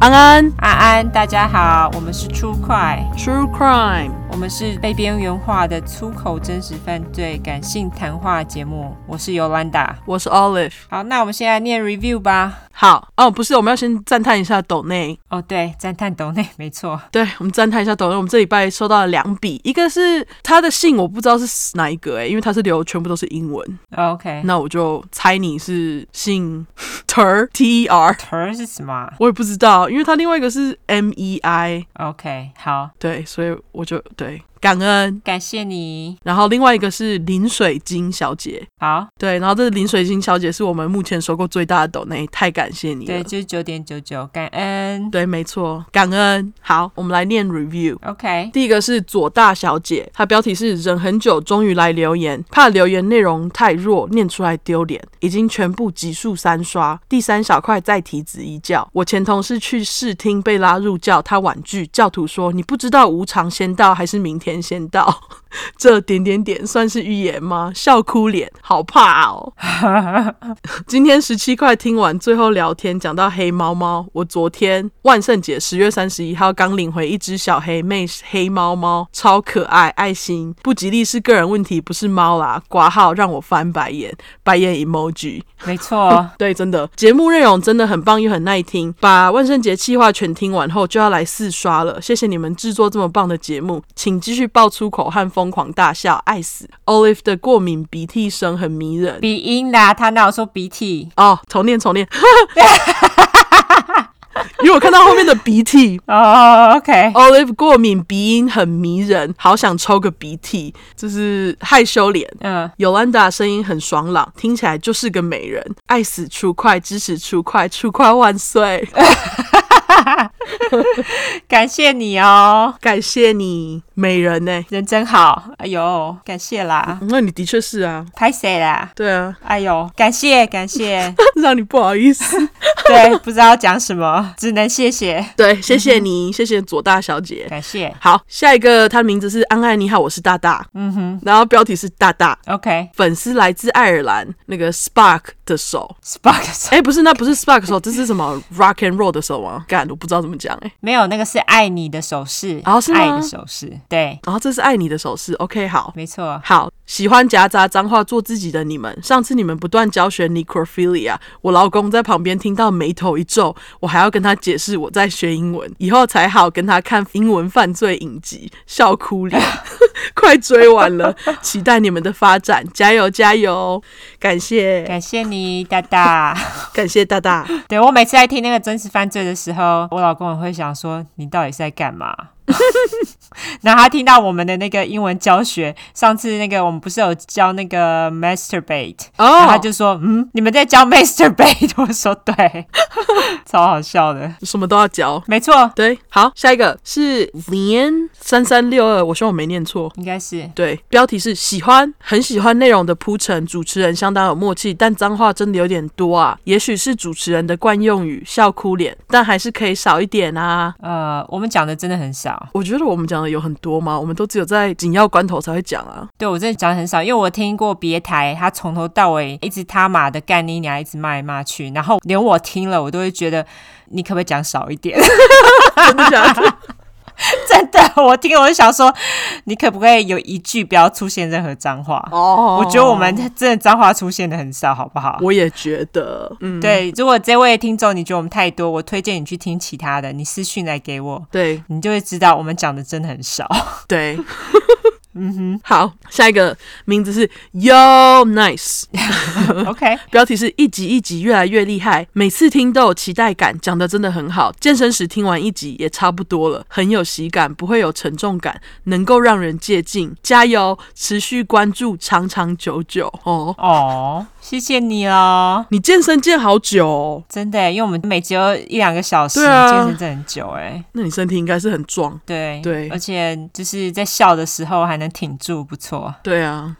安安安安，大家好，我们是出快， ，True Crime，我们是被边缘化的粗口真实犯罪感性谈话节目，我是尤兰达。我是 Olive。好，那我们现在念 review 吧。好哦，不是，我们要先赞叹一下斗内。哦，对，赞叹抖内，没错，对，我们赞叹一下斗内。我们这礼拜收到了两笔，一个是他的信，我不知道是哪一个欸诶、因为他是留全部都是英文， OK，那我就猜你是姓 Ter T E R，词儿是什么啊我也不知道，因为他另外一个是 M E I， ？OK，好，对，所以我就对感恩。感谢你。然后另外一个是林水晶小姐，好，对，然后这个林水晶小姐是我们目前收过最大的斗内，太感谢你了。对，就是九点九九，感恩。对，没错，感恩。好，我们来念 review。 OK，第一个是左大小姐，她标题是“忍很久，终于来留言”，怕留言内容太弱，念出来丢脸，已经全部集数三刷。第三小块再提子一教，我前同事去试听被拉入教，他婉拒，教徒说你不知道无常先到还是明天先到，这点点点算是预言吗？笑哭脸，好怕哦。今天十七块听完，最后聊天讲到黑猫猫。我昨天万圣节十月三十一号刚领回一只小黑妹黑猫猫，超可爱，爱心不吉利是个人问题，不是猫啦。挂号让我翻白眼，白眼 emoji。，没错 对，真的节目内容真的很棒，又很耐听。把万圣节计划全听完后，就要来四刷了。谢谢你们制作这么棒的节目，请继续爆粗口和疯狂大笑，爱死。Olive 的过敏鼻涕声很迷人。鼻音啦，他那有说鼻涕。哦，重念重念， 因为我看到后面的鼻涕。 哦，OK， Olive 过敏鼻音很迷人，好想抽个鼻涕，就是害羞脸。嗯，尤安达声音很爽朗，听起来就是个美人，爱死出快，支持出快，出快万岁！感谢你哦，感谢你，美人呢、人真好。哎呦，感谢啦，那你的确是啊，拍谁啦？对啊， 哎呦，感谢感谢， 让你不好意思。对，不知道讲什么，只能谢谢，对，谢谢你，谢谢左大小姐。感谢。好，下一个，她的名字是安安，你好，我是大大，嗯哼然后标题是大大， ，OK，Spark、粉丝来自爱尔兰那个 Spark 的手，哎、不是，那不是 Spark 的手，这是什么 Rock and Roll 的手吗？干，我不知道怎么讲哎、 没有那个是爱你的手势，哦是吗爱的手势，对，然后这是爱你的手势，OK，好。没错，好，喜欢夹杂脏话做自己的你们，上次你们不断教学 necrophilia，我老公在旁边听到眉头一皱，我还要跟他解释我在学英文，以后才好跟他看英文犯罪影集，笑哭脸。 快追完了，期待你们的发展，加油加油！感谢感谢你，大大。 感谢大大。对我每次在听那个真实犯罪的时候，我老公也会想说，你到底是在干嘛？ 然后他听到我们的那个英文教学，上次那个我们不是有教那个 masturbate，然哦后他就说，嗯，你们在教 masturbate，我 说对，超好笑的，什么都要教。没错，对，好，下一个是 Lian 三三六二，我希望我没念错。应该是对，标题是喜欢，很喜欢内容的铺陈，主持人相当有默契，但脏话真的有点多啊。也许是主持人的惯用语，笑哭脸，但还是可以少一点啊。呃，我们讲的真的很少，我觉得我们讲的有很多吗？我们都只有在紧要关头才会讲啊。对我真的讲的很少，因为我听过别台，他从头到尾一直他妈的干你娘，一直骂来骂去，然后连我听了，我都会觉得你可不可以讲少一点？ 真的假的？真的，我听我就想说，你可不可以有一句不要出现任何脏话？ 哦我觉得我们真的脏话出现的很少，好不好？我也觉得，哦嗯，对，如果这位听众你觉得我们太多，我推荐你去听其他的，你私讯来给我，对，你就会知道我们讲的真的很少。对，嗯哼，好，下一个名字是 Yo Nice， OK，标题是一集一集越来越厉害，每次听都有期待感，讲的真的很好。健身时听完一集也差不多了，很有喜感，不会有沉重感，能够让人接近。加油，持续关注，长长久久哦。哦，谢谢你哦。你健身健好久、哦，真的耶，因为我们每集都一两个小时，对啊健身真的很久哎。那你身体应该是很壮。对对而且就是在笑的时候还能挺住，不错。对啊，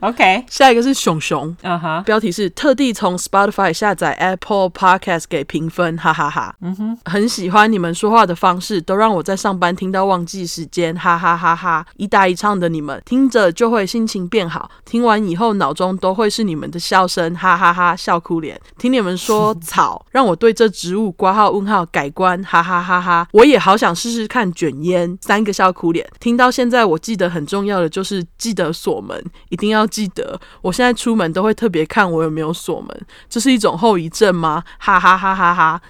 OK，下一个是熊熊，嗯哼，标题是特地从 Spotify 下载 Apple Podcast 给评分，哈哈哈嗯哼，很喜欢你们说话的方式，都让我在上班听到忘记时间，哈哈哈哈！一搭一唱的你们，听着就会心情变好，听完以后脑中都会是你们的笑声，哈哈哈！笑哭脸，听你们说草，让我对这植物挂号问号改观，哈哈哈哈！我也好想试试看卷烟，三个笑哭脸。听到现在，我记得很重要的就是记得锁门，一定要记得。我现在出门都会特别看我有没有锁门，这是一种后遗症吗？哈哈哈哈哈！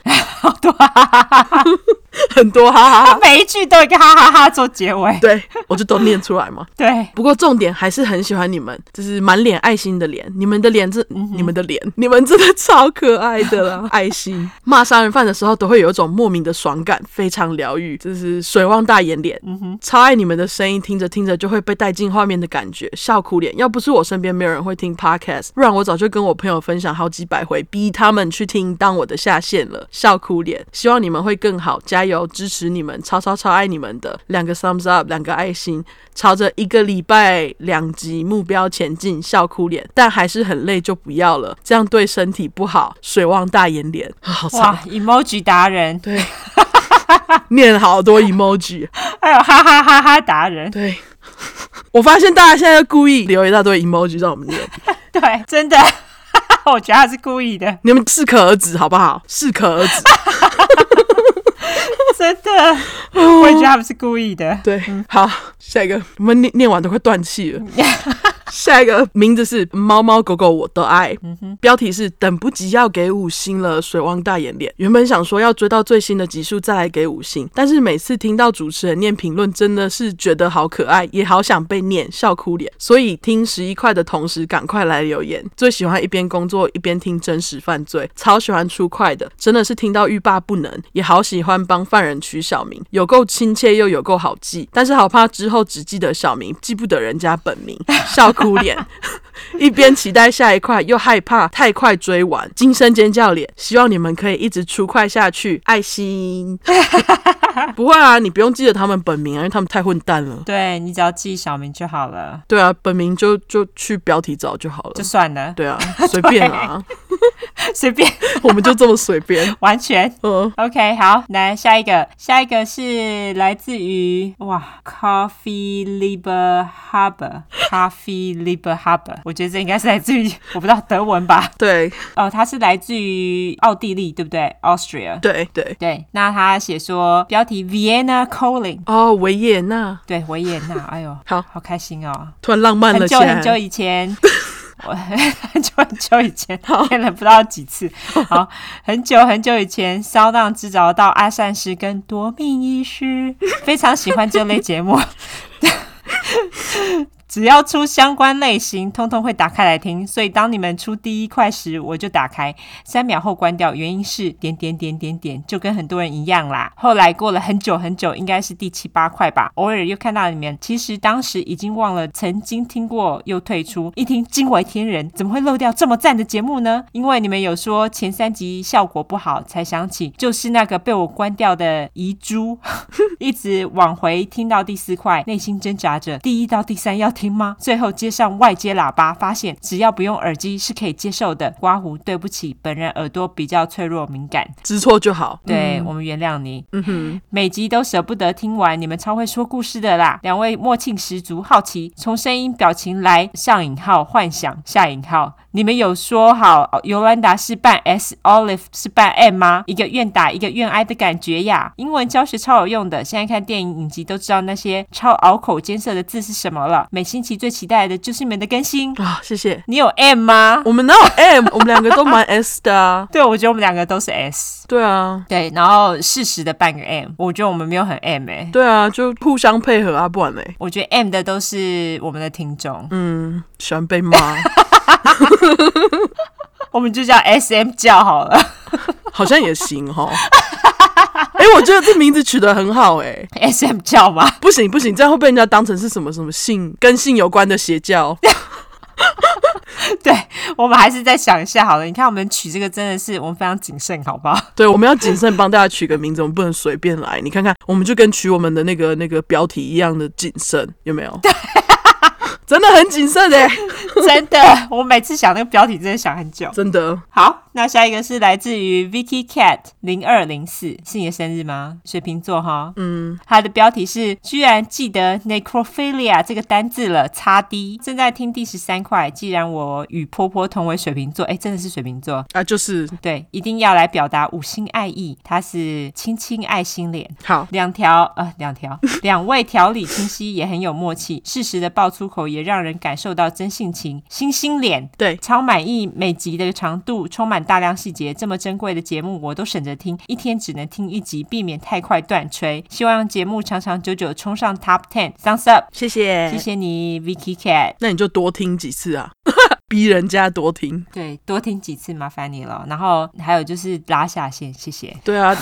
好多哈哈哈哈，很多哈哈哈。每一句都有一个哈哈哈做结尾。对，我就都念出来嘛。对，不过重点还是很喜欢你们，就是满脸爱心的脸，你们的脸真，你们的脸，你们真的超可爱的啦！爱心骂杀人犯的时候都会有一种莫名的爽感，非常疗愈，就是水汪大眼脸，超爱你们的声音，听着听着就会被带进画面的感觉，笑哭脸。要不是我身边没有人会听 podcast，不然我早就跟我朋友分享好几百回，逼他们去听当我的下线了，笑哭脸。希望你们会更好，加油，支持你们，超超超爱你们的，两个 thumbs up，两个爱心，朝着一个礼拜两集目标前进，笑哭脸。但还是很累，就不要了，这样对身体不好，水汪大眼脸，啊好哇长， ，emoji 达人，对， 念好多 emoji，啊还有哎哈哈哈哈达人，对， 我发现大家现在都故意留一大堆 emoji 让我们念，对，真的， 我觉得他是故意的，你们适可而止好不好？适可而止。真的，我也觉得他们是故意的。对，好，下一个，我们念念完都快断气了。下一个名字是猫猫狗狗我都爱，标题是等不及要给五星了，水汪大眼脸。原本想说要追到最新的集数再来给五星，但是每次听到主持人念评论，真的是觉得好可爱，也好想被念，笑哭脸。所以听十一块的同时，赶快来留言。最喜欢一边工作一边听真实犯罪，超喜欢出快的，真的是听到欲罢不能，也好喜欢帮犯人取小名，有够亲切又有够好记，但是好怕之后只记得小名，记不得人家本名，笑哭脸。一边期待下一块，又害怕太快追完，惊声尖叫脸。希望你们可以一直出快下去，爱 心。不会啊，你不用记得他们本名啊，因为他们太混蛋了。对你只要记小名就好了，对啊，本名就就去标题找就好了就。算了，对啊，随便 啊，随便，我们就这么随便。完全嗯， OK，好，来下一个，下一个是来自于哇，Coffee Liber Harbor，Coffee Liber Harbor，我觉得这应该是来自于我不知道德文吧？对哦，它是来自于奥地利，对不对？Austria。对对。对，那他写说标题 Vienna Calling，哦，维也纳，对维也纳，哎呦，好好开心哦，突然浪漫很了起久很来。久 以前，我 很久很久以前，念了不知道几次。好，很久很久以前，骚浪只找到阿善师跟夺命医 师，非常喜欢这类节目。 只要出相关类型，通通会打开来听。所以当你们出第一块时，我就打开，三秒后关掉。原因是点点点点点，就跟很多人一样啦。后来过了很久很久，应该是第七八块吧，偶尔又看到你们。其实当时已经忘了曾经听过，又退出。一听惊为天人，怎么会漏掉这么赞的节目呢？因为你们有说前三集效果不好，才想起就是那个被我关掉的遗珠。一直往回听到第四块，内心挣扎着，第一到第三要听吗？最后接上外接喇叭，发现只要不用耳机是可以接受的。刮胡，对不起，本人耳朵比较脆弱敏感，知错就好。对、我们原谅你。嗯哼，每集都舍不得听完，你们超会说故事的啦！两位默契十足，好奇，从声音、表情来上引号，幻想下引号。你们有说好尤兰达是扮 S，Olive 是扮 M 吗？一个愿打一个愿挨的感觉呀！英文教学超有用的，现在看电影影集都知道那些超拗口艰涩的字是什么了。每星期最期待的就是你们的更新。啊，谢谢。你有 M 吗？我们哪有 M？我们两个都蛮 S 的啊。对，我觉得我们两个都是 S。对啊，对，然后适时的半个 M，我觉得我们没有很 M 哎、对啊，就互相配合啊，不然嘞，我觉得 M 的都是我们的听众，嗯，喜欢被骂， 我们就叫 SM 教好了 好像也行哈。 哎、我觉得这名字取得很好哎、 ，SM 教嘛。 不行不行，这样会被人家当成是什么什么性跟性有关的邪教。对，我们还是再想一下好了。你看，我们取这个真的是我们非常谨慎，好不好？ 对，我们要谨慎帮大家取个名字，我们不能随便来。你看看，我们就跟取我们的那个那个标题一样的谨慎，有没有？ 真的很谨慎哎、真的，我每次想那个标题真的想很久。真的。好，那下一个是来自于 Vicky Cat 零二零四，是你的生日吗？水瓶座哈，嗯，它的标题是居然记得 necrophilia 这个单字了，擦 D。正在听第十三块，既然我与波波同为水瓶座，哎，真的是水瓶座，啊，就是对，一定要来表达五星爱意，它是亲亲爱心脸。好，两条呃，两条， 两位条理清晰，也很有默契，适时的爆粗口也让人感受到真性情。星星脸对，超满意，每集的长度充满大量细节，这么珍贵的节目我都省着听，一天只能听一集，避免太快断吹。希望节目长长久久冲上 Top Ten。Thumbs up，谢谢谢谢你，Vicky Cat。那你就多听几次啊， 逼人家多听。对，多听几次，麻烦你了。然后还有就是拉下线，谢谢。对啊，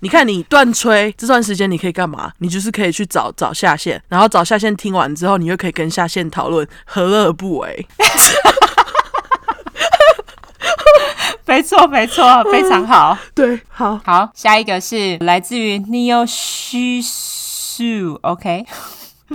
你看你断吹这段时间你可以干嘛？你就是可以去找找下线，然后找下线听完之后，你又可以跟下线讨论，何乐而不为？ 没错，没错，嗯非常好。 对，好，好，下一个是来自于 Neo Shu，OK，、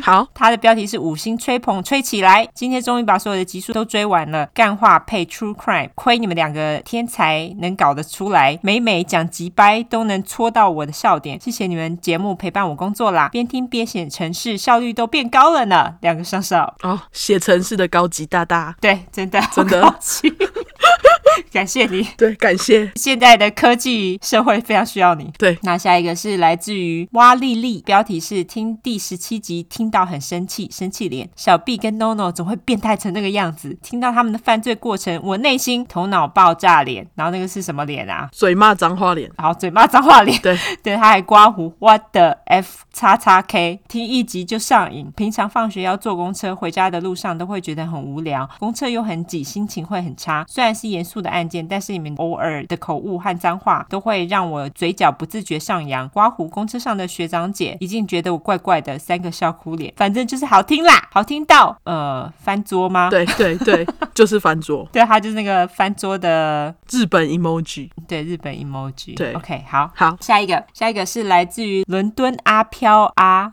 好，它的标题是五星吹捧吹起来。今天终于把所有的集数都追完了，干话配 True Crime，亏你们两个天才能搞得出来，每每讲几掰都能戳到我的笑点。谢谢你们节目陪伴我工作啦，边听边写程式，效率都变高了呢。两个上手，哦，写城市的高级大大，对，真的，真的好高级 感谢你。 对，感谢，现在的科技社会非常需要你。对那下一个是来自于蛙丽丽，标题是听第十七集听到很生气，生气脸。小 B 跟 NONO 总会变态成那个样子，听到他们的犯罪过程，我内心头脑爆炸脸。然后那个是什么脸啊？嘴骂脏话脸，然后嘴巴脏话脸，对 对，他还刮胡，What the f 叉叉 k，听一集就上瘾。平常放学要坐公车回家的路上都会觉得很无聊，公车又很挤，心情会很差。虽然是严肃的案件，但是你们偶尔的口误和脏话都会让我嘴角不自觉上扬。刮胡公车上的学长姐一定觉得我怪怪的，三个笑哭脸，反正就是好听啦，好听到呃翻桌吗？对对 对，就是翻桌，对，他就是那个翻桌的日本 emoji，对日本 emoji。对，OK，好。好下一个，下一个是来自于伦敦阿飘啊，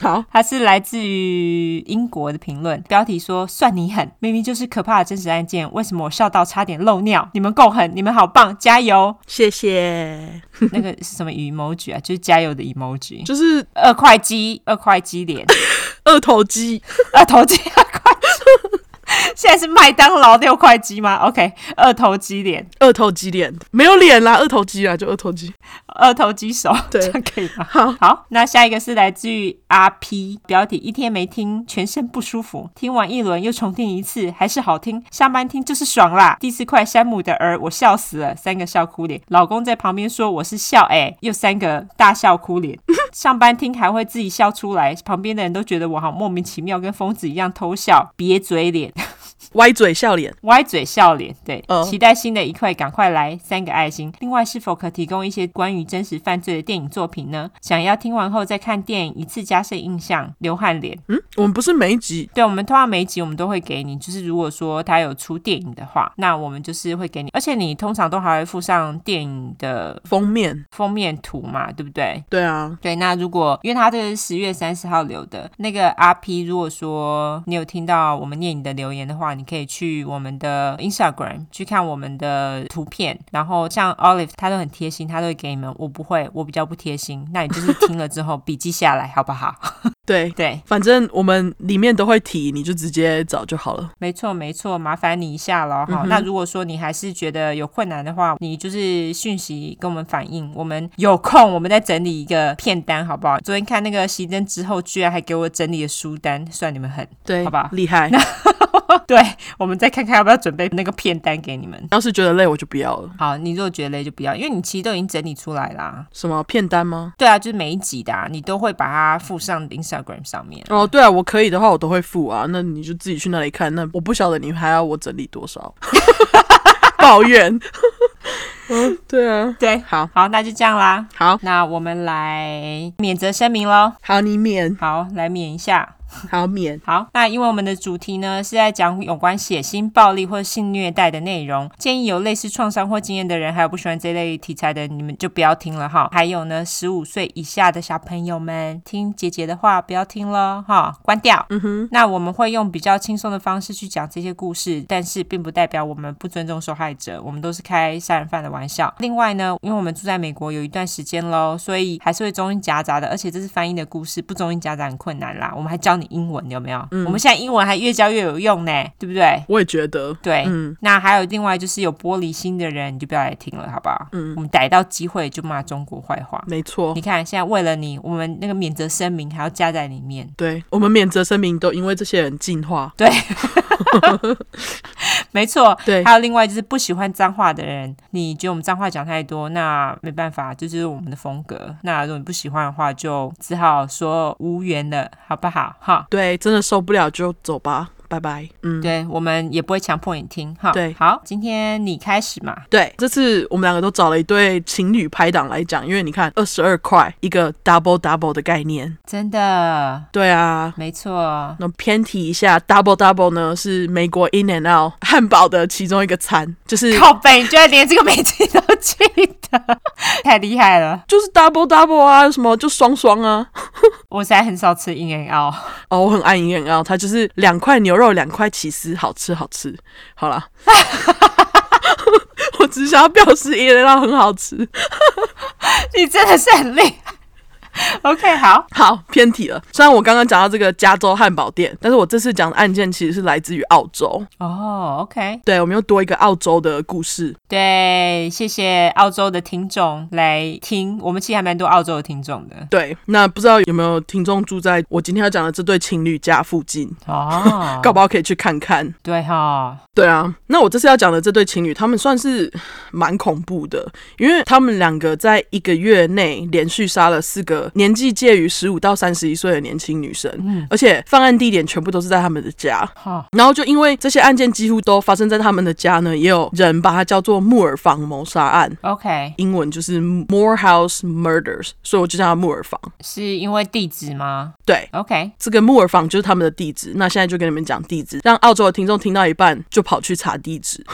好，它是来自于英国的评论，标题说“算你狠”，明明就是可怕的真实案件，为什么我笑到差点漏尿？你们够狠，你们好棒，加油！ 谢谢，那个是什么 emoji 啊？就是加油的 emoji，就是二块肌，二块肌脸，二头肌，二头肌，二块肌。现在是麦当劳六块肌吗？OK，二头肌脸，二头肌脸，没有脸啦，二头肌啦，就二头肌，二头肌手，对这样可以吗？好，好，那下一个是来自于 R P，标题一天没听，全身不舒服，听完一轮又重听一次，还是好听，上班听就是爽啦。第四块山姆的儿，我笑死了，三个笑哭脸，老公在旁边说我是笑哎、又三个大笑哭脸，上班听还会自己笑出来，旁边的人都觉得我好莫名其妙，跟疯子一样偷笑，瘪嘴脸。歪嘴笑脸，歪嘴笑脸，对，嗯期待新的一块，赶快来三个爱心。另外，是否可提供一些关于真实犯罪的电影作品呢？想要听完后再看电影，一次加深印象。流汗脸，嗯，我们不是每一集对我们通常每一集我们都会给你，就是如果说他有出电影的话，那我们就是会给你，而且你通常都还会附上电影的封面，封面图嘛，对不对？对啊，对，那如果因为他这个是十月三十号留的那个 RP，如果说你有听到我们念你的留言的话，你可以去我们的 Instagram 去看我们的图片。然后像 Olive 他都很贴心，他都会给你们。我不会，我比较不贴心。那你就是听了之后 笔记下来，好不好？ 对，对，反正我们里面都会提，你就直接找就好了。没错没错，麻烦你一下咯。好，那如果说你还是觉得有困难的话，你就是讯息跟我们反映，我们有空我们再整理一个片单，好不好？昨天看那个熄灯之后，居然还给我整理了书单，算你们狠。 对，好吧厉 害。对，我们再看看要不要准备那个片单给你们。要是觉得累，我就不要了。好，你如果觉得累就不要，因为你其实都已经整理出来啦。什么片单吗？对啊，就是每一集的、啊，你都会把它附上 Instagram 上面。哦，对啊，我可以的话，我都会付啊。那你就自己去那里看。那我不晓得你还要我整理多 少，抱怨。嗯，对啊，对，好好，那就这样啦。好那我们来免责声明喽。好，你免好，来免一下。好免。好，那因为我们的主题呢是在讲有关血腥、暴力或性虐待的内容，建议有类似创伤或经验的人，还有不喜欢这类题材的，你们就不要听了哈。还有呢，十五岁以下的小朋友们，听姐姐的话不要听了哈，关掉。嗯哼。那我们会用比较轻松的方式去讲这些故事，但是并不代表我们不尊重受害者，我们都是开杀人犯的玩笑。另外呢，因为我们住在美国有一段时间喽，所以还是会中英夹杂的，而且这是翻译的故事，不中英夹杂很困难啦。我们还教你英文，有没有？我们现在英文还越教越有用呢，对不对？我也觉得，对，嗯那还有另外就是有玻璃心的人，你就不要来听了，好不好？嗯，我们逮到机会就骂中国坏话。没错你。看，现在为了你，我们那个免责声明还要加在里面。对我们免责声明都因为这些人进化，对，没错。对还有另外就是不喜欢脏话的人，你觉得我们脏话讲太多，那没办法，这就是我们的风格。那如果你不喜欢的话，就只好说无缘了，好不好？哈。对，真的受不了就走吧，拜拜。嗯，对，我们也不会强迫你听哈。对好，今天你开始嘛。对，这次我们两个都找了一对情侣拍档来讲，因为你看二十二块一个 double double 的概念，真的，对啊。没错，那偏题一下，double double 呢是美国 In and Out 汉堡的其中一个餐，就是靠背，你居然连这个名字都记得， 太厉害了！就是 double double 啊，什么就双双啊。我实在很少吃 In and Out，哦，我很爱 In and Out，它就是两块牛肉，两块起司，好吃好吃。好啦， 我只想要表示 In and Out 很好吃。你真的是很厉害。OK，好，好，偏题了。虽然我刚刚讲到这个加州汉堡店，但是我这次讲的案件其实是来自于澳洲。哦、o k 对，我们又多一个澳洲的故事。对，谢谢澳洲的听众来听，我们其实还蛮多澳洲的听众的。对，那不知道有没有听众住在我今天要讲的这对情侣家附近， 哦、搞不好可以去看看。对哈、对啊，那我这次要讲的这对情侣，他们算是蛮恐怖的，因为他们两个在一个月内连续杀了四个年纪介于十五到三十一岁的年轻女生，而且犯案地点全部都是在他们的家。哈然后就因为这些案件几乎都发生在他们的家呢，也有人把它叫做穆尔房谋杀案， ，OK，英文就是 Morehouse Murders，所以我就叫它穆尔房。是因为地址吗对。 ？OK，这个穆尔房就是他们的地址，那现在就跟你们讲地址，让澳洲的听众听到一半就跑去查地址。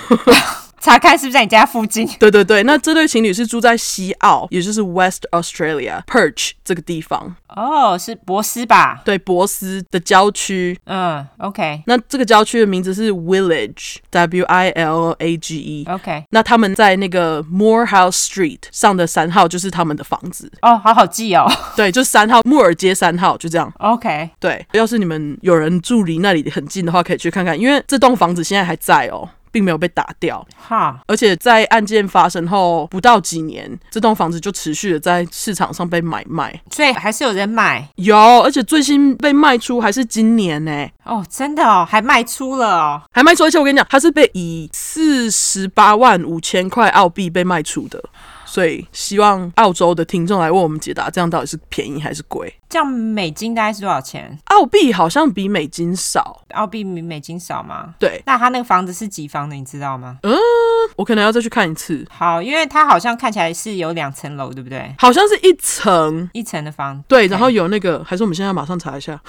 查看是不是在你家附近？对对对，那这对情侣是住在西澳，也就是 West Australia Perch 这个地方，哦、是博斯吧？对博斯的郊区。嗯，OK，OK，、那这个郊区的名字是 Village W I L A G E。那他们在那个 Morehouse Street 上的三号就是他们的房子，哦，好好记哦。对，就是三号木尔街三号，就这样。 OK，对，要是你们有人住离那里很近的话，可以去看看，因为这栋房子现在还在哦，并没有被打掉。哈，而且在案件发生后不到几年，这栋房子就持续的在市场上被买卖。所以还是有人买有，而且最新被卖出还是今年呢、哦，真的哦，还卖出了哦，还卖出。而且我跟你讲，它是被以四十八万五千块澳币被卖出的。所以希望澳洲的听众来为我们解答，这样到底是便宜还是贵？这样美金大概是多少钱？澳币好像比美金少，澳币比美金少吗？对嗯那他那个房子是几房的，你知道吗？我可能要再去看一次，好，因为它好像看起来是有两层楼，对不对？好像是一层，一层的房，对，然后有那个，还是我们现在马上查一下，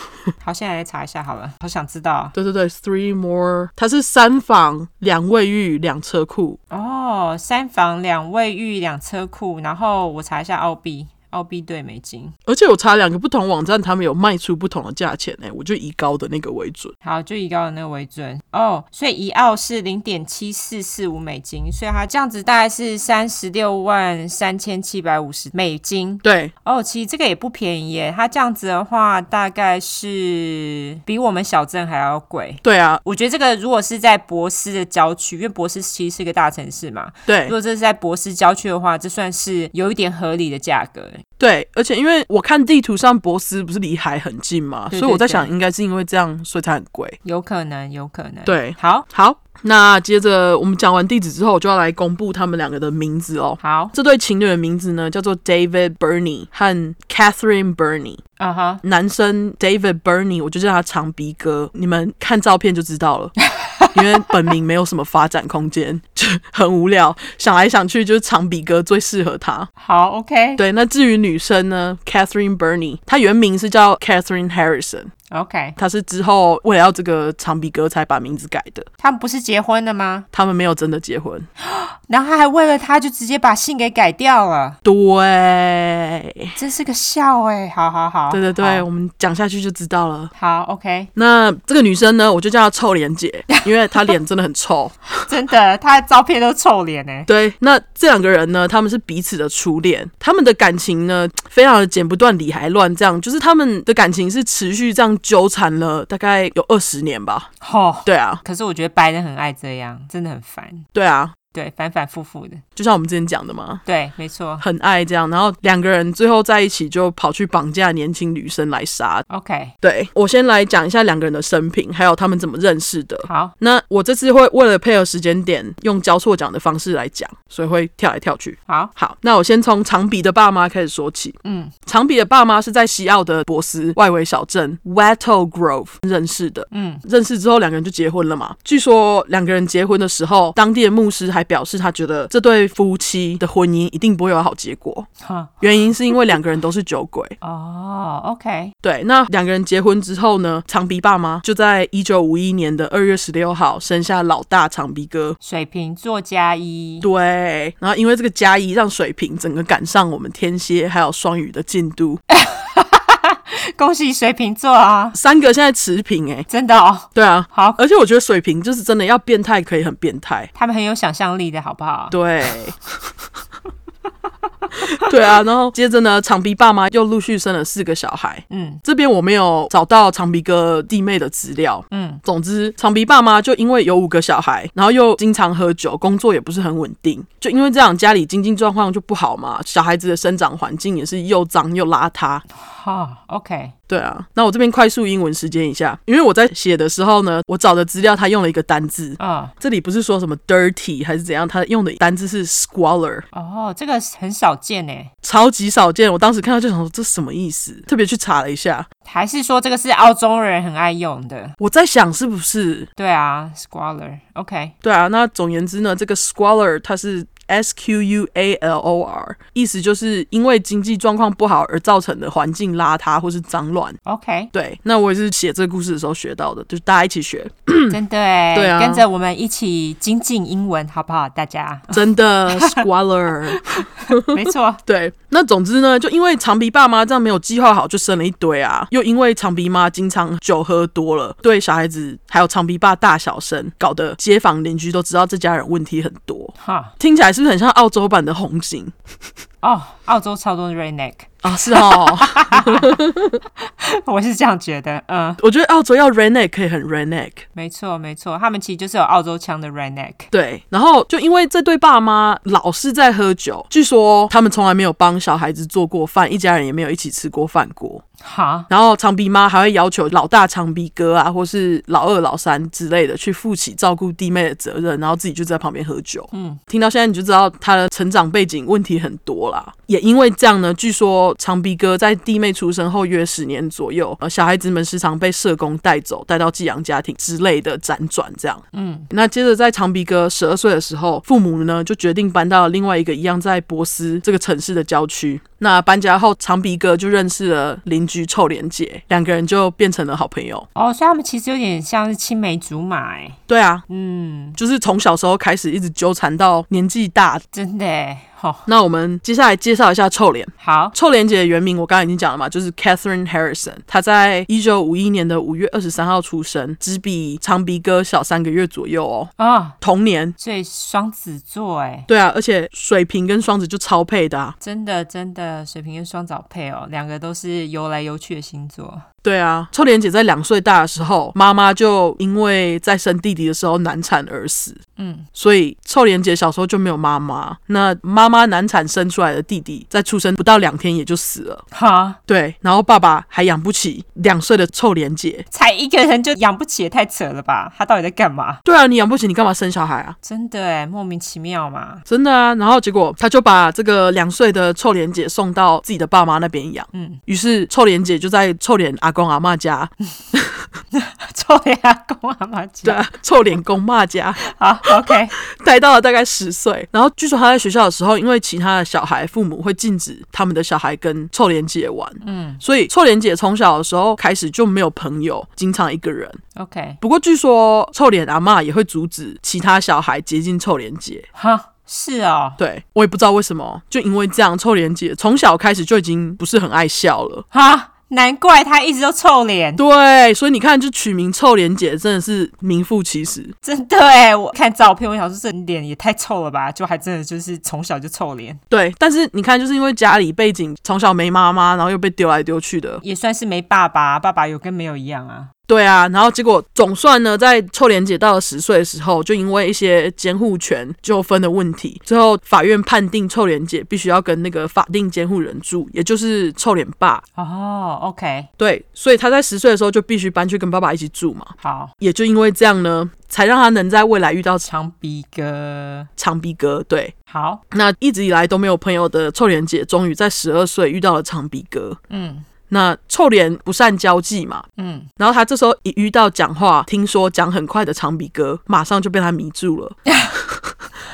好，现在来查一下好了，好想知道对对对，three more，它是三房两卫浴两车库，哦。三房两卫浴两车库，然后我查一下澳币，澳币兑美金，而且我查两个不同网站，他们有卖出不同的价钱欸呢、我就以高的那个为准。好，就以高的那个为准哦。所以一澳是零点七四四五美金，所以它这样子大概是三十六万三千七百五十美金。对，哦，其实这个也不便宜耶，它这样子的话大概是比我们小镇还要贵。对啊，我觉得这个如果是在博斯的郊区，因为博斯其实是一个大城市嘛，如对果这是在博斯郊区的话，这算是有一点合理的价格。对，而且因为我看地图上博斯不是离海很近嘛，对所以我在对对想应该是因为这样，所以才很贵。有可能，有可能。，对，好，好，那接着我们讲完地址之后，我就要来公布他们两个的名字哦。好，这对情侣的名字呢，叫做 David Burney 和 Catherine Burney。啊哈，男生 David Burney，我就叫他长鼻哥，你们看照片就知道了。 因为本名没有什么发展空间，就很无聊。想来想去，就是长鼻哥最适合他。好，OK，对，那至于女生呢，Catherine Burney，她原名是叫 Catherine Harrison， OK，他是之后为了要这个长鼻哥才把名字改的。他们不是结婚了吗？他们没有真的结婚。然后他还为了他就直接把姓给改掉了，对，真是个笑哎、好好好，对对对，我们讲下去就知道了。好，好，OK，那这个女生呢，我就叫她臭脸姐，因为她脸真的很臭。真的，他的照片都臭脸哎、对，那这两个人呢，他们是彼此的初恋，他们的感情呢，非常的剪不断理还乱，这样就是他们的感情是持续这样纠缠了大概有二十年吧。吼、对啊，可是我觉得白人很爱这样，真的很烦，对啊，对，反反复复的，就像我们之前讲的嘛。对，没错很爱这样，然后两个人最后在一起，就跑去绑架年轻女生来杀。 ，OK，对我先来讲一下两个人的生平，还有他们怎么认识的。好，那我这次会为了配合时间点，用交错讲的方式来讲，所以会跳来跳去。好，好，那我先从长比的爸妈开始说起。嗯长比的爸妈是在西澳的博斯外围小镇 Wattle Grove 认识的。嗯，认识之后，两个人就结婚了嘛。据说两个人结婚的时候，当地的牧师还表示，他觉得这对夫妻的婚姻一定不会有好结果，哈，原因是因为两个人都是酒鬼。哦，OK，对，那两个人结婚之后呢，长鼻爸妈就在一九五一年的二月十六号生下老大长鼻哥。水瓶座加一， 对，然后因为这个加一，让水瓶整个赶上我们天蝎还有双鱼的进度，恭喜水瓶座啊，三个现在持平哎、真的哦，对啊，好，而且我觉得水瓶就是真的要变态，可以很变态。他们很有想象力的好不好？对， 对啊，然后接着呢，长鼻爸妈又陆续生了四个小孩。嗯这边我没有找到长鼻哥弟妹的资料，嗯，总之，长鼻爸妈就因为有五个小孩，然后又经常喝酒，工作也不是很稳定，就因为这样，家里经济状况就不好嘛，小孩子的生长环境也是又脏又邋遢。好，OK，对啊，那我这边快速英文时间一下，因为我在写的时候呢，我找的资料他用了一个单字，嗯，这里不是说什么 dirty 还是怎样，他用的单字是 squalor，哦，这个很少见哎，超级少见。我当时看到就想说这什么意思，特别去查了一下，还是说这个是澳洲人很爱用的？我在想是不是对啊，squalor，OK，、对啊，那总言之呢，这个 squalor 它是 S Q U A L O R，意思就是因为经济状况不好而造成的环境邋遢或是脏乱。 OK，对，那我也是写这个故事的时候学到的，就是大家一起学，真的哎，对啊跟着我们一起精进英文好不好？大 家，真的 squalor。没错，对，那总之呢，就因为长鼻爸妈这样没有计划好，就生了一堆啊，又因为长鼻妈经常酒喝多了，对小孩子还有长鼻爸大小声，搞得街坊邻居都知道这家人问题很多。哈，听起来是不是很像澳洲版的红警哦，澳洲超多 redneck， 啊？是哦。我是这样觉得，嗯， 我觉得澳洲要 redneck 可以很 redneck，没错没错，他们其实就是有澳洲腔的 redneck，对。然后就因为这对爸妈老是在喝酒，据说他们从来没有帮小孩子做过饭，一家人也没有一起吃过饭锅。哈，然后长鼻妈还会要求老大长鼻哥啊，或是老二、老三之类的去负起照顾弟妹的责任，然后自己就在旁边喝酒。嗯，听到现在你就知道他的成长背景问题很多啦。也因为这样呢，据说长鼻哥在弟妹出生后约十年左右，呃，小孩子们时常被社工带走，带到寄养家庭之类的辗转这样。嗯，那接着在长鼻哥十二岁的时候，父母呢就决定搬到了另外一个一样在博斯这个城市的郊区。那搬家后，长鼻哥就认识了邻居臭莲姐，两个人就变成了好朋友。哦，所以他们其实有点像是青梅竹马哎，对啊，嗯，就是从小时候开始一直纠缠到年纪大。真的哎，吼、那我们接下来介绍一下臭脸。好，臭莲姐的原名我刚刚已经讲了嘛，就是 Catherine Harrison。她在一九五一年的五月二十三号出生，只比长鼻哥小三个月左右哦。哦，同年，所以双子座哎。对啊，而且水瓶跟双子就超配的、啊。真的，真的，水瓶跟双早配哦，两个都是游来游去的星座。对啊，臭莲姐在两岁大的时候，妈妈就因为在生弟弟的时候难产而死，嗯，所以臭莲姐小时候就没有妈妈。那妈妈难产生出来的弟弟，在出生不到两天也就死了。哈，对，然后爸爸还养不起两岁的臭莲姐。才一个人就养不起，也太扯了吧？他到底在干嘛？对啊，你养不起，你干嘛生小孩啊？真的哎，莫名其妙嘛。真的啊，然后结果他就把这个两岁的臭莲姐送到自己的爸妈那边养，嗯， 于是臭莲姐就在臭莲阿公阿妈家，臭脸阿公阿妈对家。啊，臭脸公骂家，好，OK，待到了大概十岁。然后据说他在学校的时候，因为其他的小孩父母会禁止他们的小孩跟臭莲姐玩，嗯，所以臭莲姐从小的时候开始就没有朋友，经常一个人。 OK，不过据说臭脸阿嬷也会阻止其他小孩接近臭莲姐。哈，是哦，对我也不知道为什么，就因为这样，臭莲姐从小开始就已经不是很爱笑了。哈，难怪他一直都臭脸，对，所以你看，就取名臭莲姐真的是名副其实。 真的哎，我看照片，我想说这脸也太臭了吧，就还真的就是从小就臭脸，对，但是你看，就是因为家里背景从小没妈妈，然后又被丢来丢去的，也算是没爸爸，爸爸有跟没有一样啊。对啊，然后结果总算呢，在臭莲姐到了十岁的时候，就因为一些监护权纠纷的问题，最后法院判定臭莲姐必须要跟那个法定监护人住，也就是臭脸爸。哦，OK，对，所以她在十岁的时候就必须搬去跟爸爸一起住嘛。好，也就因为这样呢，才让她能在未来遇到长鼻哥，长鼻哥。对，好，那一直以来都没有朋友的臭莲姐，终于在十二岁遇到了长鼻哥。嗯那臭莲不善交际嘛，嗯，然后他这时候一遇到讲话，听说讲很快的长鼻哥，马上就被他迷住了。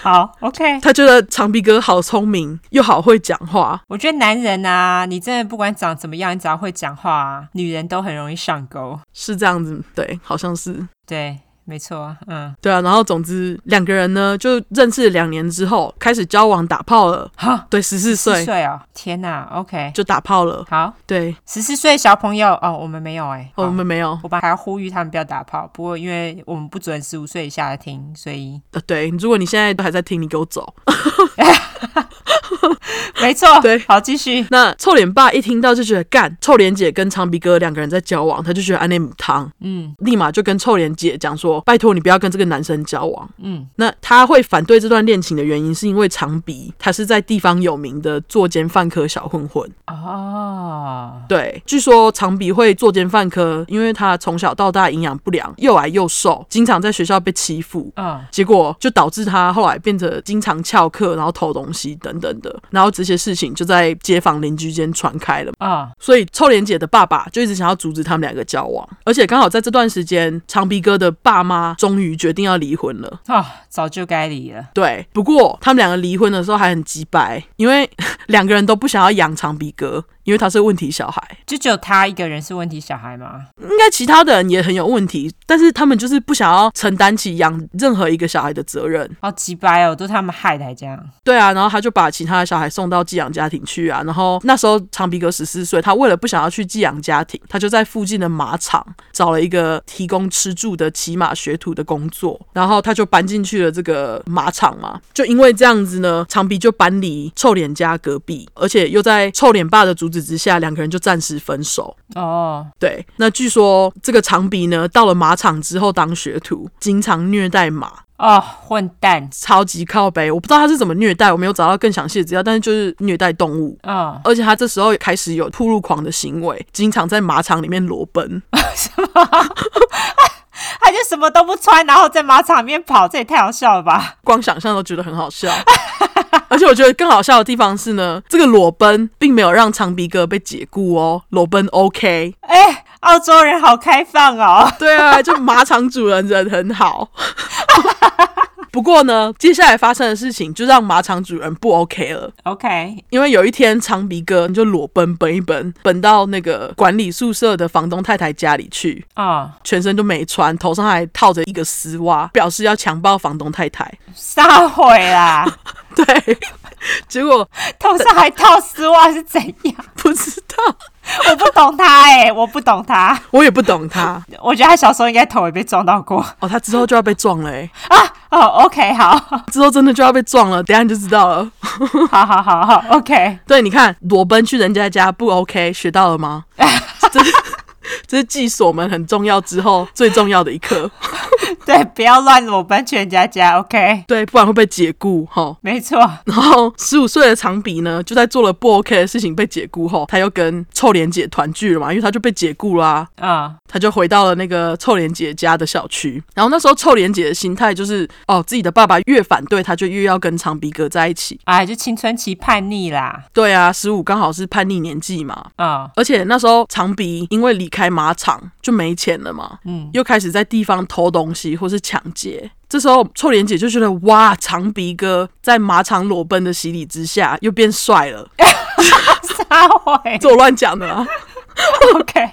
好，OK。他觉得长鼻哥好聪明，又好会讲话。我觉得男人啊，你真的不管长怎么样，你只要会讲话、啊，女人都很容易上钩。是这样子，对，好像是，对，没错，嗯，对啊。然后总之，两个人呢就认识了两年之后，开始交往打炮了。好，对，十四四岁岁哦，天哪，OK，就打炮了。好，对，十四岁小朋友哦，我们没有哎、哦我好们没有，我本来还要呼吁他们不要打炮，不过因为我们不准十五岁以下的听，所以呃，对，如果你现在都还在听，你给我走。没错，对好，继续，那臭脸爸一听到就觉得干，臭脸姐跟长鼻哥两个人在交往，他就觉得安内母汤，嗯立马就跟臭脸姐讲说，拜托你不要跟这个男生交往。嗯，那他会反对这段恋情的原因，是因为长鼻他是在地方有名的作奸犯科小混混。哦，对，据说长鼻会作奸犯科，因为他从小到大营养不良，又矮又瘦，经常在学校被欺负。嗯，结果就导致他后来变得经常翘课，然后偷东西等等的，然后这些事情就在街坊邻居间传开了。哦，所以臭莲姐的爸爸就一直想要阻止他们两个交往，而且刚好在这段时间，长鼻哥的爸妈终于决定要离婚了。哦，早就该离了，对，不过他们两个离婚的时候还很鸡掰，因为 两个人都不想要养长鼻哥，因为他是问题小孩。就只有他一个人是问题小孩吗？应该其他的人也很有问题，但是他们就是不想要承担起养任何一个小孩的责任。好鸡掰哦，都他们害的还这样，对啊，然后他就把其他的小孩送到寄养家庭去啊。然后那时候长鼻哥十四岁，他为了不想要去寄养家庭，他就在附近的马场找了一个提供吃住的骑马学徒的工作，然后他就搬进去了这个马场嘛。就因为这样子呢，长鼻就搬离臭脸家隔壁，而且又在臭脸爸的阻止之下，两个人就暂时分手。哦，对，那据说这个长鼻呢，到了马场之后当学徒，经常虐待马，哦，混蛋，超级靠北，我不知道他是怎么虐待，我没有找到更详细的资料，但是就是虐待动物。哦， 而且他这时候也开始有铺路狂的行为，经常在马场里面裸奔。 他就什么都不穿，然后在马场里面跑，这也太好笑了吧？光想象都觉得很好笑。而且我觉得更好笑的地方是呢，这个裸奔并没有让长鼻哥被解雇哦，裸奔 OK。哎，澳洲人好开放哦，对啊，就马场主人人很好。不过呢，接下来发生的事情就让马场主人不 OK 了。 ，OK，因为有一天长鼻哥就裸奔奔一奔，奔到那个管理宿舍的房东太太家里去，哦，全身都没穿，头上还套着一个丝袜，表示要强暴房东太太。 撒毁啦，对，结果头上还套丝袜是怎样？ 不知道，我不懂他哎、我不懂他。我也不懂他我觉得他小时候应该头也被撞到过。啊哦，他之后就要被撞了、欸，哦、o k 好，之后真的就要被撞了，等一下你就知道了。好好好好，OK，对，你看裸奔去人家家不 OK，学到了吗？ 这是这是继锁门很重要之后最重要的一课，对，不要乱裸奔去人家家，OK，对，不然会被解雇哈。吼没错，然后十五岁的长鼻呢，就在做了不 OK 的事情被解雇后，他又跟臭莲姐团聚了嘛，因为他就被解雇啦、嗯，他就回到了那个臭莲姐家的小区。然后那时候臭莲姐的心态就是，哦，自己的爸爸越反对，他就越要跟长鼻哥在一起。哎，就青春期叛逆啦，对啊，十五刚好是叛逆年纪嘛。 嗯，而且那时候长鼻因为离开马场，就没钱了嘛，嗯，又开始在地方偷东西或是抢劫。这时候，臭莲姐就觉得哇，长鼻哥在马场裸奔的洗礼之下又变帅了，撒谎 这我乱讲的啊。 ，OK，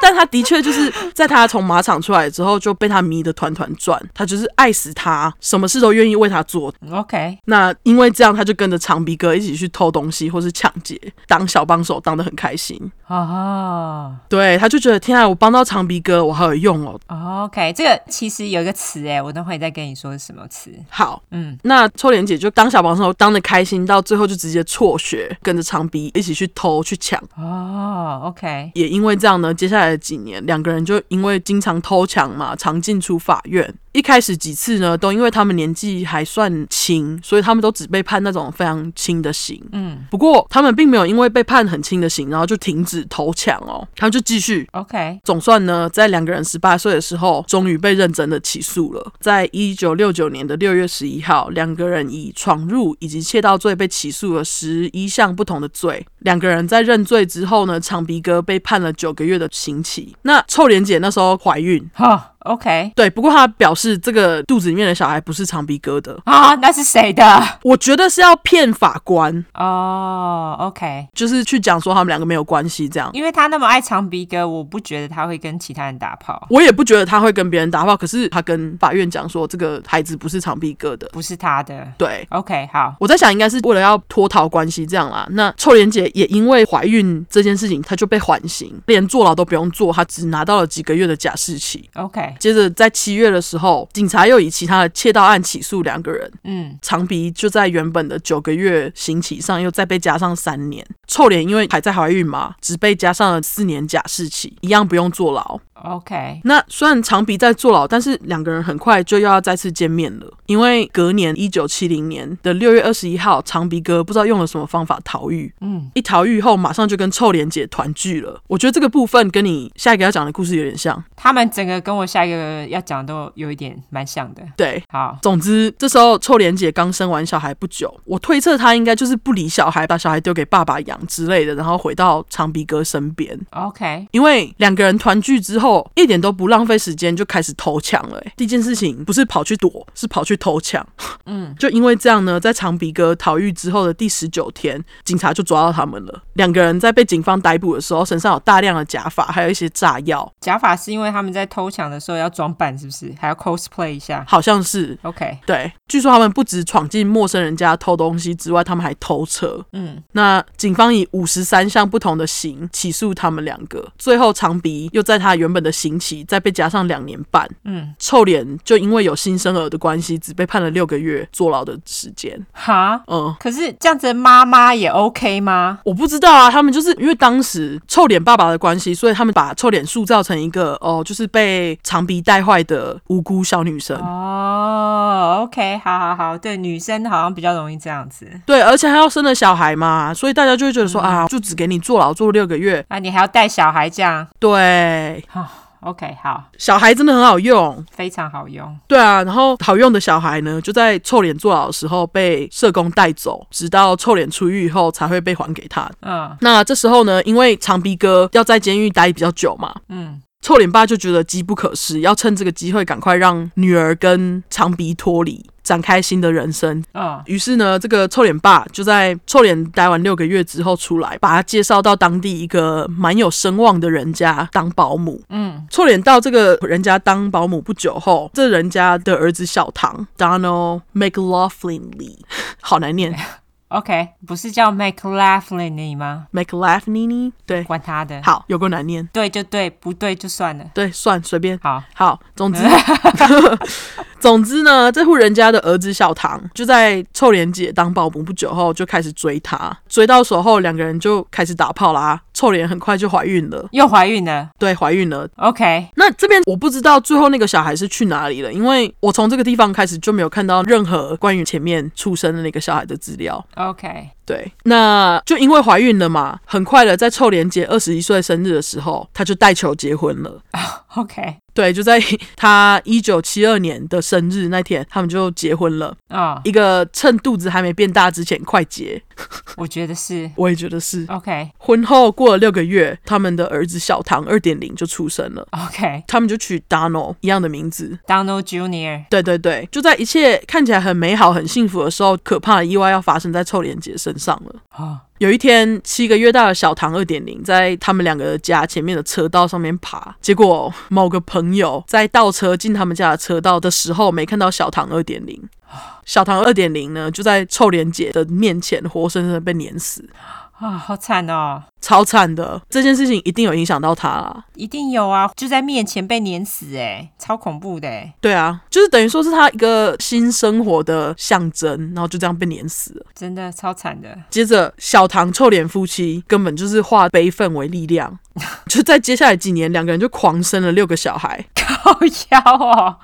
但他的确就是在他从马场出来之后就被他迷得团团转，他就是爱死他，什么事都愿意为他做。 OK，那因为这样，他就跟着长鼻哥一起去偷东西或是抢劫，当小帮手当得很开心。哦、对，他就觉得天啊，我帮到长鼻哥，我好有用哦。 o k 这个其实有一个词哎，我等会再跟你说是什么词。好，嗯，那臭莲姐就当小帮手当得开心，到最后就直接辍学，跟着长鼻一起去偷去抢。哦、o k 也因为这样呢，接下来的几年，两个人就因为经常偷抢嘛，常进出法院。一开始几次呢，都因为他们年纪还算轻，所以他们都只被判那种非常轻的刑。嗯不过他们并没有因为被判很轻的刑，然后就停止偷抢哦，他们就继续。 ，OK，总算呢，在两个人十八岁的时候，终于被认真的起诉了。在一九六九年的六月十一号，两个人以闯入以及窃盗罪被起诉了十一项不同的罪。两个人在认罪之后呢，长鼻哥被判了九个月的刑期。那臭莲姐那时候怀孕，好、o k 对，不过她表示这个肚子里面的小孩不是长鼻哥的，啊，那是谁的？我觉得是要骗法官，哦、o k 就是去讲说他们两个没有关系这样。因为他那么爱长鼻哥，我不觉得他会跟其他人打炮，我也不觉得他会跟别人打炮，可是他跟法院讲说这个孩子不是长臂哥的，不是他的。对。 OK，好，我在想，应该是为了要脱逃关系这样啦。那臭莲姐也因为怀孕这件事情，她就被缓刑，连坐牢都不用坐，她只拿到了几个月的假释期。 OK，接着在七月的时候，警察又以其他的窃盗案起诉两个人，嗯，长鼻就在原本的九个月刑期上又再被加上三年。臭莲因为还在怀孕嘛，只被加上了四年假释期，一样不用坐牢。 OK，那虽然长鼻在坐牢，但是两个人很快就又要再次见面了，因为隔年一九七零年的六月二十一号，长鼻哥不知道用了什么方法逃狱，嗯，一逃狱后马上就跟臭莲姐团聚了。我觉得这个部分跟你下一个要讲的故事有点像，他们整个跟我下一个要讲的都有一点蛮像的。对。好，总之，这时候臭莲姐刚生完小孩不久，我推测她应该就是不理小孩，把小孩丢给爸爸养之类的，然后回到长鼻哥身边。 OK，因为两个人团聚之后，一点都不浪费时间，就开始偷抢了、欸。第一件事情不是跑去躲，是跑去偷抢。嗯， 就因为这样呢，在长鼻哥逃狱之后的第十九天，警察就抓到他们了。两个人在被警方逮捕的时候，身上有大量的假发，还有一些炸药，假发是因为他们在偷抢的时候要装扮，是不是？还要 cosplay 一下好像是。 ？OK，对，据说他们不止闯进陌生人家偷东西之外，他们还偷车。嗯，那警方以五十三项不同的刑起诉他们两个，最后长鼻又在他原本的刑期再被加上两年半。嗯，臭脸就因为有新生儿的关系，只被判了六个月坐牢的时间。哈，嗯，可是这样子的妈妈也 OK 吗？我不知道啊，他们就是因为当时臭脸爸爸的关系，所以他们把臭脸塑造成一个哦，就是被长鼻带坏的无辜小女生。哦，OK，好好好，对，女生好像比较容易这样子。对，而且还要生了小孩嘛，所以大家就会觉得说、啊，就只给你坐牢坐六个月。啊，你还要带小孩这样对，啊？OK，好，小孩真的很好用，非常好用。对啊，然后好用的小孩呢，就在臭脸坐牢的时候被社工带走，直到臭脸出狱以后才会被还给他。嗯那这时候呢，因为长鼻哥要在监狱待比较久嘛，嗯，臭脸爸就觉得机不可失，要趁这个机会赶快让女儿跟长鼻脱离，展开新的人生。哦于是呢，这个臭脸爸就在臭脸待完六个月之后出来，把他介绍到当地一个蛮有声望的人家当保姆。嗯臭脸到这个人家当保姆不久后，这人家的儿子小唐 Donald McLaughlin Lee，好难念，OK，不是叫 McLaughlin 吗？ ，McLaughlin 对，管他的，好，有够难念，对就对，不对就算了。对，算随便。好，好，总之，总之呢，这户人家的儿子小唐就在臭莲姐当保姆不久后就开始追她，追到手后两个人就开始打炮啦。臭莲很快就怀孕了，又怀孕了对，怀孕了， ，OK，那这边我不知道最后那个小孩是去哪里了，因为我从这个地方开始就没有看到任何关于前面出生的那个小孩的资料。 OK，对，那就因为怀孕了嘛，很快的在臭莲姐二十一岁生日的时候，她就带球结婚了。 OK，对，就在 她一九七二年的生日那天，他们就结婚了。啊、一个趁肚子还没变大之前快结，我觉得是我也觉得是。 OK，婚后过了六个月，他们的儿子小唐二点零就出生了， OK，Donald、他们就取 Dano 一样的名字。 Junior，对对对，就在一切看起来很美好、很幸福的时候，可怕的意外要发生在臭莲姐身上了。哦，有一天，七个月大的小唐二点零在他们两个家前面的车道上面爬，结果某个朋友在倒车进他们家的车道的时候，没看到小唐二点零。小唐二点零呢，就在臭莲姐的面前活生生的被碾死，啊、好惨哦，超惨的。这件事情一定有影响到他啦。一定有啊，就在面前被碾死，哎，超恐怖的，哎，对啊，就是等于说是他一个新生活的象征，然后就这样被碾死了。真的超惨的， 接着，小唐臭脸夫妻根本就是化悲愤为力量，就在接下来几年，两个人就狂生了六个小孩，好妖哦，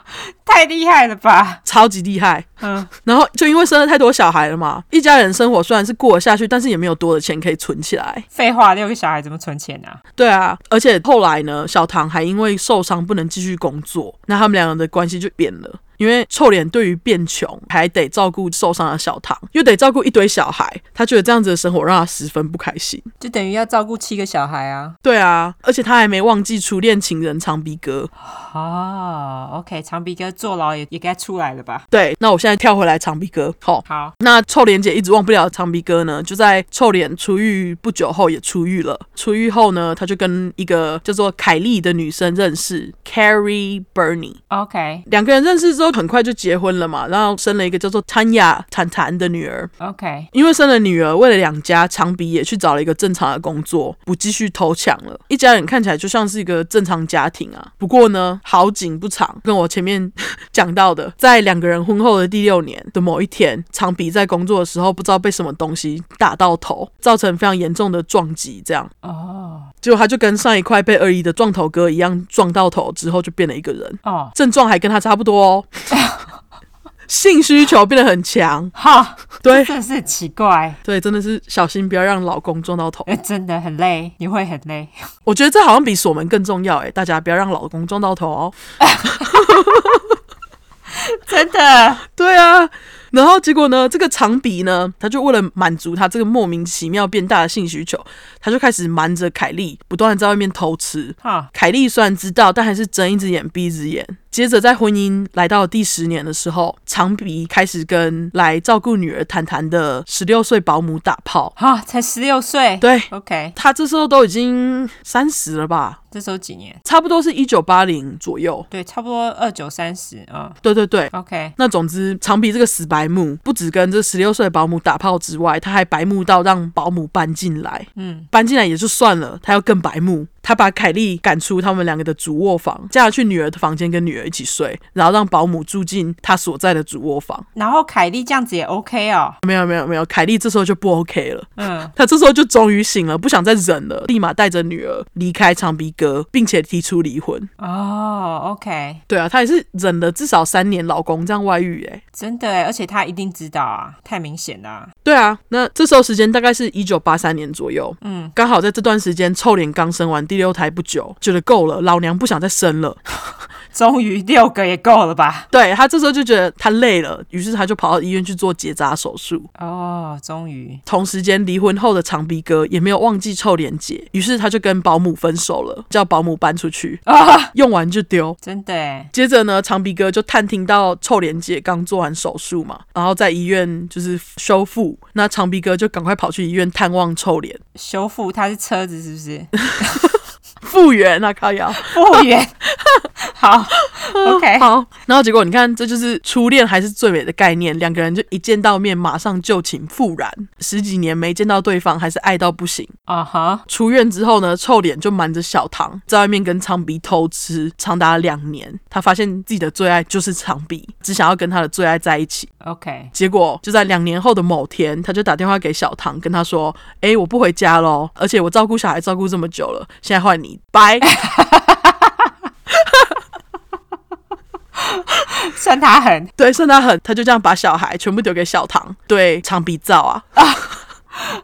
太厉害了吧，超级厉害。嗯，然后就因为生了太多小孩了嘛，一家人生活虽然是过得下去，但是也没有多的钱可以存起来。废话，六个小孩怎么存钱啊？对啊，而且后来呢，小唐还因为受伤不能继续工作，那他们两个人的关系就变了。因为臭脸对于变穷，还得照顾受伤的小唐，又得照顾一堆小孩，他觉得这样子的生活让他十分不开心。就等于要照顾七个小孩啊，对啊，而且他还没忘记初恋情人长鼻哥，哦，OK，长鼻哥坐牢也也该出来了吧？对，那我现在跳回来长鼻哥。好、好，那臭脸姐一直忘不了长鼻哥呢，就在臭脸出狱不久后也出狱了。出狱后呢，他就跟一个叫做凯莉的女生认识，Carrie Burney。 OK，OK，、两个人认识之后，很快就结婚了嘛，然后生了一个叫做谭雅坦坦的女儿。因为生了女儿，为了养家，长鼻也去找了一个正常的工作，不继续偷抢了。一家人看起来就像是一个正常家庭啊。不过呢，好景不长，跟我前面讲到的，在两个人婚后的第六年的某一天，长鼻在工作的时候，不知道被什么东西打到头，造成非常严重的撞击。这样，哦，结果他就跟上一块被恶意的撞头哥一样，撞到头之后就变了一个人，哦，症状还跟他差不多哦。性需求变得很强，好，对真的是很奇怪， 对，真的是小心不要让老公撞到头。呃真的很累，你会很累。我觉得这好像比锁门更重要哎，大家不要让老公撞到头哦。真的，对啊，然后结果呢，这个长鼻呢，他就为了满足他这个莫名其妙变大的性需求，他就开始瞒着凯莉，不断的在外面偷吃。哈，凯莉虽然知道，但还是睁一只眼闭一只眼。接着，在婚姻来到第十年的时候，长鼻开始跟来照顾女儿谈谈的十六岁保姆打炮。哈，才十六岁，对，OK，他这时候都已经三十了吧，这时候几年？差不多是一九八零左右。对，差不多二九三十，嗯对对对， ，OK，那总之，长鼻这个死白目，不止跟这十六岁的保姆打炮之外，他还白目到让保姆搬进来。嗯，搬进来也就算了，他要更白目。他把凯莉赶出他们两个的主卧房，叫她去女儿的房间跟女儿一起睡，然后让保姆住进他所在的主卧房。然后凯莉这样子也 OK 哦，没有没有没有，凯莉这时候就不 OK 了，嗯，她这时候就终于醒了，不想再忍了，立马带着女儿离开长鼻哥，并且提出离婚。哦，OK，对啊，她也是忍了至少三年，老公这样外遇欸诶、真的耶，而且他一定知道啊，太明显了啊，对啊，那这时候时间大概是一九八三年左右，嗯，刚好在这段时间，臭脸刚生完第六胎不久，觉得够了，老娘不想再生了。终于六个也够了吧？对他这时候就觉得他累了，于是他就跑到医院去做结扎手术。哦，终于，同时间，离婚后的长鼻哥也没有忘记臭脸姐，于是他就跟保姆分手了，叫保姆搬出去，哦用完就丢。真的欸耶，接着呢，长鼻哥就探听到臭莲姐刚做完手术嘛，然后在医院就是修复，那长鼻哥就赶快跑去医院探望臭脸，修复他是车子是不是？ 复原啊，靠腰。复原， 好，OK， 好，然后结果你看，这就是初恋还是最美的概念。两个人就一见到面，马上旧情复燃。十几年没见到对方，还是爱到不行。啊哈，出院之后呢，臭脸就瞒着小唐，在外面跟长鼻偷吃，长达两年。他发现自己的最爱就是长鼻，只想要跟他的最爱在一起。 OK，结果就在两年后的某天，他就打电话给小唐，跟他说：“诶，我不回家喽，而且我照顾小孩照顾这么久了，现在换你，拜。” 算他狠，对，算他狠，他就这样把小孩全部丢给小唐，对长鼻照啊，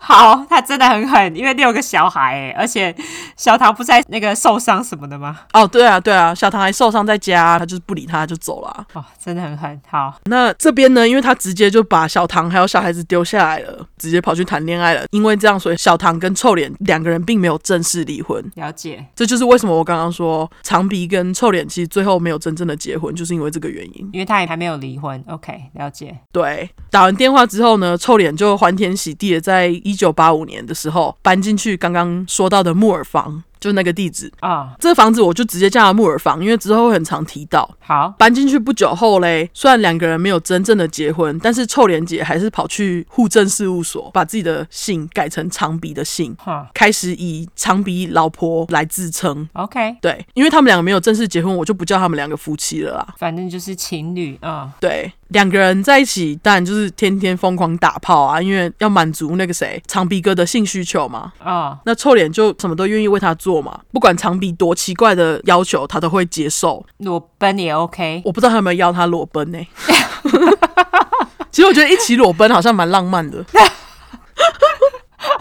好，他真的很狠，因为六个小孩哎，而且小唐不是在那个受伤什么的吗？哦，对啊，对啊，小唐还受伤在家，他就是不理他就走了啊、哦，真的很狠。好，那这边呢，因为他直接就把小唐还有小孩子丢下来了，直接跑去谈恋爱了。因为这样，所以小唐跟臭脸两个人并没有正式离婚。了解。这就是为什么我刚刚说长鼻跟臭脸其实最后没有真正的结婚，就是因为这个原因。因为他也还没有离婚，OK，了解。对，打完电话之后呢，臭脸就欢天喜地的在一九八五年的时候搬进去刚刚说到的木耳房，就那个地址。啊、这房子我就直接叫它木耳房，因为之后会很常提到。好，搬进去不久后嘞，虽然两个人没有真正的结婚，但是臭莲姐还是跑去户政事务所，把自己的姓改成长鼻的姓，哈开始以长鼻老婆来自称。 ，OK，对，因为他们两个没有正式结婚，我就不叫他们两个夫妻了啦。反正就是情侣啊、对，两个人在一起，当然就是天天疯狂打炮啊，因为要满足那个谁长鼻哥的性需求嘛。嗯、啊、那臭脸就什么都愿意为他做嘛，不管长鼻多奇怪的要求，他都会接受。裸奔也 OK。 我不知道他有没有邀他裸奔呢、其实我觉得一起裸奔好像蛮浪漫的。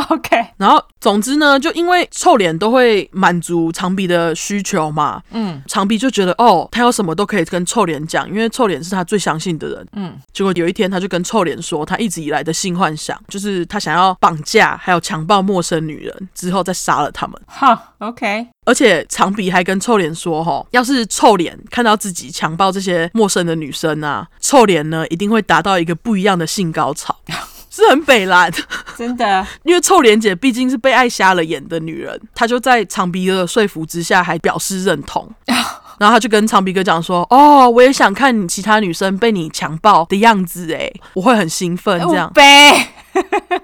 OK，然后，总之呢，就因为臭脸都会满足长鼻的需求嘛，嗯，长鼻就觉得哦，他有什么都可以跟臭脸讲，因为臭脸是他最相信的人。嗯，结果有一天，他就跟臭脸说，他一直以来的性幻想就是他想要绑架还有强暴陌生女人，之后再杀了他们。哈，OK，而且长鼻还跟臭脸说：“吼，要是臭脸看到自己强暴这些陌生的女生啊，臭脸呢一定会达到一个不一样的性高潮。”是很北蓝， 真的，因为臭脸姐毕竟是被爱瞎了眼的女人，她就在长鼻哥的说服之下，还表示认同。然后她就跟长鼻哥讲说：“哦，我也想看你其他女生被你强暴的样子，诶，我会很兴奋。”这样五，杯，哎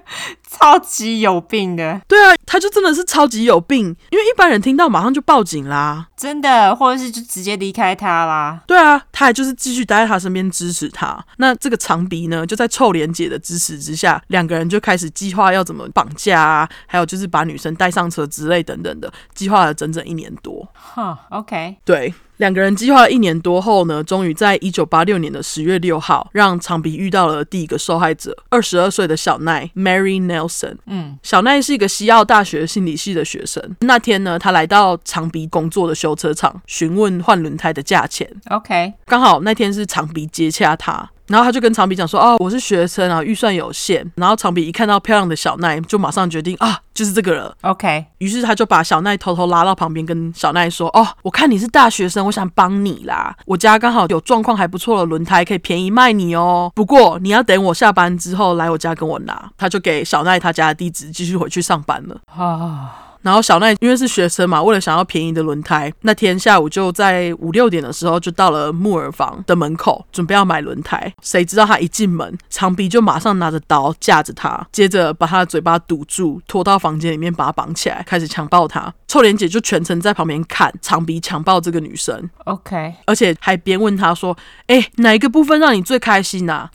超级有病的，对啊，她就真的是超级有病，因为一般人听到马上就报警啦。真的，或者是就直接离开他啦。对啊，他还就是继续待在他身边支持他。那这个长鼻呢，就在臭莲姐的支持之下，两个人就开始计划要怎么绑架啊，还有就是把女生带上车之类等等的，计划了整整一年多。哈，OK，对，两个人计划了一年多后呢，终于在一九八六年的十月六号，让长鼻遇到了第一个受害者，二十二岁的小奈 Mary Nelson。嗯，小奈是一个西澳大学心理系的学生。那天呢，他来到长鼻工作的修车厂，询问换轮胎的价钱。 OK，刚好那天是长鼻接洽他，然后他就跟长鼻讲说：“哦，我是学生啊，预算有限。”然后长鼻一看到漂亮的小奈，就马上决定啊，就是这个了。 OK，于是他就把小奈偷偷拉到旁边，跟小奈说：“哦，我看你是大学生，我想帮你啦。我家刚好有状况还不错的轮胎，可以便宜卖你哦。不过你要等我下班之后来我家跟我拿。”他就给小奈他家的地址，继续回去上班了。哦，然后小奈因为是学生嘛，为了想要便宜的轮胎，那天下午就在五六点的时候就到了木耳房的门口，准备要买轮胎。谁知道他一进门，长鼻就马上拿着刀架着他，接着把他的嘴巴堵住，拖到房间里面把他绑起来，开始强暴他。臭莲姐就全程在旁边看长鼻强暴这个女生， ，OK，而且还边问他说：“哎、哪一个部分让你最开心呐、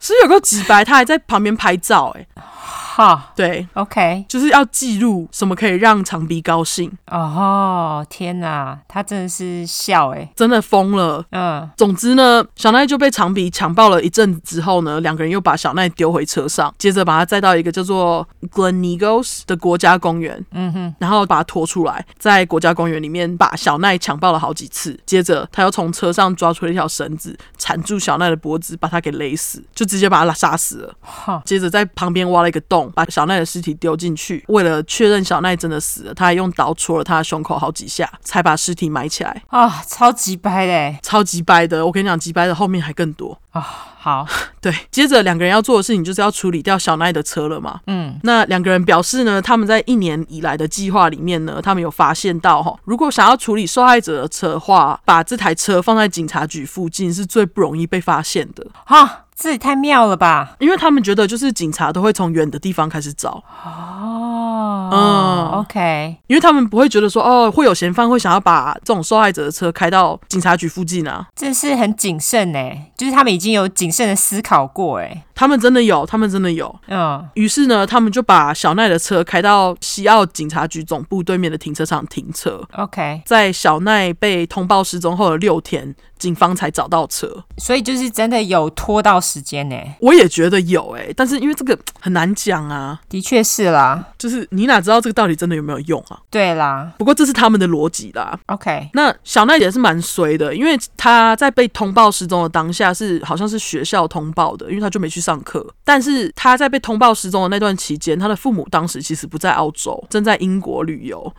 是不是有个直白，他还在旁边拍照、欸，哎，哈对， ，OK，就是要记录什么可以让长鼻高兴。哦，天哪，他真的是笑哎，真的疯了。嗯，总之呢，小奈就被长鼻强暴了一阵子之后呢，两个人又把小奈丢回车上，接着把他载到一个叫做 Glenigos 的国家公园，嗯哼，然后把他拖出来，在国家公园里面把小奈强暴了好几次，接着他又从车上抓出了一条绳子，缠住小奈的脖子，把他给勒死，就直接把他杀死了。哈，接着在旁边挖了一个洞，把小奈的尸体丢进去。为了确认小奈真的死了，他还用刀戳了他的胸口好几下，才把尸体埋起来。啊、超级白的欸超级掰的，我跟你讲，急掰的后面还更多。啊、好，对，接着两个人要做的事情就是要处理掉小奈的车了嘛。嗯，那两个人表示呢，他们在一年以来的计划里面呢，他们有发现到哈，如果想要处理受害者的车话，把这台车放在警察局附近是最不容易被发现的，哈，这也太妙了吧，因为他们觉得就是警察都会从远的地方开始找，哦，嗯，OK，因为他们不会觉得说哦会有嫌犯会想要把这种受害者的车开到警察局附近啊，这是很谨慎哎，就是他们已经有谨慎的思考过哎，他们真的有，他们真的有，嗯，于是呢，他们就把小奈的车开到西澳警察局总部对面的停车场停车。 OK，在小奈被通报失踪后的六天，警方才找到车。所以就是真的有拖到时间欸呢、我也觉得有哎、但是因为这个很难讲啊，的确是啦，就是你哪知道这个到底真的有没有用啊？对啦不过这是他们的逻辑啦。 ，OK，那小奈也是蛮衰的，因为他在被通报失踪的当下是好像是学校通报的，因为他就没去上课。但是他在被通报失踪的那段期间，他的父母当时其实不在澳洲，正在英国旅游。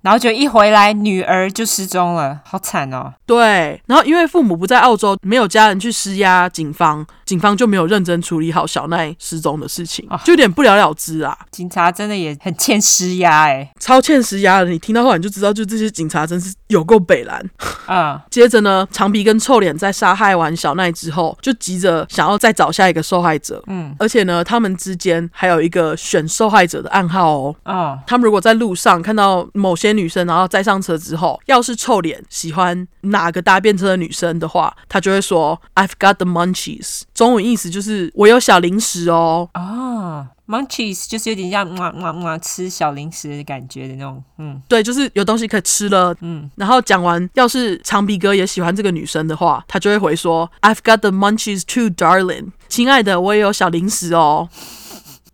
然后就一回来，女儿就失踪了，好惨哦。对，然后因为父母不在澳洲，没有家人去施压警方，警方就没有认真处理好小奈失踪的事情，就有点不了了之啊，警察真的也很欠施压哎、超欠施压的。你听到后来你就知道，就这些警察真是有够北蓝。嗯，接着呢，长鼻跟臭脸在杀害完小奈之后，就急着想要再找下一个受害者。嗯，而且呢，他们之间还有一个选受害者的暗号哦。哦，他们如果在路上看到某些女生，然后再上车之后，要是臭脸喜欢哪个搭便车的女生的话，他就会说 "I've got the munchies"，中文意思就是我有小零食哦。哦，munchies 就是有点像嘛嘛嘛吃小零食的感觉的那种，嗯，对，就是有东西可以吃了。嗯，然后讲完，要是长鼻哥也喜欢这个女生的话，他就会回说 "I've got the munchies too, darling"，亲爱的，我也有小零食哦，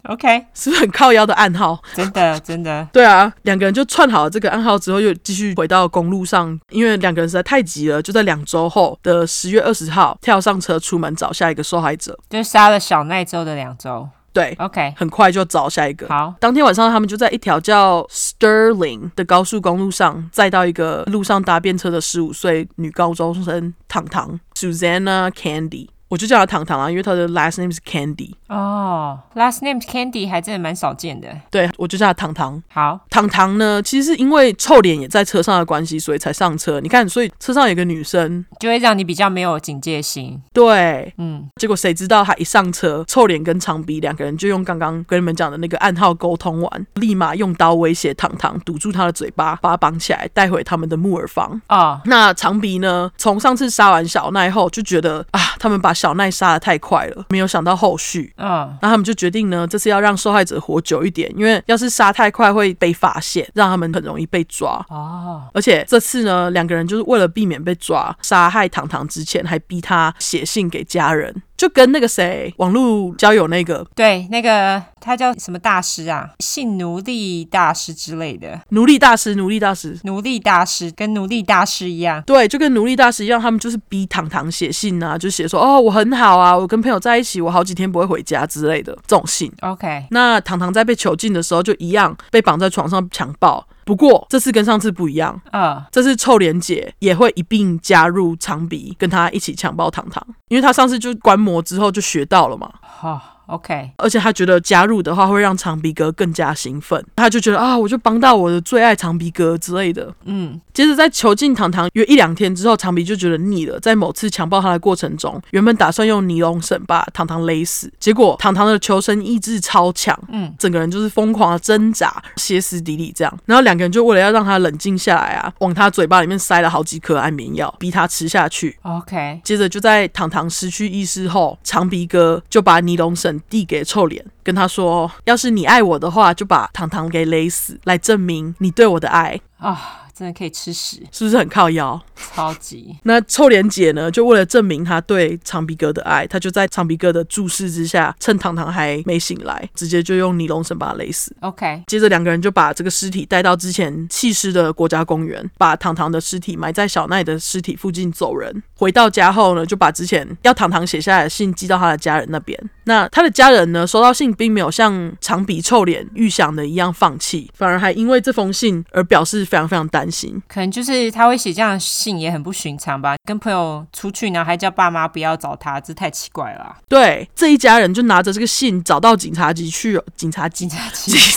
OK，是不是很靠腰的暗号？真的真的，对啊，两个人就串好了这个暗号之后，又继续回到公路上，因为两个人实在太急了，就在两周后的十月二十号跳上车出门找下一个受害者。就杀了小奈之后的两周对， ，OK，很快就找下一个。好，当天晚上，他们就在一条叫 Sterling 的高速公路上，载到一个路上搭便车的十五岁女高中生糖糖 Susanna Candy。我就叫她糖糖啊，因为她的 last name 是 Candy。哦、l a s t name Candy 还真的蛮少见的，对，我就叫她糖糖。好，糖糖呢，其实是因为臭脸也在车上的关系，所以才上车。你看，所以车上有个女生，就会让你比较没有警戒心，对，嗯，结果谁知道他一上车，臭脸跟长鼻两个人就用刚刚跟你们讲的那个暗号沟通完，立马用刀威胁糖糖，堵住他的嘴巴，把他绑起来，带回他们的木耳房。哦、那长鼻呢？从上次杀完小奈后，就觉得啊，他们把小奈杀得太快了，没有想到后续。嗯，那他们就决定呢，这次要让受害者活久一点，因为要是杀太快会被发现，让他们很容易被抓。哦，而且这次呢，两个人就是为了避免被抓，杀害糖糖之前还逼他写信给家人，就跟那个谁网络交友那个对，那个他叫什么大师啊？性奴隶大师之类的，奴隶大师，奴隶大师。奴隶大师跟奴隶大师一样，对，就跟奴隶大师一样，他们就是逼糖糖写信啊，就写说哦，我很好啊，我跟朋友在一起，我好几天不会回家之类的这种信。 OK，那糖糖在被囚禁的时候，就一样被绑在床上强暴，不过这次跟上次不一样，嗯，这次臭莲姐也会一并加入长鼻，跟她一起强暴糖糖，因为她上次就观摩之后就学到了嘛，好、o k 而且她觉得加入的话会让长鼻哥更加兴奋，她就觉得啊，我就帮到我的最爱长鼻哥之类的。嗯，接着在囚禁糖糖约一两天之后，长鼻就觉得腻了，在某次强暴她的过程中，原本打算用尼龙绳把糖糖勒死，结果糖糖的求生意志超强，嗯，整个人就是疯狂的挣扎，歇斯底里这样。然后两个人就为了要让她冷静下来啊，往她嘴巴里面塞了好几颗安眠药，逼她吃下去。 ，OK，接着就在糖糖失去意识后，长鼻哥就把尼龙绳递给臭脸，跟他说：“要是你爱我的话，就把糖糖给勒死，来证明你对我的爱。啊、真的可以吃屎”，是不是很靠腰？超级，那臭脸姐呢，就为了证明她对长鼻哥的爱，她就在长鼻哥的注视之下，趁糖糖还没醒来，直接就用尼龙绳把他勒死。 OK，接着两个人就把这个尸体带到之前弃尸的国家公园，把糖糖的尸体埋在小奈的尸体附近走人。回到家后呢，就把之前要糖糖写下来的信寄到他的家人那边。那他的家人呢，收到信并没有像长鼻臭脸预想的一样放弃，反而还因为这封信而表示非常非常担心。可能就是他会写这样的信也很不寻常吧，跟朋友出去然后还叫爸妈不要找他，这太奇怪了啊。对，这一家人就拿着这个信找到警察局去， 警察警警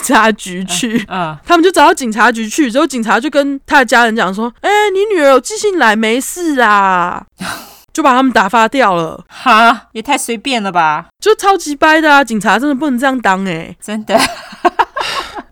察局警察局 去。嗯，他们就找到警察局去，之后警察就跟他的家人讲说：“哎、你女儿有寄信来，没事啊。” 就把他们打发掉了，哈，也太随便了吧，就超级掰的啊！警察真的不能这样当哎、真的，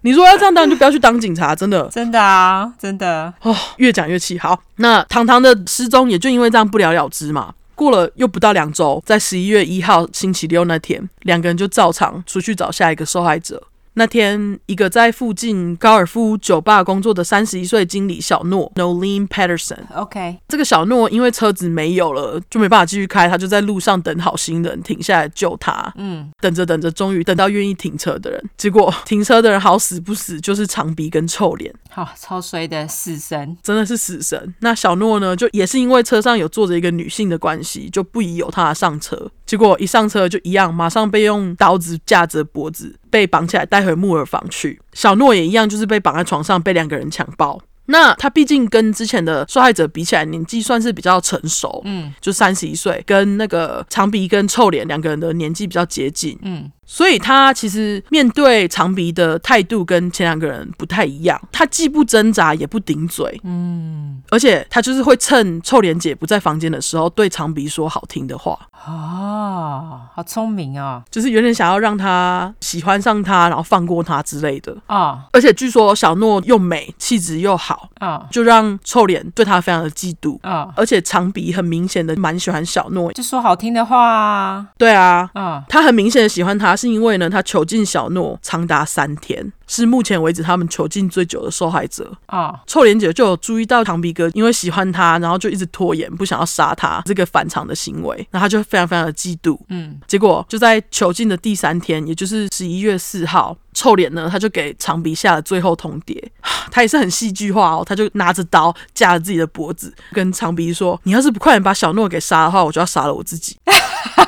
你如果要这样当，你就不要去当警察，真的。真的啊，真的，哦，越讲越气。好，那糖糖的失踪也就因为这样不了了之嘛。过了又不到两周，在十一月一号星期六那天，两个人就照常出去找下一个受害者。那天，一个在附近高尔夫酒吧工作的三十一岁经理小诺 （Nolene Patterson）， OK，这个小诺因为车子没有了，就没办法继续开，他就在路上等好心人停下来救他。嗯，等着等着，终于等到愿意停车的人，结果停车的人好死不死就是长鼻跟臭脸，好，超衰的死神。真的是死神。那小诺呢，就也是因为车上有坐着一个女性的关系，就不宜由他上车。结果一上车就一样，马上被用刀子架着脖子，被绑起来带回木耳房去。小诺也一样，就是被绑在床上，被两个人强暴。那他毕竟跟之前的受害者比起来，年纪算是比较成熟，嗯就三十一岁，跟那个长鼻跟臭脸两个人的年纪比较接近，嗯，所以他其实面对长鼻的态度跟前两个人不太一样，他既不挣扎也不顶嘴，嗯，而且他就是会趁臭莲姐不在房间的时候对长鼻说好听的话，哦，好聪明哦。就是有点想要让他喜欢上他，然后放过他之类的。哦而且据说小诺又美，气质又好，哦就让臭脸对他非常的嫉妒。哦，而且长鼻很明显的蛮喜欢小诺，就说好听的话啊。对啊，哦他很明显的喜欢他，是因为呢，他囚禁小诺长达三天，是目前为止他们囚禁最久的受害者。哦臭莲姐就有注意到长鼻哥因为喜欢他，然后就一直拖延，不想要杀他这个反常的行为，然后他就非常非常的嫉妒。嗯，结果就在囚禁的第三天，也就是十一月四号，臭脸呢，他就给长鼻下了最后通牒。 他也是很戏剧化哦，他就拿着刀架着自己的脖子，跟长鼻说：“你要是不快点把小诺给杀的话，我就要杀了我自己。”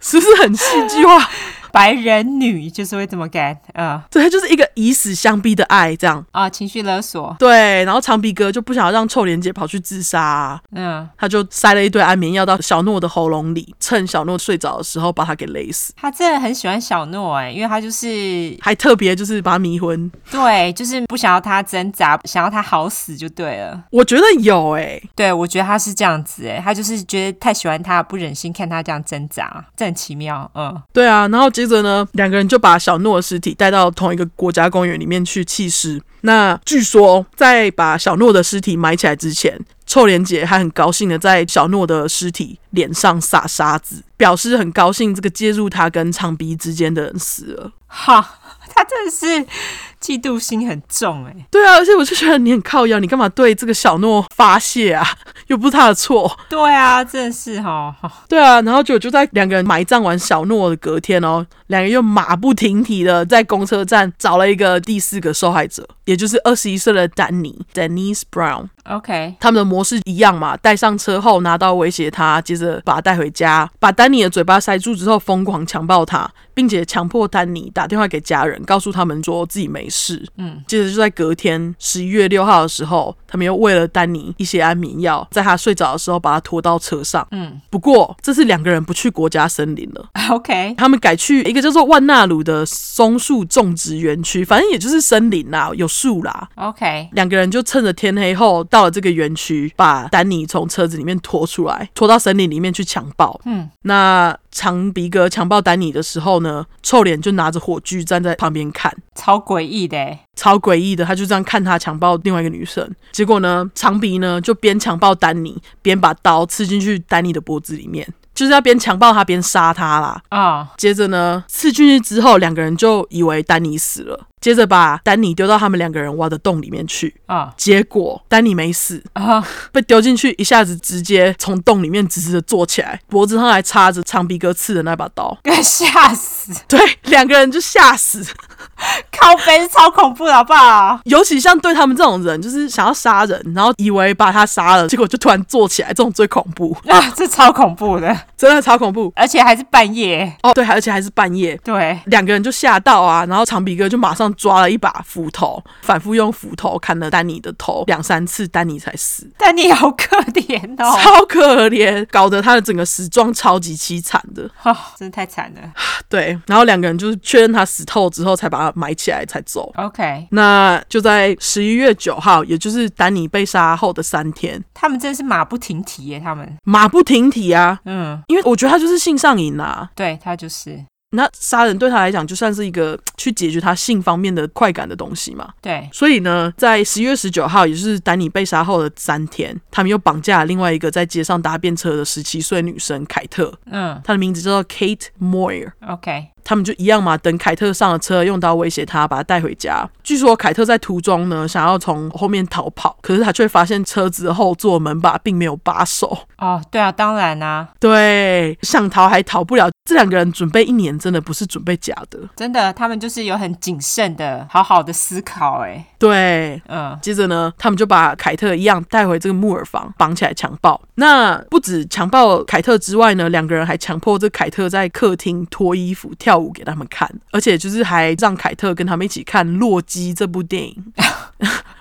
是不是很戏剧化？白人女就是会这么干。嗯对，他就是一个以死相逼的爱这样。啊，情绪勒索。对，然后长鼻哥就不想要让臭莲姐跑去自杀啊、嗯，他就塞了一堆安眠药到小诺的喉咙里，趁小诺睡着的时候把他给勒死，他真的很喜欢小诺哎，因为他就是还特别就是把他迷昏。对，就是不想要他挣扎，想要他好死就对了。我觉得有诶、对，我觉得他是这样子，哎，他就是觉得太喜欢他，不忍心看他这样挣扎，这很奇妙，嗯，对啊，然后接着呢，两个人就把小诺的尸体带到同一个国家公园里面去弃尸。那据说在把小诺的尸体埋起来之前，臭莲姐还很高兴的在小诺的尸体脸上撒沙子，表示很高兴这个介入他跟长鼻之间的人死了。哈，他真的是嫉妒心很重，哎，对啊，而且我就觉得你很靠腰，你干嘛对这个小诺发泄啊？又不是他的错。对 啊，真的是哈，哈对啊，然后就就在两个人埋葬完小诺的隔天哦，两人又马不停蹄的在公车站找了一个第四个受害者，也就是二十一岁的丹尼 （Denise Brown）。 ，OK，他们的模式一样嘛，带上车后拿刀威胁他，接着把他带回家，把丹尼的嘴巴塞住之后，疯狂强暴他，并且强迫丹尼打电话给家人，告诉他们说自己没事。嗯，接着就在隔天十一月六号的时候，他们又喂了丹尼一些安眠药，在他睡着的时候把他拖到车上。嗯不过这次两个人不去国家森林了， ，OK，他们改去一个叫做万纳鲁的松树种植园区，反正也就是森林啦，有树啦。 OK，两个人就趁着天黑后到了这个园区，把丹尼从车子里面拖出来，拖到森林里面去强暴。嗯，那长鼻哥强暴丹尼的时候呢，臭脸就拿着火炬站在旁边看。超诡异的欸，超诡异的，他就这样看他强暴另外一个女生。结果呢，长鼻呢就边强暴丹尼，边把刀刺进去丹尼的脖子里面，就是要边强暴他边杀他啦。啊、接着呢，刺进去之后，两个人就以为丹尼死了，接着把丹尼丢到他们两个人挖的洞里面去。 啊结果丹尼没死，啊，被丢进去，一下子直接从洞里面直直的坐起来，脖子上还插着长鼻哥刺的那把刀。给吓死，对，两个人就吓死。靠背是超恐怖的，好 啊不好？尤其像对他们这种人，就是想要杀人，然后以为把他杀了，结果就突然坐起来，这种最恐怖，啊，这超恐怖的，真的超恐怖而且还是半夜，哦。对，而且还是半夜，对，两个人就吓到啊，然后长鼻哥就马上抓了一把斧头，反复用斧头砍了丹尼的头两三次，丹尼才死。但你好可怜哦，超可怜，搞得他的整个死状超级凄惨的。 啊，真的太惨了对，然后两个人就是确认他死透之后，才把他埋起来才走。 ，OK，那就在十一月九号，也就是丹尼被杀后的三天，他们真的是马不停蹄耶，他们，马不停蹄啊，嗯，因为我觉得他就是性上瘾啊。对他就是，那杀人对他来讲，就算是一个去解决他性方面的快感的东西嘛。对，所以呢，在十月十九号，也就是丹尼被杀后的三天，他们又绑架了另外一个在街上搭便车的十七岁女生凯特，嗯她的名字叫做 Kate Moyer。 ，OK，他们就一样嘛，等凯特上了车，用刀威胁他，把他带回家。据说凯特在途中呢，想要从后面逃跑，可是他却发现车子后座门把并没有把手。哦，对啊，当然啊，对，想逃还逃不了。这两个人准备一年，真的不是准备假的。真的，他们就是有很谨慎的、好好的思考、欸，对，嗯，接着呢，他们就把凯特一样带回这个木耳房，绑起来强暴。那不止强暴凯特之外呢，两个人还强迫这凯特在客厅脱衣服跳舞给他们看，而且就是还让凯特跟他们一起看《洛基》这部电影。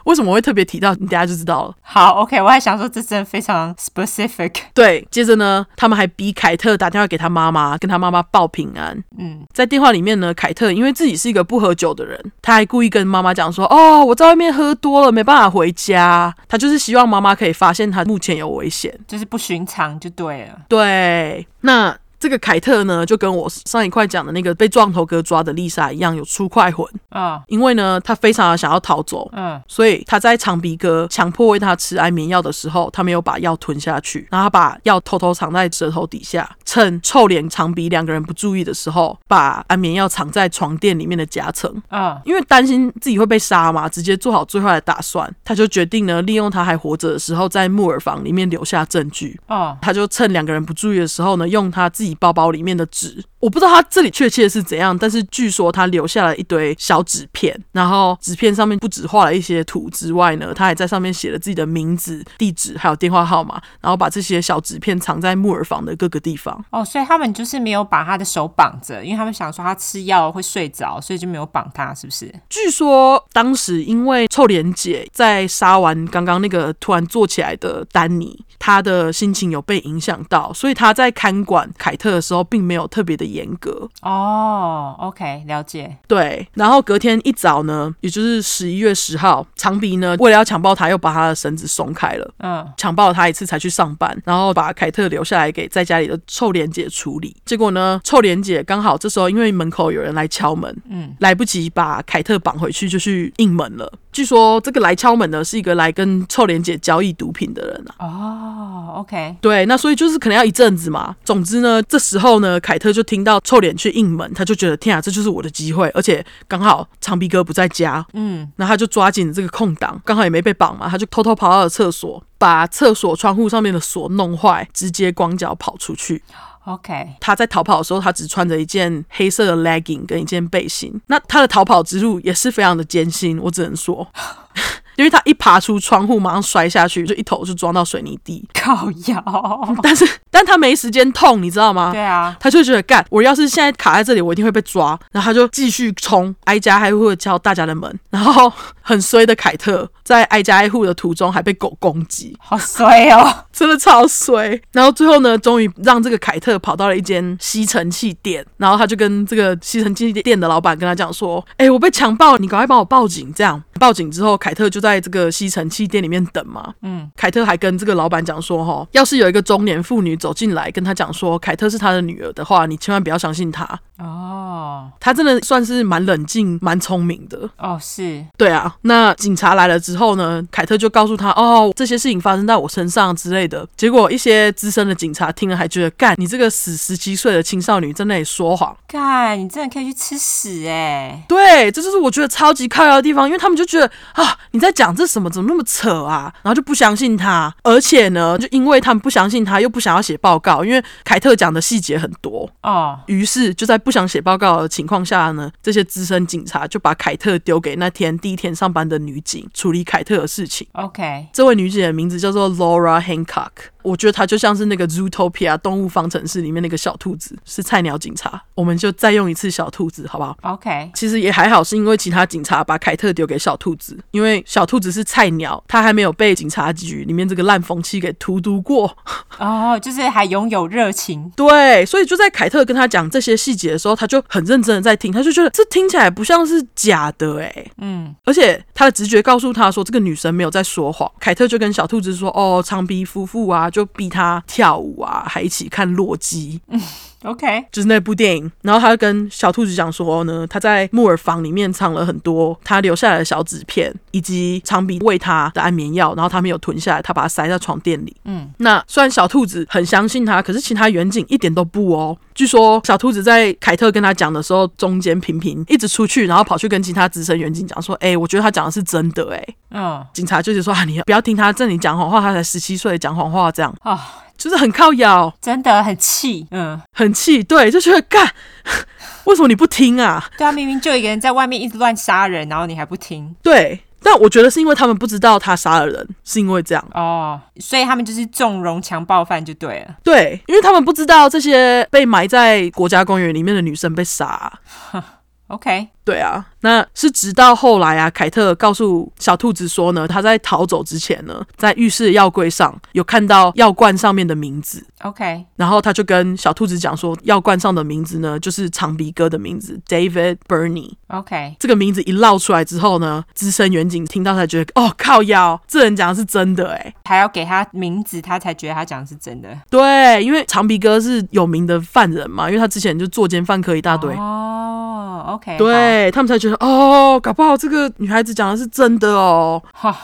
为什么会特别提到？你等一下就知道了。好，OK，我还想说这真的非常 specific，对，接着呢，他们还逼凯特打电话给他妈妈，跟他妈妈报平安。嗯，在电话里面呢，凯特因为自己是一个不喝酒的人，他还故意跟妈妈讲说：“哦，我在外面喝多了，没办法回家。”他就是希望妈妈可以发现他目前有危险。就是不寻常就对了。对，那这个凯特呢，就跟我上一块讲的那个被撞头哥抓的丽莎一样，有出快魂，嗯因为呢，他非常的想要逃走。嗯，所以他在长鼻哥强迫喂他吃安眠药的时候，他没有把药吞下去，然后他把药偷偷藏在舌头底下，趁臭脸长鼻两个人不注意的时候，把安眠药藏在床垫里面的夹层。嗯，因为担心自己会被杀嘛，直接做好最坏的打算，他就决定呢，利用他还活着的时候，在木耳房里面留下证据。哦，他就趁两个人不注意的时候呢，用他自己包包里面的纸，我不知道他这里确切是怎样，但是据说他留下了一堆小纸片，然后纸片上面不只画了一些图之外呢，他还在上面写了自己的名字、地址还有电话号码，然后把这些小纸片藏在木耳房的各个地方。哦，所以他们就是没有把他的手绑着，因为他们想说他吃药会睡着，所以就没有绑他，是不是？据说当时因为臭莲姐在杀完刚刚那个突然坐起来的丹尼，她的心情有被影响到，所以她在看管凯特的时候并没有特别的严格，哦，OK，了解。对，然后隔天一早呢，也就是十一月十号，长鼻呢为了要强暴他，又把他的绳子松开了，嗯，强暴了他一次才去上班，然后把凯特留下来给在家里的臭莲姐处理。结果呢，臭莲姐刚好这时候因为门口有人来敲门，嗯，来不及把凯特绑回去，就去应门了。据说这个来敲门的是一个来跟臭莲姐交易毒品的人啊。哦，OK，对，那所以就是可能要一阵子嘛。总之呢，这时候呢，凯特就听到臭脸去应门，他就觉得天啊，这就是我的机会，而且刚好长鼻哥不在家，嗯，那他就抓紧这个空档，刚好也没被绑嘛，他就偷偷跑到了厕所，把厕所窗户上面的锁弄坏，直接光脚跑出去。 ，OK，他在逃跑的时候，他只穿着一件黑色的 legging 跟一件背心。那他的逃跑之路也是非常的艰辛，我只能说。 因为他一爬出窗户，马上摔下去，就一头就撞到水泥地。 靠 腰。 但是，但他没时间痛，你知道吗？对啊，他就觉得干，我要是现在卡在这里，我一定会被抓。然后他就继续冲，挨家挨户的敲大家的门。然后很衰的凯特，在挨家挨户的途中还被狗攻击，好衰哦。真的超衰。然后最后呢，终于让这个凯特跑到了一间吸尘器店，然后他就跟这个吸尘器店的老板跟他讲说：“哎、我被强暴，你赶快帮我报警。”这样报警之后，凯特就在这个吸尘器店里面等嘛。嗯，凯特还跟这个老板讲说，哈，要是有一个中年妇女走进来跟他讲说凯特是他的女儿的话，你千万不要相信他。 哦，他真的算是蛮冷静、蛮聪明的。哦，是，对啊，那警察来了之后呢，凯特就告诉他，哦，这些事情发生在我身上之类的。结果一些资深的警察听了还觉得，干，你这个死十七岁的青少女在那里说谎。干，你真的可以去吃屎哎、对，这就是我觉得超级靠腰的地方，因为他们就觉得啊，你在讲这什么，怎么那么扯啊，然后就不相信他，而且呢，就因为他们不相信他，又不想要写报告，因为凯特讲的细节很多，哦，于是就在不想写报告的情况下呢，这些资深警察就把凯特丢给那天第一天上班的女警处理凯特的事情。 OK，这位女警的名字叫做 Laura Hancock，我觉得她就像是那个 Zootopia 动物方程式里面那个小兔子，是菜鸟警察。我们就再用一次小兔子，好不好？ OK，其实也还好，是因为其他警察把凯特丢给小兔子，因为小兔子是菜鸟，他还没有被警察局里面这个烂风气给荼毒过。哦，就是还拥有热情，对，所以就在凯特跟他讲这些细节的时候，他就很认真的在听，他就觉得这听起来不像是假的诶、嗯，而且他的直觉告诉他说，这个女生没有在说谎。凯特就跟小兔子说：“哦，长鼻夫妇啊，就逼他跳舞啊，还一起看洛基。 OK，就是那部电影。然后他跟小兔子讲说哦呢，他在木耳房里面藏了很多他留下来的小纸片，以及长鼻喂他的安眠药，然后他没有吞下来，他把它塞在床垫里。嗯，那虽然小兔子很相信他，可是其他远景一点都不哦。据说小兔子在凯特跟他讲的时候，中间频频一直出去，然后跑去跟其他资深远景讲说：“哎、我觉得他讲的是真的。”哎，嗯，警察就是说：“啊，你不要听他这里讲谎话，他才十七岁，讲谎话这样哦，就是很靠咬。”真的很气，嗯，很气，对，就觉得干， 为什么你不听啊？对啊，明明就有一个人在外面一直乱杀人，然后你还不听对，但我觉得是因为他们不知道他杀了人，是因为这样，啊哦，所以他们就是纵容强暴犯就对了。对，因为他们不知道这些被埋在国家公园里面的女生被杀啊、 OK，对啊，那是直到后来啊，凯特告诉小兔子说呢，他在逃走之前呢，在浴室的药柜上有看到药罐上面的名字， OK，然后他就跟小兔子讲说，药罐上的名字呢，就是长鼻哥的名字，David Burney。 OK，这个名字一烙出来之后呢，资深远景听到才觉得，哦靠腰，这人讲的是真的欸诶。还要给他名字，他才觉得他讲的是真的。对，因为长鼻哥是有名的犯人嘛，因为他之前就作奸犯科一大堆。哦，OK，对他们才觉得哦，搞不好这个女孩子讲的是真的哦，好，哈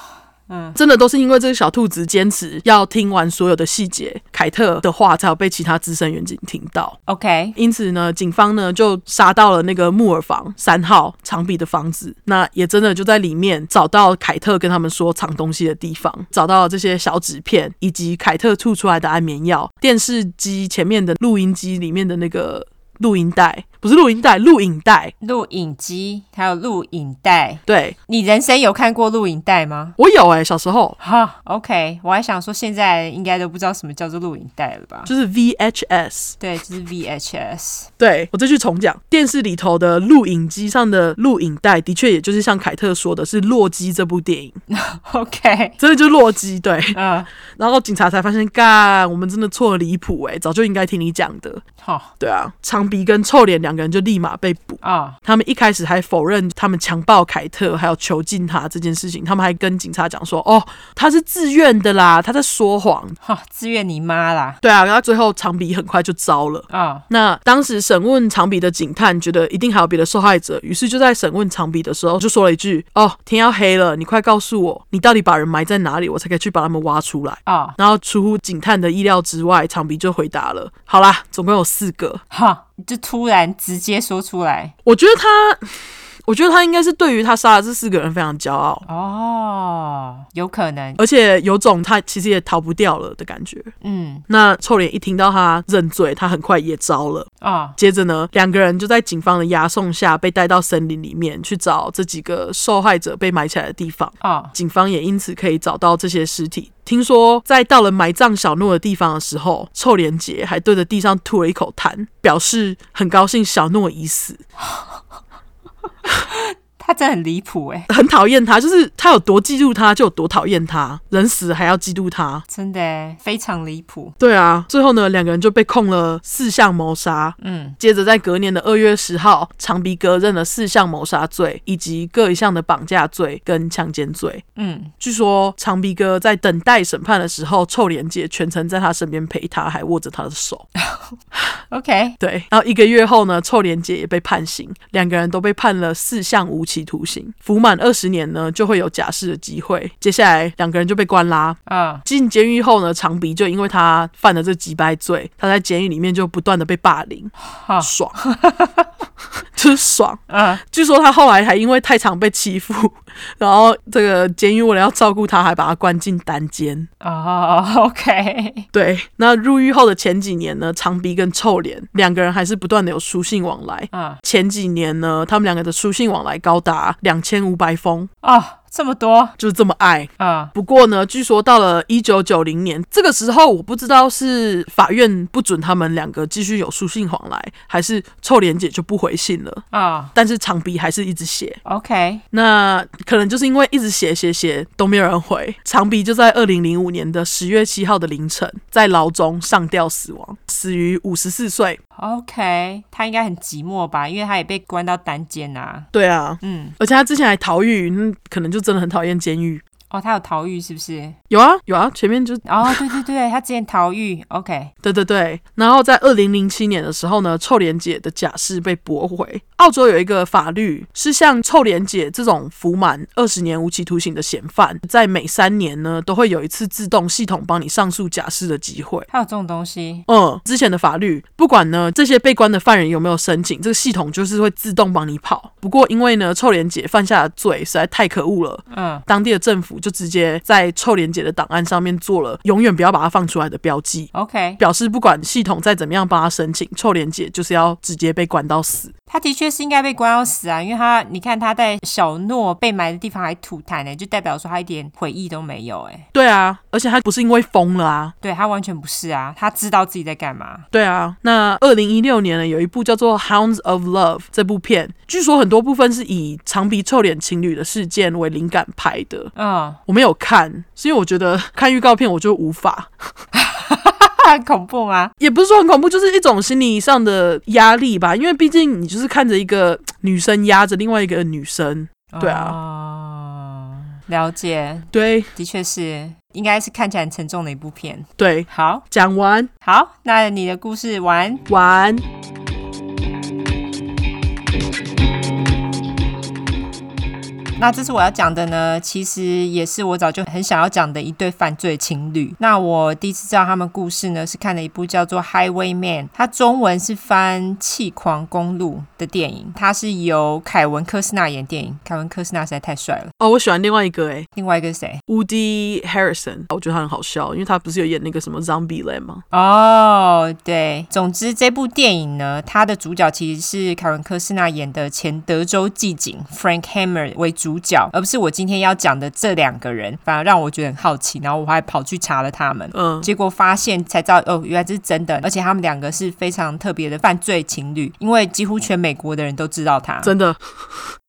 嗯，真的都是因为这个小兔子坚持要听完所有的细节，凯特的话才有被其他资深远景听到。 OK，因此呢，警方呢就杀到了那个木耳房三号长比的房子，那也真的就在里面找到凯特跟他们说藏东西的地方，找到了这些小纸片以及凯特吐出来的安眠药，电视机前面的录音机里面的那个录音带，不是录音带，录影带。 录影机还有录影带，对你人生有看过录影带吗？我有哎、小时候哈，OK，我还想说现在应该都不知道什么叫做录影带了吧？就是 VHS，对，就是 VHS。对我再去重讲，电视里头的录影机上的录影带，的确也就是像凯特说的是《洛基》这部电影， OK，真的就是《洛基》对。嗯，然后警察才发现，干，我们真的错得离谱哎，早就应该听你讲的。好对啊，长鼻跟臭脸两个人就立马被捕。啊，他们一开始还否认他们强暴凯特，还有囚禁他这件事情。他们还跟警察讲说：“哦，他是自愿的啦，他在说谎。哈、自愿你妈啦”。对啊，然后最后长鼻很快就招了。啊、那当时审问长鼻的警探觉得一定还有别的受害者，于是就在审问长鼻的时候就说了一句：“哦，天要黑了，你快告诉我，你到底把人埋在哪里，我才可以去把他们挖出来。”啊，然后出乎警探的意料之外，长鼻就回答了：“好啦，总共有四个。哈，就突然直接说出来我觉得他，我觉得他应该是对于他杀了这四个人非常骄傲，哦，有可能，而且有种他其实也逃不掉了的感觉。嗯，那臭脸一听到他认罪，他很快也招了。啊、接着呢，两个人就在警方的押送下被带到森林里面去找这几个受害者被埋起来的地方。啊、警方也因此可以找到这些尸体。听说在到了埋葬小诺的地方的时候，臭脸姐还对着地上吐了一口痰，表示很高兴小诺已死，他真的很离谱哎，很讨厌他，就是他有多嫉妒他就有多讨厌他，人死了还要嫉妒他。真的诶非常离谱，对啊，最后呢，两个人就被控了四项谋杀。嗯，接着在隔年的二月十号，长鼻哥认了四项谋杀罪，以及各一项的绑架罪跟强奸罪。嗯，据说长鼻哥在等待审判的时候，臭脸姐全程在他身边陪他，还握着他的手。 ，OK，对，然后一个月后呢，臭脸姐也被判刑，两个人都被判了四项无期徒刑，服满二十年呢就会有假释的机会。接下来两个人就被关啦。啊、进监狱后呢，长鼻就因为他犯了这几百罪，他在监狱里面就不断的被霸凌，哈 爽，就是爽。嗯，据说他后来还因为太常被欺负，然后这个监狱为了要照顾他，还把他关进单间。哦，OK，对，那入狱后的前几年呢，长鼻跟臭脸两个人还是不断的有书信往来。啊、前几年呢，他们两个的书信往来高达两千五百封，哦，这么多，哦啊、就是这么爱。不过呢，据说到了一九九零年这个时候，我不知道是法院不准他们两个继续有书信往来，还是臭脸姐就不回信了。啊、但是长鼻还是一直写， o k 那可能就是因为一直写写写都没有人回，长鼻就在二零零五年的十月七号的凌晨，在牢中上吊死亡，死于五十四岁。 OK，他应该很寂寞吧，因为他也被关到单间啊。对啊，嗯，而且他之前还逃狱，嗯，可能就真的很讨厌监狱。哦，他有逃狱是不是？有啊有啊，前面就哦，对对对，他之前逃狱，OK，对对对，然后在二零零七年的时候呢，臭莲姐的假释被驳回。澳洲有一个法律是像臭莲姐这种服满二十年无期徒刑的嫌犯，在每三年呢都会有一次自动系统帮你上诉假释的机会。他有这种东西，嗯，之前的法律不管呢这些被关的犯人有没有申请，这个系统就是会自动帮你跑。不过因为呢臭莲姐犯下的罪实在太可恶了，嗯，当地的政府就直接在臭莲姐的档案上面做了永远不要把它放出来的标记。 OK，表示不管系统再怎么样帮他申请，臭莲姐就是要直接被关到死。他的确是应该被关到死啊，因为他你看他在小诺被埋的地方还吐痰呢、欸就代表说他一点悔意都没有哎、对啊，而且他不是因为疯了啊。对他完全不是啊，他知道自己在干嘛。对啊，那二零一六年呢，有一部叫做《Hounds of Love》这部片，据说很多部分是以长鼻臭脸情侣的事件为灵感拍的。嗯，我没有看，是因为我觉得看预告片我就无法，很恐怖啊吗？也不是说很恐怖，就是一种心理上的压力吧。因为毕竟你就是看着一个女生压着另外一个女生，对啊哦，了解，对的确是，应该是看起来很沉重的一部片。对。好，讲完好，那你的故事完。晚安。那这次我要讲的呢，其实也是我早就很想要讲的一对犯罪情侣。那我第一次知道他们故事呢，是看了一部叫做《Highwayman》，它中文是翻《气狂公路》的电影，它是由凯文·科斯纳演电影。凯文·科斯纳实在太帅了。哦，我喜欢另外一个诶另外一个是谁？ ，Woody Harrison，我觉得他很好笑，因为他不是有演那个什么 Zombie Land 吗？哦、对，总之这部电影呢，它的主角其实是凯文·科斯纳演的前德州缉警 Frank Hammer 为主角，而不是我今天要讲的这两个人，反而让我觉得很好奇，然后我还跑去查了他们。嗯，结果发现才知道哦，原来这是真的，而且他们两个是非常特别的犯罪情侣，因为几乎全美国的人都知道他。真的，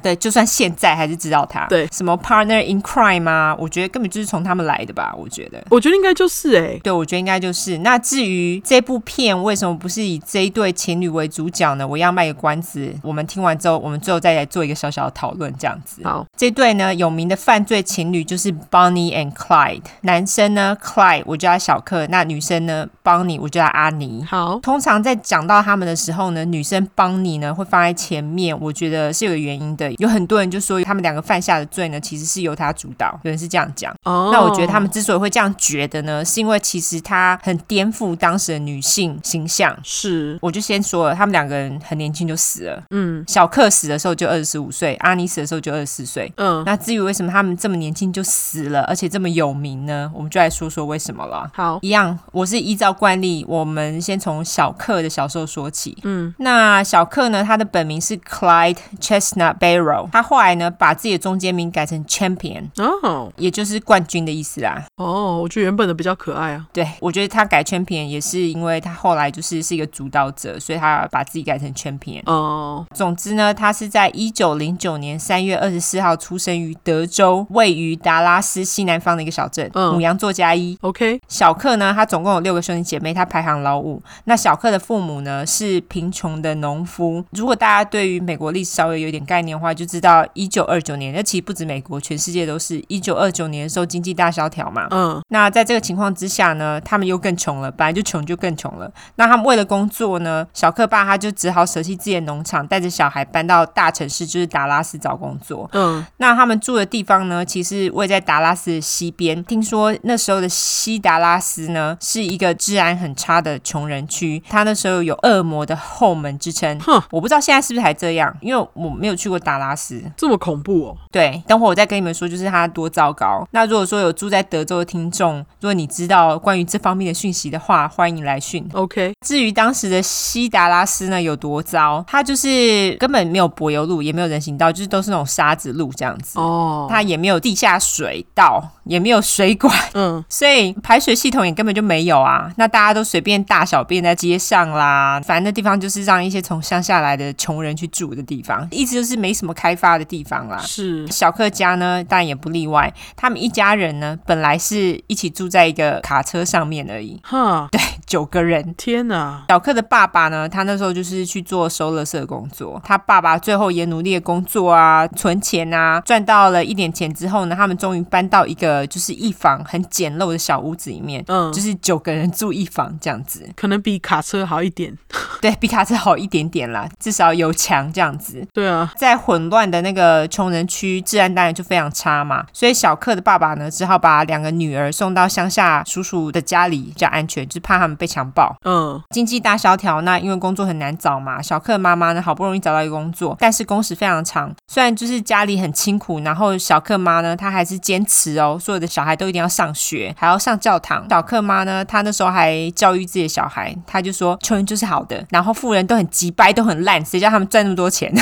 对，就算现在还是知道他。对什么 partner in crime 啊，我觉得根本就是从他们来的吧，我觉得。我觉得应该就是欸诶，对，我觉得应该就是。那至于这部片为什么不是以这一对情侣为主角呢？我要卖个关子，我们听完之后，我们最后再来做一个小小的讨论，这样子。好，这对呢有名的犯罪情侣就是 Bonnie and Clyde，男生呢 Clyde 我叫他小克，那女生呢 Bonnie 我叫他阿尼。好，通常在讲到他们的时候呢，女生邦尼呢会放在前面，我觉得是有原因的。有很多人就说他们两个犯下的罪呢，其实是由他主导，有人是这样讲。哦，那我觉得他们之所以会这样觉得呢，是因为其实他很颠覆当时的女性形象。是，我就先说了，他们两个人很年轻就死了。嗯小克死的时候就二十五岁，阿尼死的时候就二十四岁。嗯，那至于为什么他们这么年轻就死了，而且这么有名呢？我们就来说说为什么了。好，一样，我是依照惯例，我们先从小克的小时候说起。嗯那小克呢，他的本名是 Clyde Chestnut Barrow，他后来呢把自己的中间名改成 Champion，哦也就是冠军的意思啦。哦，我觉得原本的比较可爱啊，对，我觉得他改 champion 也是因为他后来就是是一个主导者，所以他把自己改成 champion。哦，总之呢，他是在一九零九年三月二十四号出生于德州，位于达拉斯西南方的一个小镇，嗯母羊座加一。 OK，小克呢，他总共有六个兄弟姐妹，他排行老五。那小克的父母呢是贫穷的农夫。如果大家对于美国历史稍微有点概念的话，就知道一九二九年，那其实不止美国，全世界都是一九二九年的时候经济大萧条嘛。嗯那在这个情况之下呢，他们又更穷了，本来就穷就更穷了。那他们为了工作呢，小克爸他就只好舍弃自己的农场，带着小孩搬到大城市，就是达拉斯找工作。嗯，那他们住的地方呢，其实位在达拉斯的西边。听说那时候的西达拉斯呢，是一个治安很差的穷人区，他那时候有“恶魔的后门”之称。哼，我不知道现在是不是还这样，因为我没有去过达拉斯。这么恐怖哦，对，等会我再跟你们说，就是它多糟糕。那如果说有住在德州的听众，如果你知道关于这方面的讯息的话，欢迎来讯。 ，OK，至于当时的西达拉斯呢有多糟，它就是根本没有柏油路，也没有人行道，就是都是那种沙子路这样子。哦，它也没有地下水道，也没有水管，嗯所以排水系统也根本就没有啊。那大家都随便大小便在街上啦，反正那地方就是让一些从乡下来的穷人去住的地方，一直就是没什么开发的地方啦。是，小克家呢，当然也不例外。他们一家人呢，本来是一起住在一个卡车上面而已，哈，九个人。天哪，小克的爸爸呢，他那时候就是去做收垃圾的工作。他爸爸最后也努力的工作啊，存钱啊，赚到了一点钱之后呢，他们终于搬到一个个就是一房很简陋的小屋子里面，嗯就是九个人住一房这样子，可能比卡车好一点。对比卡车好一点点啦，至少有墙这样子。对啊，在混乱的那个穷人区，治安当然就非常差嘛。所以小克的爸爸呢，只好把两个女儿送到乡下叔叔的家里，比较安全，就是怕他们被强暴。嗯，经济大萧条，那因为工作很难找嘛，小克妈妈呢好不容易找到一个工作，但是工时非常长。虽然就是家里很清苦，然后小克妈呢，她还是坚持哦，所有的小孩都一定要上学，还要上教堂。小克妈呢，她那时候还教育自己的小孩，她就说穷人就是好的，然后富人都很急掰，都很烂，谁叫他们赚那么多钱？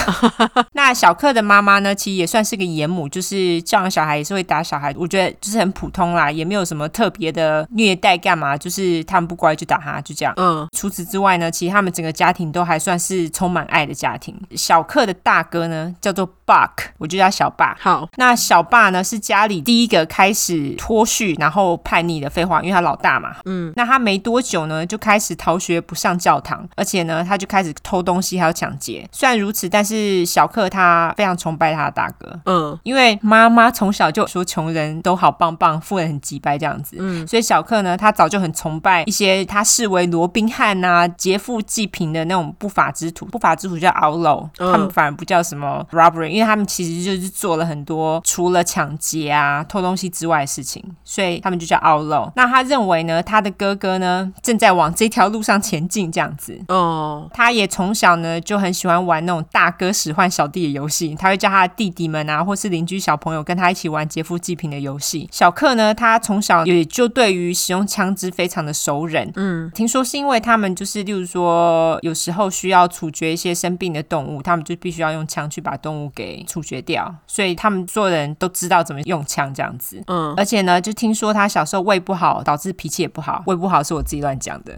那小克的妈妈呢，其实也算是个严母，就是教养小孩也是会打小孩，我觉得就是很普通啦，也没有什么特别的虐待干嘛，就是他们不乖就打他，就这样。嗯，除此之外呢，其实他们整个家庭都还算是充满爱的家庭。小克的大哥呢叫做 Buck，我就叫小爸。好，那小爸呢是家里第一个开始脱序然后叛逆的，废话，因为他老大嘛。嗯，那他没多久呢就开始逃学，不上教堂，而且呢他就开始偷东西还有抢劫。虽然如此，但是小克他非常崇拜他的大哥，嗯因为妈妈从小就说穷人都好棒棒，富人很鸡掰这样子，嗯所以小克呢，他早就很崇拜一些他视为罗宾汉呐、劫富济贫的那种不法之徒。不法之徒叫 outlaw，、嗯他们反而不叫什么 robbery，因为他们其实就是做了很多除了抢劫啊、偷东西之外的事情，所以他们就叫 outlaw。那他认为呢，他的哥哥呢正在往这条路上前进，这样子。哦，他也从小呢就很喜欢玩那种大哥使唤小弟的游戏，他会叫他的弟弟们啊，或是邻居小朋友跟他一起玩劫富济贫的游戏。小克呢，他从小也就对于使用枪支非常的熟人。嗯，听说是因为他们就是，例如说有时候需要处决一些生病的动物，他们就必须要用枪去把动物给处决掉，所以他们做人都知道怎么用枪这样子。嗯，而且呢，就听说他小时候胃不好，导致脾气也不好。胃不好是我自己乱讲的，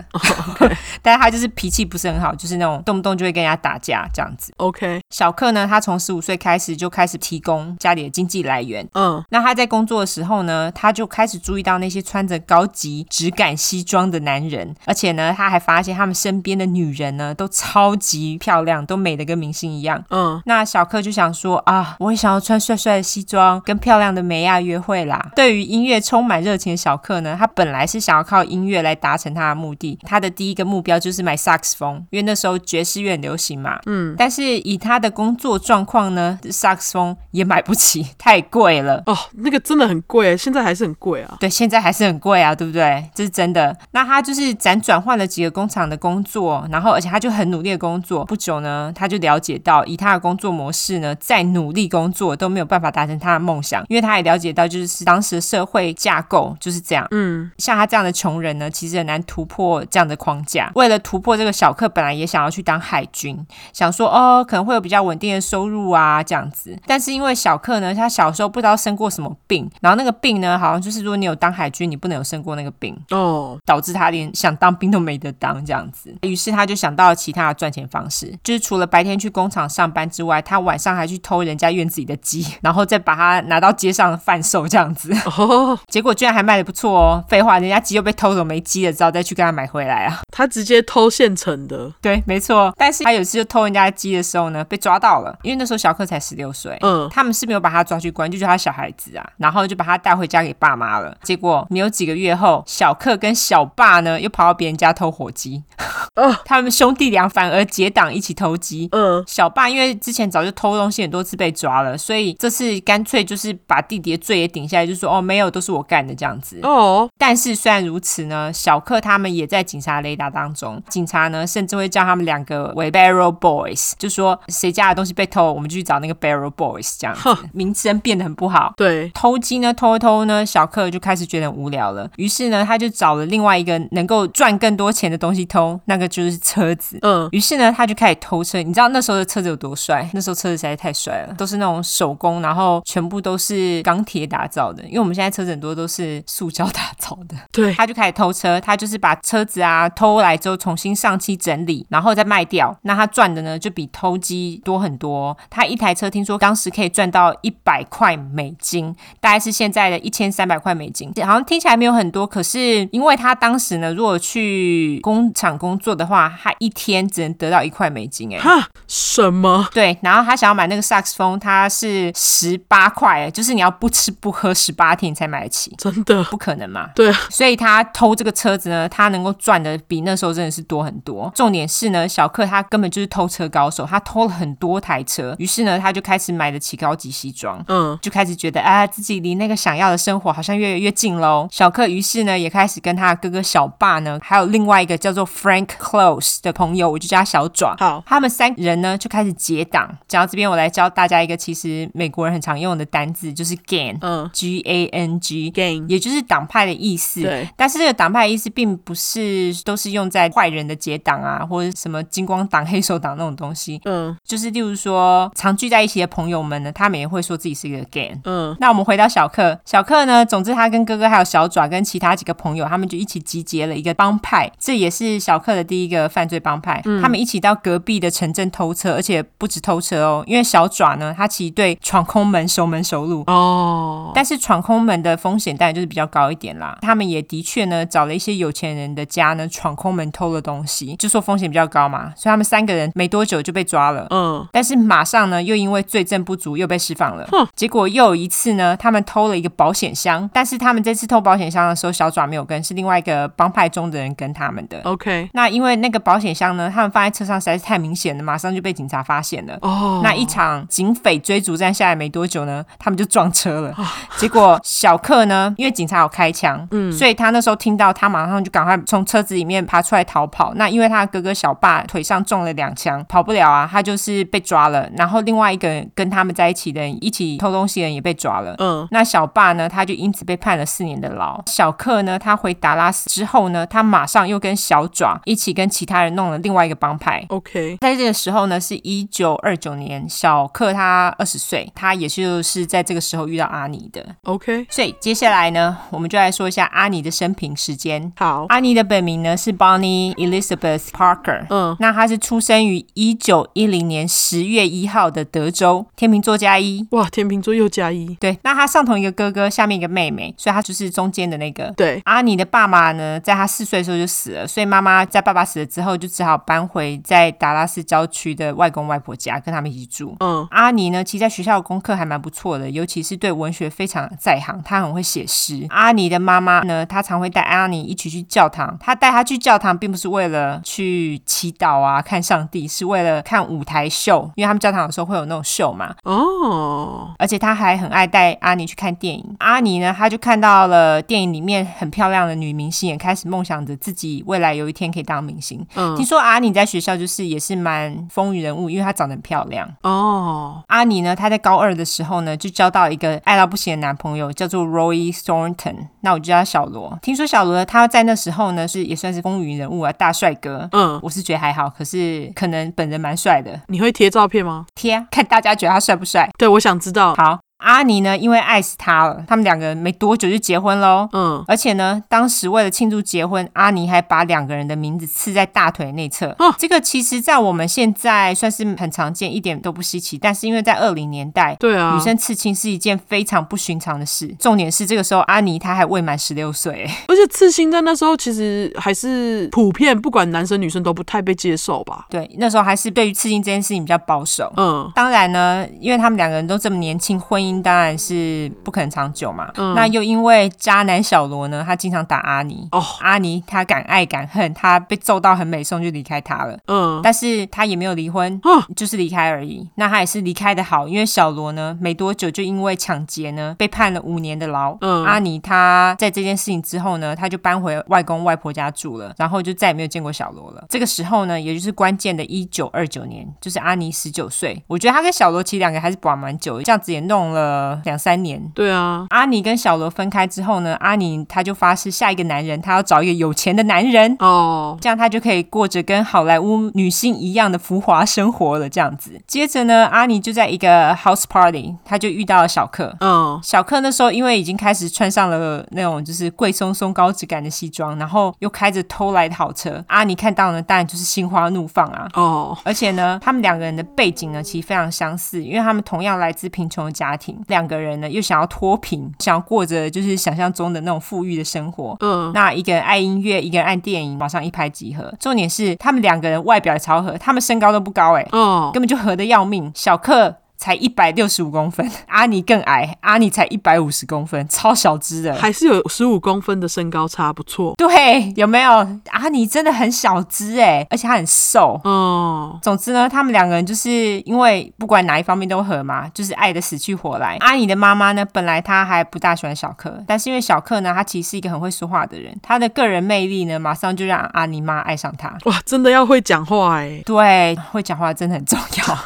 但是他就是脾气不是很好，就是那种动不动就会跟人家打架这样子。 OK，小克呢，他从十五岁开始就开始提供家里的经济来源。嗯那他在工作的时候呢，他就开始注意到那些穿着高级质感西装的男人，而且呢，他还发现他们身边的女人呢，都超级漂亮，都美的跟明星一样。嗯那小克就想说啊，我也想要穿帅帅的西装，跟漂亮的梅亚约会啦。对于音乐充满热情的小克呢，他本来是想要靠音乐来达成他的目的，他的第一个目标就是买萨克斯风，因为那时候爵士乐很流行嘛。嗯，但是以他的工作状况呢，萨克斯风也买不起，太贵了。哦，那个真的很贵，现在还是很贵啊。对，现在还是很贵啊，对不对？这是真的。那他就是辗转换了几个工厂的工作，然后而且他就很努力的工作。不久呢，他就了解到，以他的工作模式呢，再努力工作都没有办法达成他的梦想，因为他也了解到，就是当时的社会架构就是这样。嗯像他这样的穷人呢，其实很难突破这样的框架。为了突破这个小克，本来也想要去当海军，想说哦，可能会有比较稳定的收入啊，这样子。但是因为小克呢，他小时候不知道生过什么病，然后那个病呢，好像就是如果你有当海军，你不能有生过那个病。哦，导致他连想当兵都没得当这样子。于是他就想到了其他的赚钱方式，就是除了白天去工厂上班之外，他晚上还去偷人家院子里的鸡， 然后再把它拿到街上贩售这样子。 哦，结果居然还卖的不错哦。废话，人家鸡又被偷走没鸡了，只好再去跟他买回来啊。他直接偷现成的。对，没错。但是他有一次就偷人家鸡的时候呢，被抓到了，因为那时候小克才十六岁。嗯他们是没有把他抓去关，就叫他小孩子啊，然后就把他带回家给爸妈了。结果没有几个月后，小克跟小爸呢又跑到别人家偷火鸡， 他们兄弟俩反而结党一起偷鸡。嗯小爸因为之前早就偷东西很多次被抓了，所以这次干脆就是把弟弟的罪也顶下来，就说哦没有都是我干的这样子。哦，但是虽然如此呢，小克他们也在警察雷达当中，警察呢甚至会叫他们两个为 Barrel Boys，就说谁家的东西被偷，我们就去找那个 Barrel Boys 这样子，名声变得很不好。对，偷鸡呢，偷一偷呢，小克就开始觉得很无聊了。于是呢，他就找了另外一个能够赚更多钱的东西偷，那个就是车子。嗯于是呢，他就开始偷车。你知道那时候的车子有多帅？那时候车子实在太帅了，都是那种手工，然后全部都是钢铁打造的。因为我们现在车子很多都是塑胶打造的。对，他就开始偷车，他就是把车子啊偷来之后重新上漆整理，然后再卖掉。那他赚的呢，就比偷鸡多很多哦、他一台车听说当时可以赚到一百块美金，大概是现在的一千三百块美金，好像听起来没有很多，可是因为他当时呢，如果去工厂工作的话，他一天只能得到一块美金、哎。哈，什么？欸对，然后他想要买那个萨克斯风，他是十八块，就是你要不吃不喝十八天你才买得起，真的，不可能嘛。对啊，所以他偷这个车子呢，他能够赚的比那时候真的是多很多。重点是呢，小克他根本就是偷车高手，他偷了很多台车，于是呢，他就开始买得起高级西装。嗯，就开始觉得啊，自己离那个想要的生活好像越来越近喽。小克于是呢，也开始跟他的哥哥小爸呢，还有另外一个叫做 Frank Close 的朋友，我就叫他小爪。好，他们三人呢就开始结党。讲到这边，我来教大家一个其实美国人很常用的单字，就是 gang。嗯 G A N G， ，gang，也就是党派的意思。对，但是这个党派的意思并不是都是用在坏人的结党啊，或者什么金光党、 黑手党那种东西。嗯就是例如说，常聚在一起的朋友们呢，他们也会说自己是一个 gang。嗯那我们回到小克，小克呢，总之他跟哥哥还有小爪跟其他几个朋友，他们就一起集结了一个帮派，这也是小克的第一个犯罪帮派。他们一起到隔壁的城镇偷车，而且不止偷车哦，因为小爪呢，他其实对闯空门熟门熟路，哦，但是闯空门的风险当然就是比较高一点啦。他们也的确呢找了一些有钱人的家呢闯空门偷了东西，就说风险比较高嘛，所以他们三个人没多久就被抓了。嗯但是马上呢，又因为罪证不足又被释放了哼。结果又有一次呢，他们偷了一个保险箱，但是他们这次偷保险箱的时候，小爪没有跟，是另外一个帮派中的人跟他们的。 ，OK，那因为那个保险箱呢，他们放在车上实在是太明显了，马上就被警察发现了。哦，那一场警匪追逐战下来没多久呢，他们就撞车了。啊结果小克呢，因为警察有开枪，嗯，所以他那时候听到，他马上就赶快从车子里面爬出来逃跑。那因为他的哥哥小爸腿上中了两枪，跑不了啊，他就是被抓了。然后另外一个人跟他们在一起的人，一起偷东西的人也被抓了。嗯那小爸呢，他就因此被判了四年的牢。小克呢，他回达拉斯之后呢，他马上又跟小爪一起跟其他人弄了另外一个帮派， ，OK，在这个时候呢，是一九二九年，小克他二十岁，他也就是在这个时候遇到阿尼的。 OK，所以接下来呢，我们就来说一下阿尼的生平时间。好，阿尼的本名呢是 Bonnie Elizabeth Parker，嗯那她是出生于一九一零年十月一号的德州，天秤座加一。哇，天秤座又加一，对，那她上头一个哥哥，下面一个妹妹，所以她就是中间的那个。对，阿尼啊的爸爸呢，在他四岁的时候就死了，所以妈妈在爸爸死了之后，就只好搬回在达拉斯郊区的外公外婆家，跟他们一起住。嗯阿尼呢，其实在学校的功课还蛮不错的，尤其是对文学非常在行，他很会写诗。阿尼的妈妈呢，她常会带阿尼一起去教堂。她带他去教堂，并不是为了去祈祷啊、看上帝，是为了看舞台秀，因为他们教堂有时候会有那种秀嘛。哦，而且他还很爱带阿尼去看电影。阿尼呢，他就看到了电影里面很漂亮的女明星，也开始梦想着自己未来有一天可以当明星。听嗯说阿尼在学校就是也是蛮风云人物，因为她长得很漂亮。哦阿尼呢，她在高二的时候呢，就交到一个爱到不行的男朋友，叫做 Roy Thornton，那我就叫他小罗。听说小罗呢他在那时候呢是也算是风云人物啊，大帅哥。嗯，我是觉得还好，可是可能本人蛮帅的，你会贴照片吗？贴啊看大家觉得他帅不帅。对，我想知道，好，阿尼呢，因为爱死他了，他们两个人没多久就结婚喽。嗯而且呢，当时为了庆祝结婚，阿尼还把两个人的名字刺在大腿内侧。哦这个其实，在我们现在算是很常见，一点都不稀奇。但是因为在二零年代，对啊，女生刺青是一件非常不寻常的事。重点是，这个时候阿尼她还未满十六岁， 哎而且刺青在那时候其实还是普遍，不管男生女生都不太被接受吧。对，那时候还是对于刺青这件事情比较保守。嗯当然呢，因为他们两个人都这么年轻，婚姻当然是不可能长久嘛。那又因为渣男小罗呢，他经常打阿尼，哦阿尼他敢爱敢恨，他被揍到很美送就离开他了。嗯但是他也没有离婚，哦就是离开而已。那他也是离开的好，因为小罗呢，没多久就因为抢劫呢被判了五年的牢。嗯阿尼他在这件事情之后呢，他就搬回外公外婆家住了，然后就再也没有见过小罗了。这个时候呢，也就是关键的1929年，就是阿尼十九岁。我觉得他跟小罗其实两个还是玩蛮久的，这样子也弄了两三年。对啊，阿尼跟小罗分开之后呢，阿尼他就发誓下一个男人，他要找一个有钱的男人。哦这样他就可以过着跟好莱坞女星一样的浮华生活了。这样子，接着呢，阿尼就在一个 house party，他就遇到了小克。嗯小克那时候因为已经开始穿上了那种就是贵松松高质感的西装，然后又开着偷来的好车，阿尼看到呢，当然就是心花怒放啊。哦而且呢，他们两个人的背景呢，其实非常相似，因为他们同样来自贫穷的家庭，两个人呢又想要脱贫，想要过着就是想象中的那种富裕的生活。嗯那一个人爱音乐，一个人爱电影，马上一拍即合。重点是他们两个人外表也超合，他们身高都不高哎、哦根本就合的要命。小克。才一百六十五公分， 阿尼更矮，阿尼才一百五十公分，超小只的。还是有十五公分的身高差，不错。对，有没有？阿尼真的很小只哎，而且他很瘦。哦，总之呢，他们两个人就是因为不管哪一方面都合嘛，就是爱的死去活来。阿姨的妈妈呢，本来她还不大喜欢小克，但是因为小克呢，他其实是一个很会说话的人，他的个人魅力呢，马上就让阿尼妈爱上他。哇，真的要会讲话哎、对，会讲话真的很重要。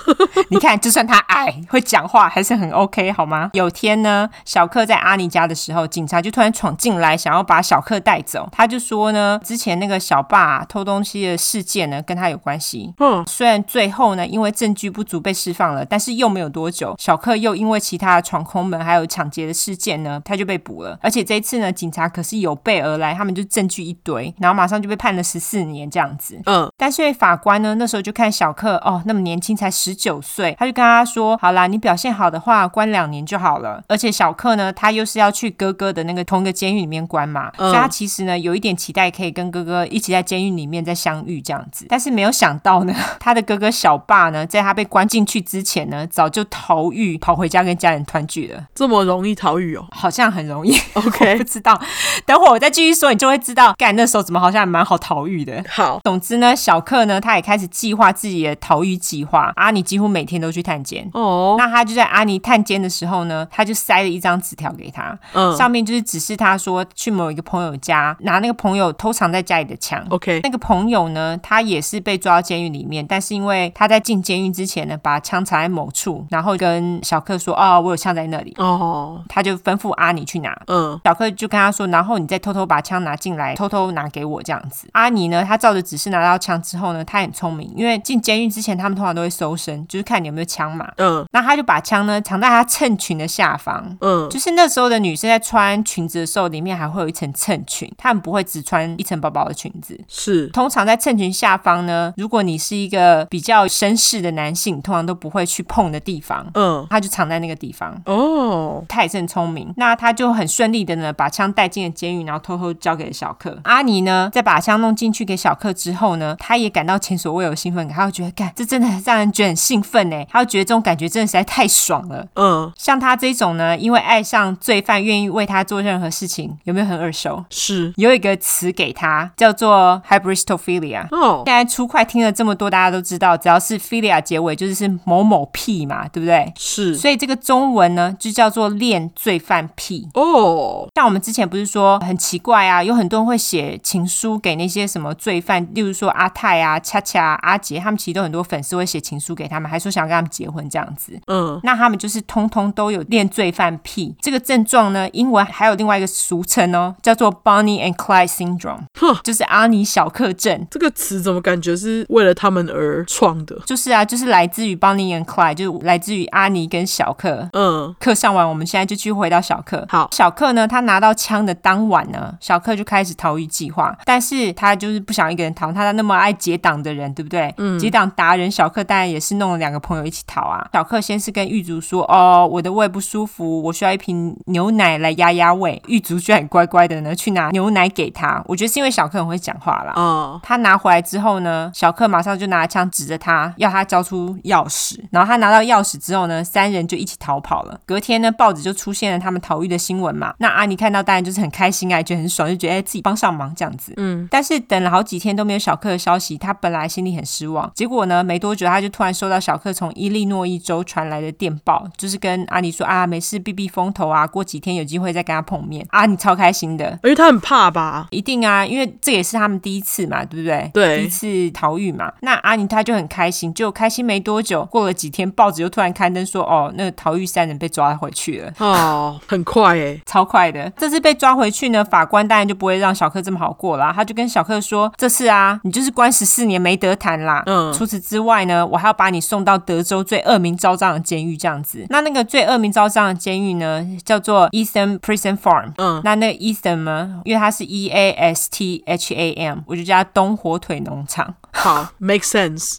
你看，就算他矮，会讲话还是很 OK，好吗？有天呢，小克在阿尼家的时候，警察就突然闯进来，想要把小克带走。他就说呢，之前那个小爸啊、偷东西的事件呢，跟他有关系。嗯，虽然最后呢，因为证据不足被释放了，但是又没有多久，小克又因为其他的闯空门还有抢劫的事件呢，他就被捕了。而且这一次呢，警察可是有备而来，他们就证据一堆，然后马上就被判了十四年这样子。嗯，但是因为法官呢，那时候就看小克哦，那么年轻才十九岁，他就跟他说：“好啦，你表现好的话，关两年就好了。”而且小克呢，他又是要去哥哥的那个同一个监狱里面关嘛，嗯所以他其实呢有一点期待可以跟哥哥一起在监狱里面再相遇这样子。但是没有想到呢，他的哥哥小爸呢，在他被关进去之前呢，早就逃狱跑回家跟家人团聚了， 这么容易逃狱哦。好像很容易。不 OK，知道，等会我再继续说，你就会知道。干那时候怎么好像还蛮好逃狱的。好，总之呢，小克呢，他也开始计划自己的逃狱计划。阿尼几乎每天都去探监。哦，那他就在阿尼探监的时候呢，他就塞了一张纸条给他，嗯上面就是指示他说去某一个朋友家拿那个朋友偷藏在家里的枪。 ，OK，那个朋友呢，他也是被抓到监狱里面，但是因为他在进监狱之前呢，把枪藏在某处，然后跟小克说：“哦，我有枪在那里。”哦，他就吩咐阿尼去拿。嗯小克就跟他说，然后你再偷偷把枪拿进来，偷偷拿给我这样子。阿尼呢，他照着指示拿到枪之后呢，他很聪明，因为进监狱之前他们通常都会搜身，就是看你有没有枪嘛。嗯那他就把枪呢藏在他衬裙的下方。嗯，就是那时候的女生在穿裙子的时候，里面还会有一层衬裙，她们不会只穿一层薄薄的裙子。是通常在衬裙下方呢，如果你是一个比较绅士的男性，通常都不会去碰的地方，嗯他就藏在那个地方。哦，他也是很聪明，那他就很顺利的呢，把枪带进了监狱，然后偷偷交给了小克。阿尼呢，在把枪弄进去给小克之后呢，他也感到前所未有的兴奋感，他就觉得，干，这真的让人觉得很兴奋呢，他就觉得这种感觉真的实在太爽了。嗯像他这种呢，因为爱上罪犯，愿意为他做任何事情，有没有很耳熟？是有一个词给他叫做 hybristophilia，哦现，在初快听了这么多，大家都知道，只要是 filia 结尾就是是某某屁嘛，对不对？是所以这个中文呢，就叫做恋罪犯癖。哦，像我们之前不是说很奇怪啊，有很多人会写情书给那些什么罪犯，例如说阿泰啊、恰恰啊、阿杰，他们其实都很多粉丝会写情书给他们，还说想跟他们结婚这样子。嗯那他们就是通通都有恋罪犯癖这个症状呢，英文还有另外一个俗称哦，叫做 Bonnie and Clyde syndrome，哼就是阿尼小克症。这个词怎么感觉是为了他们而创的？就是啊，就是来自于邦尼 and Clyde，就是来自于阿尼跟小克。嗯课上完，我们现在就继续回到小克。好小克呢，他拿到枪的当晚呢，小克就开始逃狱计划，但是他就是不想一个人逃，他那么爱结党的人，对不对？嗯，结党达人小克当然也是弄了两个朋友一起逃啊。小克先是跟狱卒说：“哦，我的胃不舒服，我需要一瓶牛奶来压压胃。”狱卒居然乖乖的呢去拿牛奶给他，我觉得是因为小克很会讲话啦。啊他拿回来之后呢，小克马上就拿枪指着他，要他交出钥匙。然后他拿到钥匙之后呢，三人就一起逃跑了。隔天呢，报纸就出现了他们逃狱的新闻嘛。那阿尼看到当然就是很开心啊，也觉得很爽，就觉得、哎自己帮上忙这样子。嗯，但是等了好几天都没有小克的消息，他本来心里很失望。结果呢，没多久他就突然收到小克从伊利诺伊州传来的电报，就是跟阿尼说啊，没事避避风头啊，过几天有机会再跟他碰面。阿尼超开心的，因为他很怕吧？一定啊，因为这也是他们第一次嘛，对不对？对第一次逃狱嘛。那阿尼他就很开心，就开心没多久，过了几天，报纸又突然刊登说，哦，那个逃狱三人被抓回去了。哦，很快哎、超快的，这次被抓回去呢，法官当然就不会让小克这么好过啦。他就跟小克说：“这次啊，你就是关十四年没得谈啦。嗯除此之外呢，我还要把你送到德州最恶名昭彰的监狱这样子。那那个最恶名昭彰的监狱呢，叫做 Easton Prison Farm。嗯那那个 Easton 呢，因为它是 E A S T H A M，我就叫它东火腿农场。好，make sense。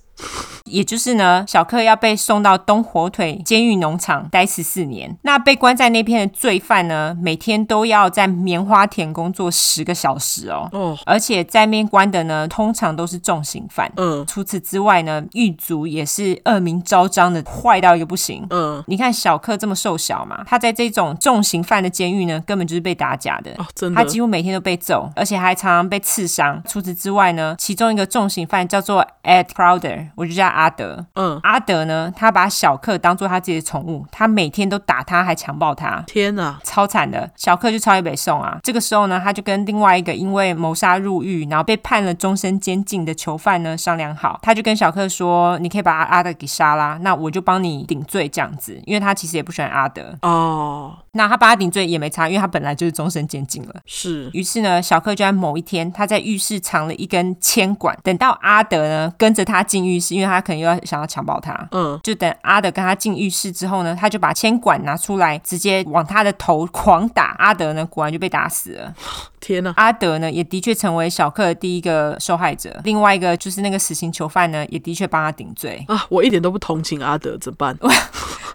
也就是呢，小克要被送到东火腿监狱农场待十四年。那被关在那边的罪犯呢，每天都要在棉花田工作十个小时哦，哦，而且在面关的呢，通常都是重刑犯。嗯除此之外呢，狱卒也是恶名昭彰的，坏到一个不行。嗯，你看小克这么瘦小嘛，他在这种重刑犯的监狱呢，根本就是被打假的。哦，真他的，几乎每天都被揍，而且还常常被刺伤。除此之外呢，其中一个重刑犯叫做 Ed Crowder，我就叫阿德。嗯，阿德呢，他把小克当做他自己的宠物，他每天都打他，还强暴他。天哪，超惨的，小克去超越北宋啊。这个时候呢，他就跟另外一个因为谋杀入狱，然后被判了终身监禁的囚犯呢商量好，他就跟小克说：“你可以把阿阿德给杀啦，那我就帮你顶罪这样子。”因为他其实也不喜欢阿德，哦，那他帮他顶罪也没差，因为他本来就是终身监禁了。是，于是呢，小克就在某一天，他在浴室藏了一根铅管，等到阿德呢跟着他进浴室，因为他可能又要想要强暴他。嗯，就等阿德跟他进浴室之后呢，他就把铅管拿出来，直接往他的头狂打。阿德呢，果然就被打死了。天哪，阿德呢，也的确成为小克的第一个受害者。另外一个就是那个死刑囚犯呢，也的确帮他顶罪，啊，我一点都不同情阿德，怎么办？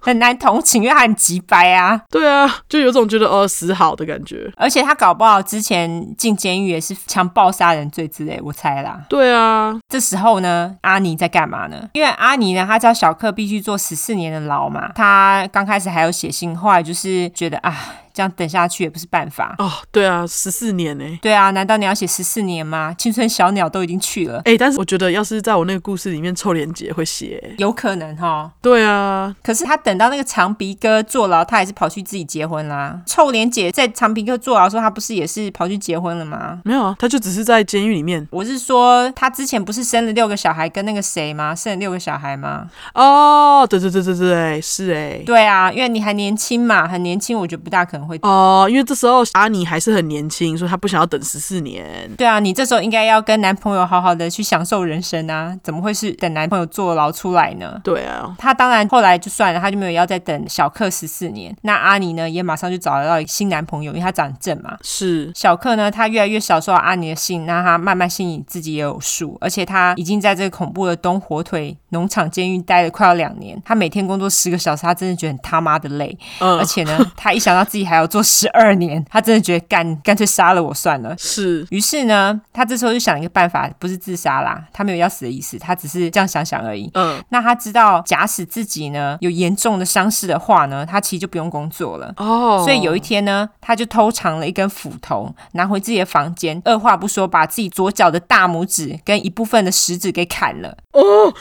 很难同情，因为他很急掰啊。对啊，就有种觉得哦死好的感觉。而且他搞不好之前进监狱也是强暴杀人罪之类，我猜啦。对啊，这时候呢，阿尼在干嘛呢？因为阿尼呢，他知道小克必须坐十四年的牢嘛。他刚开始还有写信，后来就是觉得啊，这样等下去也不是办法。哦，对啊，十四年呢、欸。对啊，难道你要写十四年吗？青春小鸟都已经去了，哎、但是我觉得要是在我那个故事里面，臭莲姐会写、欸。有可能哈。对啊，可是他等到那个长鼻哥坐牢，他还是跑去自己结婚啦。臭莲姐在长鼻哥坐牢的时候，她不是也是跑去结婚了吗？没有啊，她就只是在监狱里面。我是说，她之前不是生了六个小孩，跟那个谁吗？生了六个小孩吗？哦，对对对对对，是哎、对啊，因为你还年轻嘛，很年轻，我觉得不大可能会哦，因为这时候阿尼还是很年轻，所以她不想要等十四年。对啊，你这时候应该要跟男朋友好好的去享受人生啊，怎么会是等男朋友坐牢出来呢？对啊，他当然后来就算了，他就没有要再等小克十四年。那阿尼呢，也马上就找得到新男朋友，因为他长得正嘛。是小克呢，他越来越少受到阿尼的吸引，那他慢慢心里自己也有数，而且他已经在这个恐怖的东火腿农场监狱待了快要两年，他每天工作十个小时，他真的觉得很他妈的累，嗯而且呢，他一想到自己还要做十二年，他真的觉得干干脆杀了我算了。是，于是呢，他这时候就想一个办法，不是自杀啦，他没有要死的意思，他只是这样想想而已。嗯，那他知道，假使自己呢有严重的伤势的话呢，他其实就不用工作了。哦，所以有一天呢，他就偷藏了一根斧头，拿回自己的房间，二话不说，把自己左脚的大拇指跟一部分的食指给砍了。哦，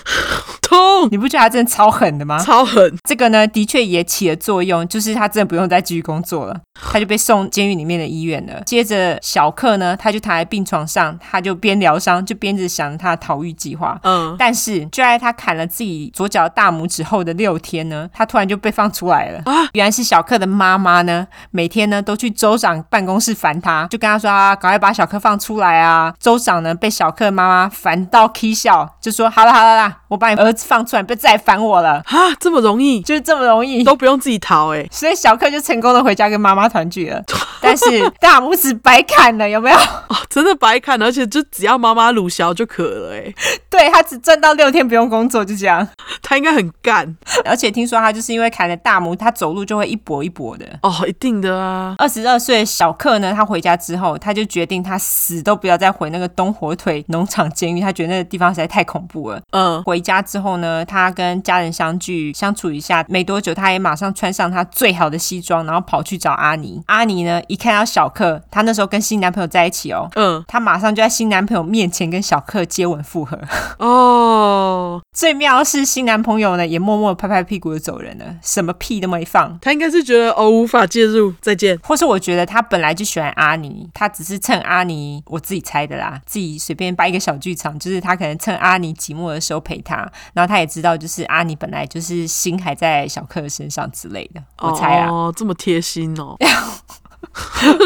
痛，你不觉得他真的超狠的吗？超狠，这个呢，的确也起了作用，就是他真的不用再继续工作了，他就被送监狱里面的医院了。接着小克呢，他就躺在病床上，他就边疗伤，就边着想他的逃狱计划。嗯，但是就在他砍了自己左脚大拇指后的六天呢，他突然就被放出来了。啊原来是小克的妈妈呢，每天呢都去州长办公室烦他，就跟他说啊，赶快把小克放出来啊。州长呢被小克妈妈烦到 k 笑，就说好了好了啦，我把你儿子放出来，不要再烦我了，哈，啊这么容易就是这么容易。都不用自己逃、欸，哎，所以小克就成功的回家跟妈妈团聚 了，但是大拇指白砍了，有没有？ 哦，真的白看，而且就只要妈妈鲁小就可了、欸，哎，对他只赚到六天不用工作，就这样。她应该很干，而且听说他就是因为砍了大拇，他走路就会一跛一跛的。哦，一定的啊，二十二岁的小克呢，他回家之后，他就决定他死都不要再回那个东火腿农场监狱，他觉得那个地方实在太恐怖了。嗯，回家之后呢，他跟家人相聚相处一下，没多久他也马上穿上他最好的西装，然后跑去找阿尼。阿尼呢，一看到小克，他那时候跟新男朋友在一起哦，嗯，他马上就在新男朋友面前跟小克接吻复合。 哦，最妙的是新男朋友呢，也默默地拍拍屁股就走人了，什么屁都没放。她应该是觉得哦无法介入，再见，或是我觉得他本来就喜欢阿尼，他只是趁阿尼，我自己猜的啦，自己随便掰一个小剧场，就是他可能趁阿尼寂寞的时候陪他，然后他也知道就是阿尼本来就是心还在小克的身上之类的，我猜啦。哦，这么贴心哦，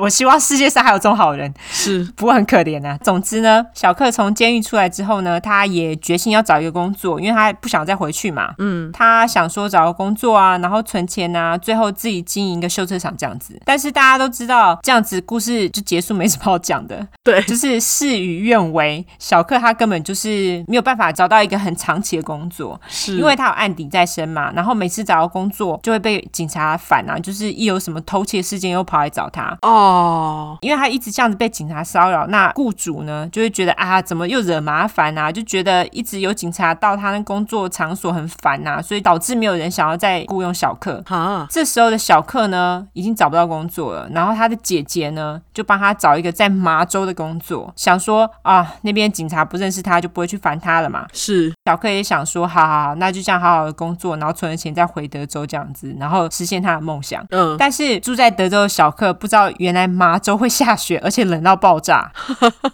我希望世界上还有这种好人，是不过很可怜啊。总之呢，小克从监狱出来之后呢，他也决心要找一个工作，因为他不想再回去嘛。嗯，他想说找个工作啊，然后存钱啊，最后自己经营一个修车厂这样子。但是大家都知道，这样子故事就结束，没什么好讲的。对，就是事与愿违，小克他根本就是没有办法找到一个很长期的工作，是因为他有案底在身嘛。然后每次找到工作就会被警察反啊，就是一有什么偷窃事件又跑来找他。哦，因为他一直这样子被警察骚扰，那雇主呢就会觉得啊，怎么又惹麻烦啊？就觉得一直有警察到他那工作场所很烦呐、所以导致没有人想要再雇佣小克。哈，这时候的小克呢，已经找不到工作了，然后他的姐姐呢，就帮他找一个在麻州的工作，想说啊，那边警察不认识他，就不会去烦他了嘛。是小克也想说，好好好，那就这样好好的工作，然后存了钱再回德州这样子，然后实现他的梦想。嗯，但是住在德州的小克不知道，原来麻州会下雪，而且冷到爆炸。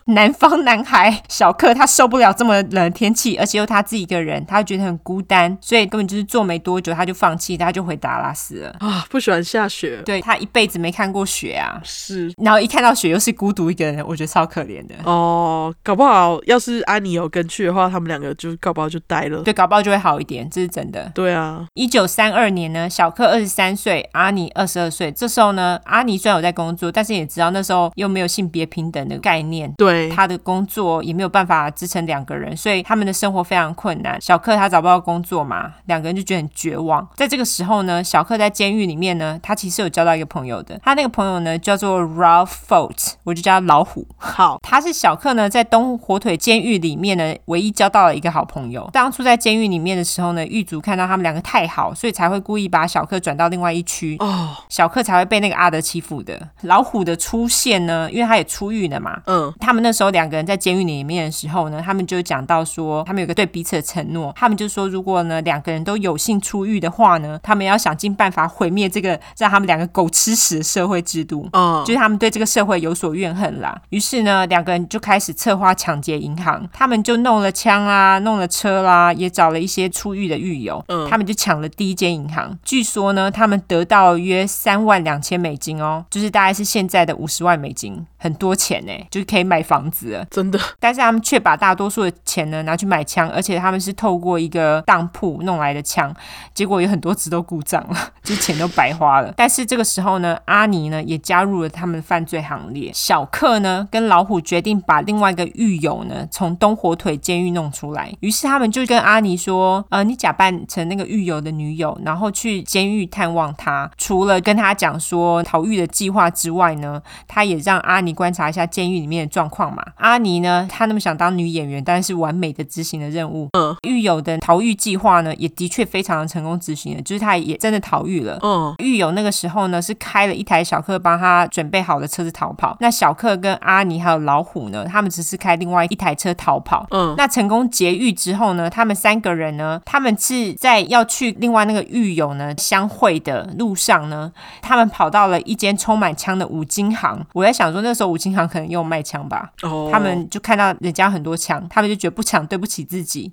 南方男孩小克他受不了这么冷的天气，而且又他自己一个人，他觉得很孤单，所以根本就是做没多久他就放弃，他就回达拉斯 了。啊，不喜欢下雪，对他一辈子没看过雪啊，是然后一看到雪又是孤独一个人，我觉得超可怜的。哦，搞不好要是安妮有跟去的话，他们两个就搞不好就呆了。对，搞不好就会好一点，这是真的。对啊，一九三二年呢，小克二十三岁，阿尼二十二岁。这时候呢，阿尼虽然有在工作，但是也知道那时候又没有性别平等的概念，对，他的工作也没有办法支撑两个人，所以他们的生活非常困难。小克他找不到工作嘛，两个人就觉得很绝望。在这个时候呢，小克在监狱里面呢，他其实有交到一个朋友的，他那个朋友呢叫做 Ralph Folt，我就叫他老虎。好，他是小克呢，在东火腿监狱里面呢，唯一交到了一个好朋友。当初在监狱里面的时候呢，狱卒看到他们两个太好，所以才会故意把小克转到另外一区。哦，小克才会被那个阿德欺负的。老虎的出现呢，因为他也出狱了嘛，嗯，他们那时候两个人在监狱里面的时候呢，他们就讲到说，他们有个对彼此的承诺，他们就说，如果呢两个人都有幸出狱的话呢，他们要想尽办法毁灭这个让他们两个狗吃屎的社会制度。哦，就是他们对这个社会有所怨恨啦，于是呢，两个人就开始策划抢劫银行。他们就弄了枪啦，弄了车啦，也找了一些出狱的狱友。嗯他们就抢了第一间银行。据说呢，他们得到约三万两千美金哦，就是大概是现在的五十万美金，很多钱呢，就是可以买房子了。真的，但是他们却把大多数的钱呢拿去买枪，而且他们是透过一个当铺弄来的枪，结果有很多只都故障了，就钱都白花了。 但是这个时候呢，阿尼呢也加入了他们的犯罪行列。小克呢跟老虎决定把另外一个狱友呢从东火腿监狱弄出来，于是他们就跟阿尼说：“呃，你假扮成那个狱友的女友，然后去监狱探望他。除了跟他讲说逃狱的计划之外呢，他也让阿尼观察一下监狱里面的状况嘛。阿尼呢，他那么想当女演员，但是完美的执行了任务。嗯，狱友的逃狱计划呢，也的确非常的成功执行了，就是他也真的逃狱了。嗯，狱友那个时候呢，是开了一台小克帮他准备好的车子逃跑。那小克跟阿尼还有老虎呢，他们只是开另外一台车逃跑。嗯，那成功劫狱之后呢，他们三个人呢，他们是在要去另外那个狱友呢相会的路上呢，他们跑到了一间充满枪的五金行。我在想说，那时候五金行可能也有卖枪吧。哦，他们就看到人家很多枪，他们就觉得不抢对不起自己，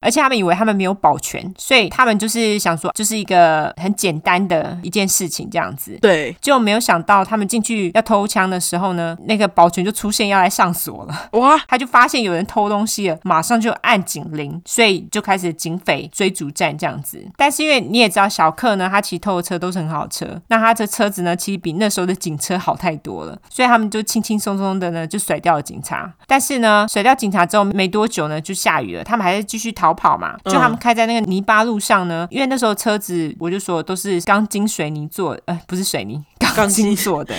而且他们以为他们没有保全，所以他们就是想说，就是一个很简单的一件事情这样子。对，就没有想到，他们进去要偷枪的时候呢，那个保全就出现要来上锁了。哇，他就发现有人偷东西了，马上就按警铃，所以就开始警匪追逐战这样子。但是因为你也知道，小克呢，他骑偷的车都是很好的车，那他这车子呢，其实比那时候的警车好太多了，所以他们就轻轻松松的呢就甩掉了警察。但是呢，甩掉警察之后没多久呢，就下雨了，他们还是继续逃跑嘛。就他们开在那个泥巴路上呢，因为那时候车子我就说都是钢筋水泥做，呃，不是水泥，钢钢筋筋做的。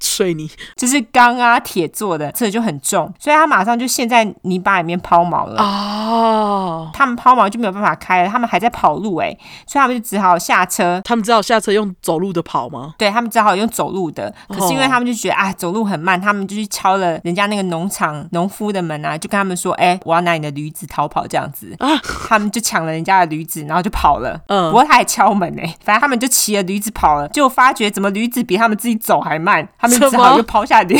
水泥，就是钢啊铁做的，这就很重，所以他马上就陷在泥巴里面抛锚了。哦，他们抛锚就没有办法开了，他们还在跑路哎、所以他们就只好下车。他们只好下车用走路的跑吗？对他们只好用走路的，可是因为他们就哦觉得啊、走路很慢，他们就去敲了人家那个农场农夫的门啊，就跟他们说，哎、我要拿你的驴子逃跑这样子，啊他们就抢了人家的驴子，然后就跑了。不嗯，过他还敲门呢、反正他们就骑着驴子跑了，就发觉怎么驴子比他们自己走还慢，他们 什只好么就抛下驴，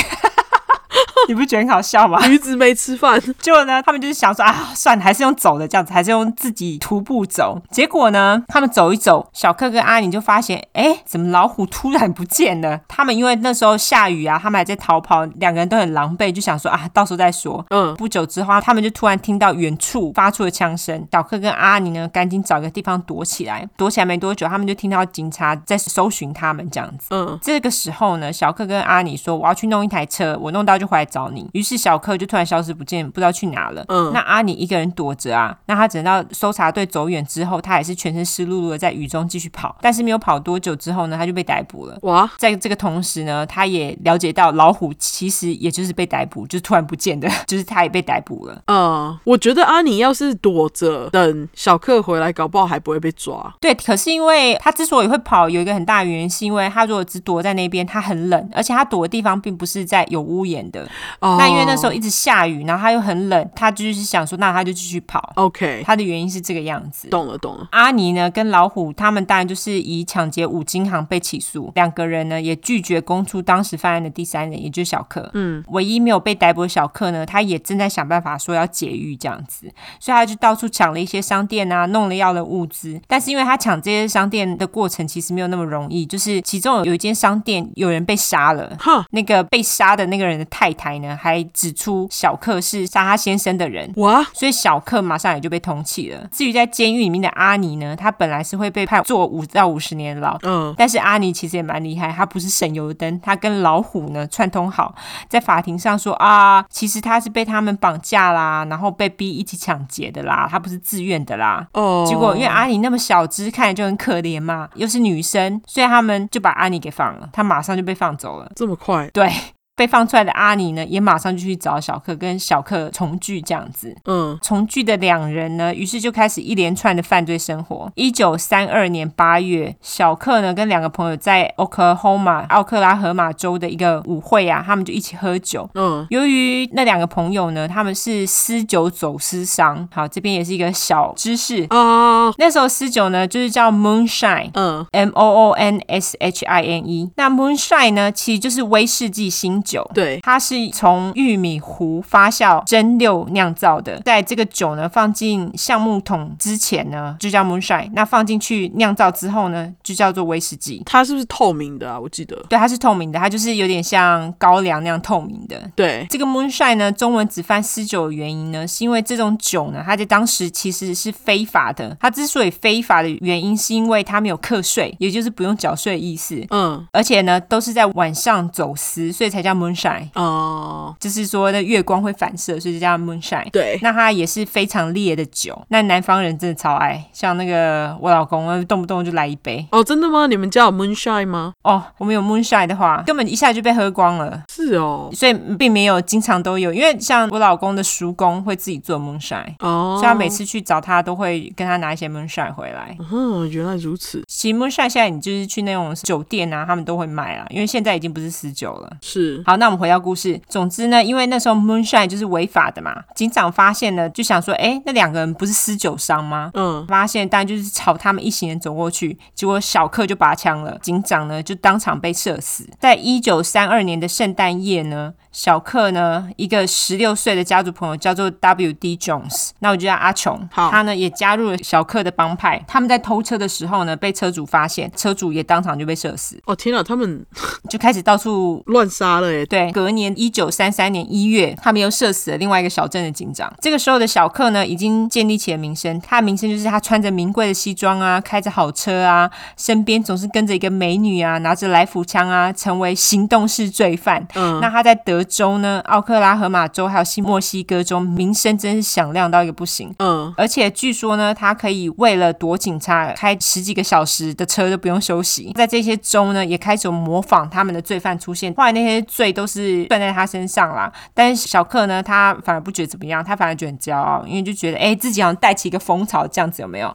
你不觉得很好笑吗？驴子没吃饭，结果呢，他们就是想说啊，算了，还是用走的这样子，还是用自己徒步走。结果呢，他们走一走，小克跟阿宁就发现，哎，怎么老虎突然不见了？他们因为那时候下雨啊，他们还在逃跑，两个人都很狼狈，就想说啊，到时候再说。嗯，不久之后，他们就突然听到远处发出了枪声。小克跟阿尼呢，赶紧找个地方躲起来。躲起来没多久，他们就听到警察在搜寻他们这样子。嗯，这个时候呢，小克跟阿尼说：“我要去弄一台车，我弄到就回来找你。”于是小克就突然消失不见，不知道去哪了。嗯那阿尼一个人躲着啊，那他等到搜查队走远之后，他还是全身湿漉漉的在雨中继续跑。但是没有跑多久之后呢，他就被逮捕了。哇，在这个同时呢，他也了解到老虎其实也就是被逮捕，就是突然不见的， 就是他也被逮捕了。嗯，我觉得阿尼要是躲着等小克回来，搞不好还不会被抓。对，可是因为他之所以会跑，有一个很大的原因是因为他如果只躲在那边，他很冷，而且他躲的地方并不是在有屋檐的。哦，那因为那时候一直下雨，然后他又很冷，他就是想说，那他就继续跑。 OK，他的原因是这个样子。懂了懂了。阿尼呢跟老虎他们当然就是以抢劫五金行被起诉，两个人呢也拒绝供出当时犯案的第三人，也就是小克。嗯，唯一没有被逮捕的小克呢，他也正在想办法说要解狱这样子，所以他就到处抢了一些商店啊，弄了要的物资。但是因为他抢这些商店的过程其实没有那么容易，就是其中有有一间商店有人被杀了，哈，那个被杀的那个人的太太呢，还指出小克是杀他先生的人，哇，所以小克马上也就被通缉了。至于在监狱里面的阿尼呢，他本来是会被判坐五到五十年牢。嗯，但是阿尼其实也蛮厉害，他不是省油灯，他跟老虎呢串通好，在法庭上说啊，其实他是被他们绑架啦，然后被逼一起抢劫的啦，他不是自愿的啦。哦，结果因为阿尼那么小只，看起来就很可怜嘛，又是女生，所以他们就把阿尼给放了，他马上就被放走了。这么快，对，被放出来的阿尼呢，也马上就去找小克，跟小克重聚这样子。嗯，重聚的两人呢，于是就开始一连串的犯罪生活。一九三二年八月，小克呢跟两个朋友在 Oklahoma 奥克拉荷马州的一个舞会啊，他们就一起喝酒。嗯，由于那两个朋友呢，他们是私酒走私商。好，这边也是一个小知识。啊，那时候私酒呢，就是叫 moonshine，嗯， M O O N S H I N E。那 moonshine 呢，其实就是威士忌新酒。对，它是从玉米糊发酵、蒸馏酿造的，在这个酒呢放进橡木桶之前呢，就叫 moonshine；那放进去酿造之后呢，就叫做威士忌。它是不是透明的啊？我记得，对，它是透明的，它就是有点像高粱那样透明的。对，这个 moonshine 呢，中文只翻私酒的原因呢，是因为这种酒呢，它在当时其实是非法的。它之所以非法的原因，是因为它没有课税，也就是不用缴税的意思。嗯，而且呢，都是在晚上走私，所以才叫 moonshine，哦，就是说那月光会反射，所以就叫 moonshine。对，那它也是非常烈的酒，那南方人真的超爱，像那个我老公，动不动就来一杯。哦，真的吗？你们家有 moonshine 吗？哦，我们有 moonshine 的话，根本一下就被喝光了。是哦，所以并没有经常都有，因为像我老公的叔公会自己做 moonshine，、哦，所以他每，次去找他都会跟他拿一些 moonshine 回来。嗯，原来如此，其实 moonshine 现在你就是去那种酒店啊，他们都会卖啊，因为现在已经不是私酒了。是，好，那我们回到故事。总之呢，因为那时候 moonshine 就是违法的嘛，警长发现呢，就想说，哎，那两个人不是私酒商吗？嗯，发现，当然就是朝他们一行人走过去，结果小克就拔枪了，警长呢就当场被射死。在一九三二年的圣诞夜呢，小克呢一个十六岁的家族朋友叫做 W D Jones，那我就叫阿琼，好他呢也加入了小克的帮派。他们在偷车的时候呢，被车主发现，车主也当场就被射死，哦，天哪，他们就开始到处乱杀了耶，对，隔年一九三三年一月，他们又射死了另外一个小镇的警长。这个时候的小克呢，已经建立起了名声。他的名声就是他穿着名贵的西装啊，开着好车啊，身边总是跟着一个美女啊，拿着来福枪啊，成为行动式罪犯。嗯那他在德州呢、奥克拉荷马州还有新墨西哥州，名声真是响亮到一个不行。嗯，而且据说呢，他可以为了躲警察，开十几个小时的车都不用休息。在这些州呢，也开始模仿他们的罪犯出现。后来那些罪都是算在他身上啦，但是小克呢，他反而不觉得怎么样，他反而觉得很骄傲，因为就觉得哎、诶自己好像带起一个风潮这样子，有没有？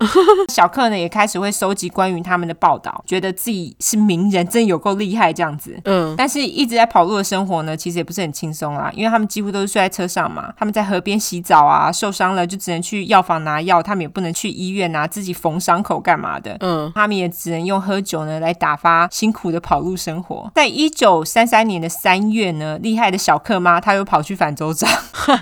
小克呢，也开始会收集关于他们的报道，觉得自己是名人，真的有够厉害这样子。嗯，但是一直在跑路的生活呢，其实也不是很轻松啦，因为他们几乎都是睡在车上嘛。他们在河边洗澡啊，受伤了就只能去药房拿药，他们也不能去医院啊，自己缝伤口干嘛的。嗯，他们也只能用喝酒呢来打发辛苦的跑路生活。在一九三三年的三月呢，厉害的小克妈她又跑去反州长，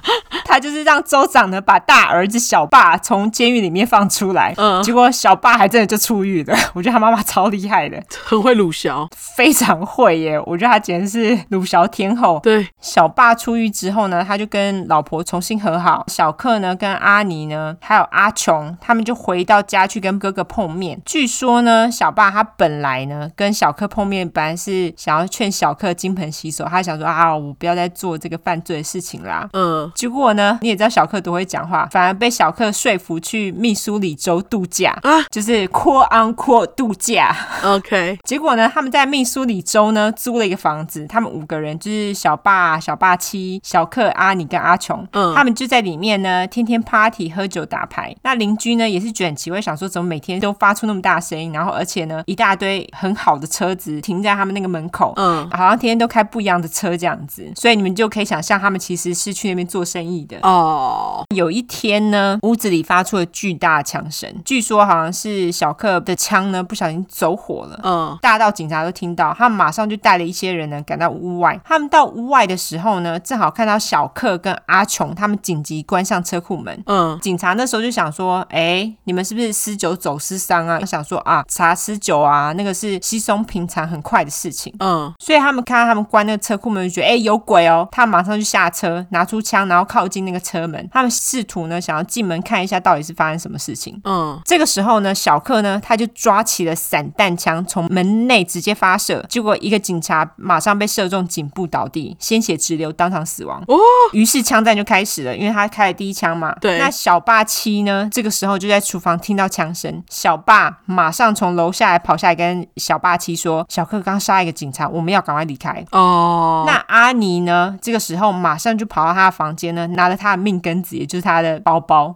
她就是让州长呢把大儿子小霸从监狱里面放出来。嗯结果小霸还真的就出狱了，我觉得他妈妈超厉害的，很会鲁小，非常会耶！我觉得他简直是鲁小天后。对，小霸出狱之后呢，他就跟老婆重新和好。小克呢，跟阿尼呢，还有阿琼，他们就回到家去跟哥哥碰面。据说呢，小霸他本来呢跟小克碰面，本来是想要劝小克金盆洗手，他想说啊，我不要再做这个犯罪的事情啦。嗯，结果呢，你也知道小克多会讲话，反而被小克说服去密苏里州度假，啊就是 “quote on quote” 度假。 OK，结果呢，他们在密苏里州呢租了一个房子，他们五个人就是小爸、小爸妻、小克、阿尼跟阿琼，嗯他们就在里面呢天天 party 喝酒打牌。那邻居呢也是觉得很奇怪，想说怎么每天都发出那么大声音，然后而且呢一大堆很好的车子停在他们那个门口，嗯，好像天天都开不一样的车这样子，所以你们就可以想象他们其实是去那边做生意的。哦，有一天呢，屋子里发出了巨大的枪声，据说好像是小克的枪呢不小心走火了。嗯，大到警察都听到，他们马上就带了一些人呢赶到屋外。他们到屋外的时候呢，正好看到小克跟阿琼他们紧急关上车库门。嗯，警察那时候就想说，哎、你们是不是私酒走私商啊？想说啊，查私酒啊，那个是稀松平常、很快的事情。嗯，所以他们看到他们关那个车库门，就觉得哎、有鬼哦，他马上就下车，拿出枪，然后靠近那个车门。他们试图呢想要进门看一下到底是发生什么事情。嗯，这个时候呢，小克呢他就抓起了散弹枪，从门内直接发射，结果一个警察马上被射中颈部倒地，鲜血直流，当场死亡。哦，于是枪战就开始了，因为他开了第一枪嘛。对那小霸七呢，这个时候就在厨房听到枪声，小霸马上从楼下来跑下来跟小霸七说：“小克刚杀一个警察，我们要赶快离开。”哦，那阿尼呢？这个时候马上就跑到他的房间呢，拿了他的命根子，也就是他的包包。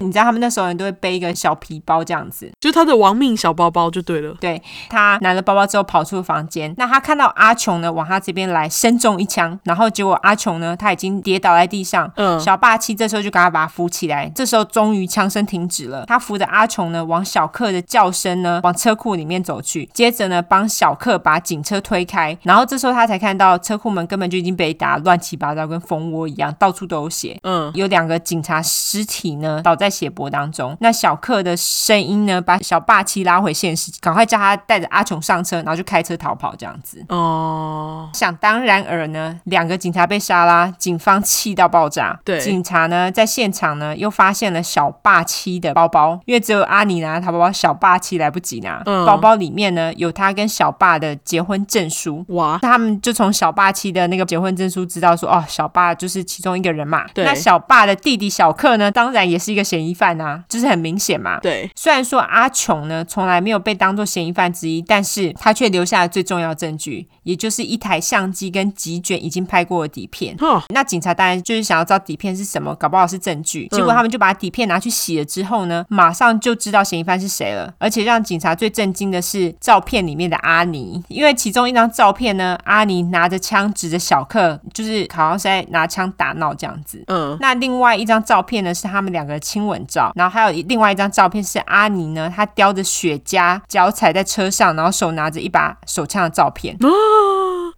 你知道他们那时候人都会背一个小皮包这样子。就是他的亡命小包包就对了，对他拿了包包之后跑出房间，那他看到阿琼呢往他这边来，身中一枪，然后结果阿琼呢他已经跌倒在地上。嗯小霸气这时候就赶快把他扶起来，这时候终于枪声停止了。他扶着阿琼呢，往小克的叫声呢，往车库里面走去。接着呢，帮小克把警车推开，然后这时候他才看到车库门根本就已经被打乱七八糟，跟蜂窝一样，到处都有血。嗯，有两个警察尸体呢倒在血泊当中。那小克的声音呢，把小霸气拉回现实，赶快叫他带着阿琼上车，然后就开车逃跑这样子。哦，想当然尔呢，两个警察被杀啦，警方气到爆炸。对警察呢在现场呢又发现了小霸七的包包，因为只有阿尼拿他包包，小霸七来不及拿。嗯包包里面呢有他跟小霸的结婚证书。哇，他们就从小霸七的那个结婚证书知道说，哦，小霸就是其中一个人嘛。对那小霸的弟弟小克呢，当然也是一个嫌疑犯啊，就是很明显嘛。对，虽然说阿琼呢从来没有被当作嫌疑犯之一，但是他却留下了最重要证据，也就是一台相机跟几卷已经拍过的底片。哼，那警察当然就是想要知道底片是什么，搞不好是证据。嗯结果他们就把底片拿去洗了之后呢，马上就知道嫌疑犯是谁了。而且让警察最震惊的是照片里面的阿尼，因为其中一张照片呢，阿尼拿着枪指着小克，就是好像是在拿枪打闹这样子。嗯，那另外一张照片呢是他们两个的亲吻照，然后还有一另外一张照片是阿尼呢，他叼着雪茄，脚踩在车上，然后手拿着一把手枪的照片。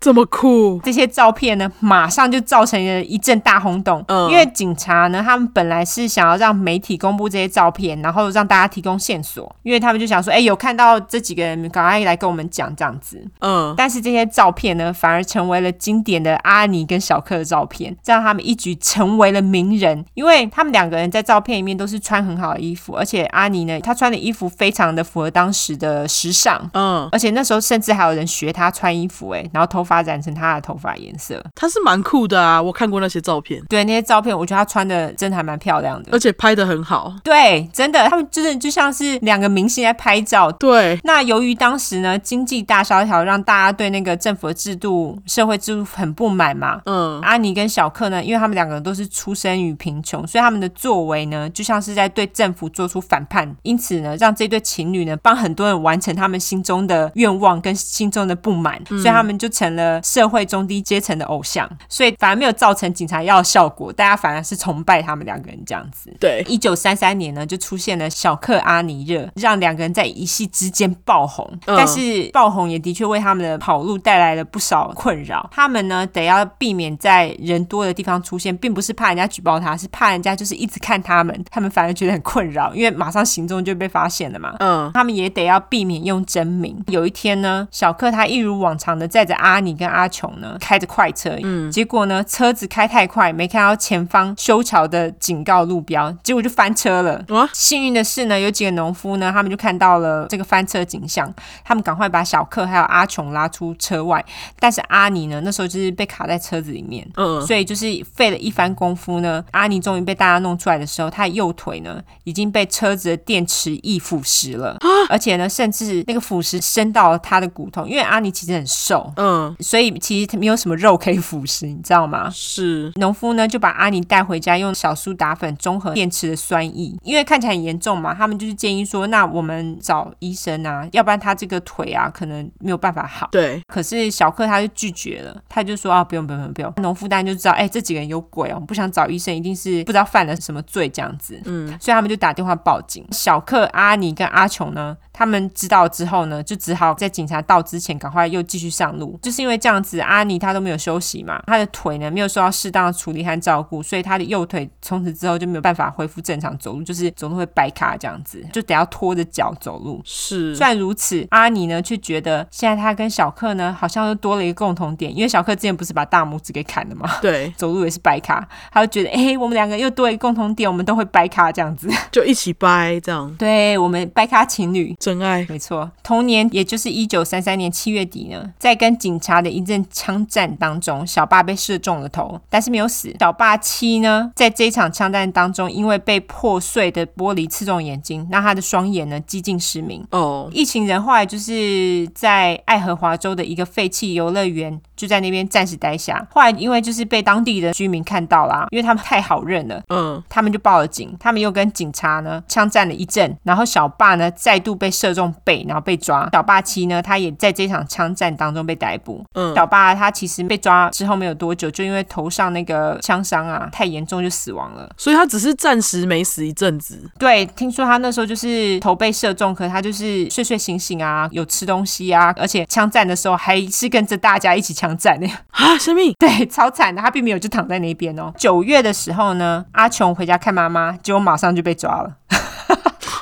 这么酷，这些照片呢，马上就造成了一阵大轰动。嗯因为警察呢，他们本来是想要让媒体公布这些照片，然后让大家提供线索，因为他们就想说，哎，有看到这几个人，赶快来跟我们讲这样子。嗯，但是这些照片呢，反而成为了经典的阿尼跟小克的照片，让他们一举成为了名人。因为他们两个人在照片里面都是穿很好的衣服，而且阿尼呢，她穿的衣服非常的符合当时的时尚。嗯，而且那时候甚至还有人学她穿衣服，诶，然后头发染成她的头发颜色。他是蛮酷的啊，我看过那些照片，对，那些照片，我觉得她穿的真的还蛮漂亮的而。且拍的很好，对，真的，他们真的就像是两个明星在拍照，对，那由于当时呢经济大萧条，让大家对那个政府的制度、社会制度很不满嘛。嗯，阿尼跟小克呢，因为他们两个人都是出生于贫穷，所以他们的作为呢，就像是在对政府做出反叛，因此呢，让这对情侣呢，帮很多人完成他们心中的愿望跟心中的不满，所以他们就成了社会中低阶层的偶像，所以反而没有造成警察要的效果，大家反而是崇拜他们两个人这样子。对，一九三三年呢，就出现了小克阿尼热，让两个人在一夕之间爆红。嗯但是爆红也的确为他们的跑路带来了不少困扰。他们呢，得要避免在人多的地方出现，并不是怕人家举报他，是怕人家就是一直看他们，他们反而觉得很困扰，因为马上行踪就被发现了嘛。嗯，他们也得要避免用真名。有一天呢，小克他一如往常的载着阿尼跟阿琼呢，开着快车，嗯，结果呢，车子开太快，没看到前方修桥的警告路标，结果就翻车了。哇幸运的是呢，有几个农夫呢，他们就看到了这个翻车景象，他们赶快把小克还有阿琼拉出车外，但是阿尼呢，那时候就是被卡在车子里面，嗯所以就是费了一番功夫呢，阿尼终于被大家弄出来的时候，他的右腿呢已经被车子的电池翼腐蚀了，而且呢，甚至那个腐蚀伸到了他的骨头，因为阿尼其实很瘦，嗯，所以其实没有什么肉可以腐蚀，你知道吗？是，农夫呢就把阿尼带回家，用小苏打粉中和电池的酸液，因为看起来很严重嘛，他们就是建议说，那我们找医生啊，要不然他这个腿啊可能没有办法好。对，可是小克他就拒绝了，他就说啊，不用不用不用。农夫当然就知道，哎、这几个人有鬼哦，我们不想找医生，一定是不知道犯了什么罪这样子。嗯，所以他们就打电话报警。小克、阿尼跟阿琼呢，他们知道之后呢，就只好在警察到之前赶快又继续上路。就是因为这样子，阿尼他都没有休息嘛，他的腿呢没有受到适当的处理和照顾，所以他的右腿从此之后就没有办法恢复正常走路，就是走路会掰卡这样子，就得要拖着脚走路。是，虽然如此，阿尼呢却觉得现在他跟小克呢好像又多了一个共同点，因为小克之前不是把大拇指给砍了吗？ 对，走路也是掰卡，他就觉得哎、诶我们两个又多了一个共同点，我们都会掰卡这样子。 就一起掰这样，对我们掰卡情侣。真爱，没错，同年，也就是一九三三年七月底呢，在跟警察的一阵枪战当中，小爸被射中了头，但是没有死。小爸七呢，在这一场枪战当中，因为被破碎的玻璃刺中眼睛，那他的双眼呢几近失明。哦，一行人后来就是在爱荷华州的一个废弃游乐园，就在那边暂时待下。后来因为就是被当地的居民看到啦，因为他们太好认了。 嗯，他们就报了警，他们又跟警察呢枪战了一阵，然后小霸呢再度被射中背，然后被抓。小霸七呢，他也在这场枪战当中被逮捕。嗯小霸他其实被抓之后没有多久，就因为头上那个枪伤啊太严重就死亡了。所以他只是暂时没死一阵子，对，听说他那时候就是头被射中，可他就是睡睡醒醒啊，有吃东西啊，而且枪战的时候还是跟着大家一起枪战呢。 啊，生命，对，超惨的，他并没有就躺在那边哦。九月的时候呢，阿琼回家看妈妈，结果马上就被抓了。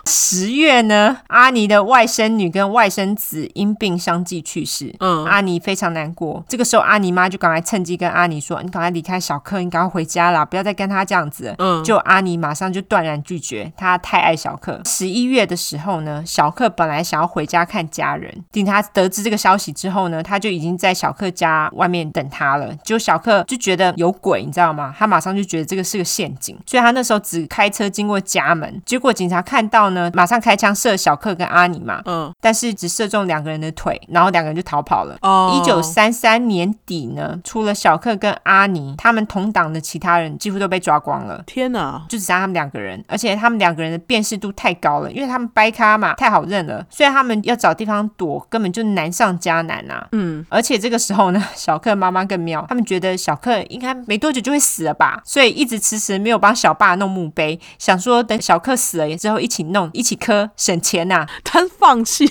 十月呢，阿尼的外甥女跟外甥子因病相继去世。嗯阿尼非常难过。这个时候，阿尼妈就赶快趁机跟阿尼说：“你赶快离开小克，你赶快回家啦，不要再跟他这样子了。”嗯，就阿尼马上就断然拒绝，他太爱小克。十一月的时候呢，小克本来想要回家看家人，警察得知这个消息之后呢，他就已经在小克家外面等他了。就小克就觉得有鬼，你知道吗？他马上就觉得这个是个陷阱，所以他那时候只开车经过家门，结果警察看到呢，马上开枪射小克跟阿尼嘛，嗯，但是只射中两个人的腿，然后两个人就逃跑了。哦，一九，三三年底呢，除了小克跟阿尼，他们同党的其他人几乎都被抓光了。天哪，就只剩下他们两个人，而且他们两个人的辨识度太高了，因为他们掰咖嘛，太好认了，所以他们要找地方躲，根本就难上加难啊。嗯，而且这个时候呢， 小克妈妈更妙，他们觉得小克应该没多久就会死了吧，所以一直迟迟没有帮小爸弄墓碑，想说等小克死了之后一起弄，一起磕，省钱呐、 他放弃，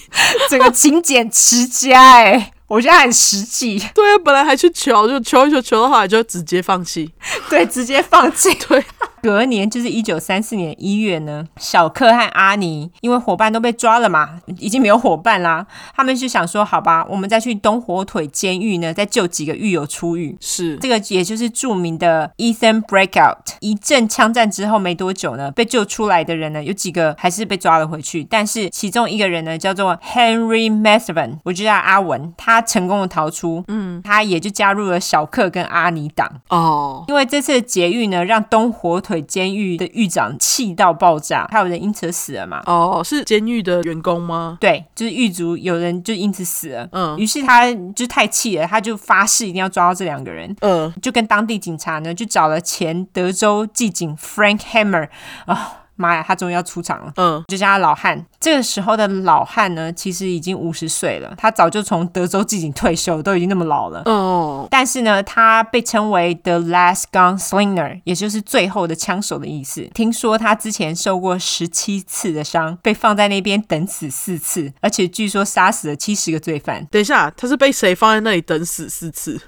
整个勤俭持家哎、我觉得很实际， 对啊，本来还去求，就求一求，求到后来就直接放弃，对，直接放弃。 对，隔年就是一九三四年一月呢，小克和阿尼因为伙伴都被抓了嘛，已经没有伙伴啦。他们就想说，好吧，我们再去东火腿监狱呢，再救几个狱友出狱。是，这个也就是著名的 Ethan Breakout。一阵枪战之后没多久呢，被救出来的人呢，有几个还是被抓了回去，但是其中一个人呢，叫做 Henry m a s v i n 我就叫他阿文，他成功的逃出，嗯，他也就加入了小克跟阿尼党。哦，因为这次的劫狱呢，让东火腿监狱的狱长气到爆炸，还有人因此死了嘛？哦，是监狱的员工吗？对，就是狱卒有人就因此死了。嗯于是他就太气了，他就发誓一定要抓到这两个人，嗯，就跟当地警察呢，就找了前德州记警 Frank Hammer 啊、妈呀，他终于要出场了。嗯，就像他老汉，这个时候的老汉呢，其实已经五十岁了，他早就从德州自己退休，都已经那么老了。哦，但是呢，他被称为 The Last Gunslinger，也就是最后的枪手的意思。听说他之前受过十七次的伤，被放在那边等死四次，而且据说杀死了七十个罪犯。 等一下，他是被谁放在那里等死四次？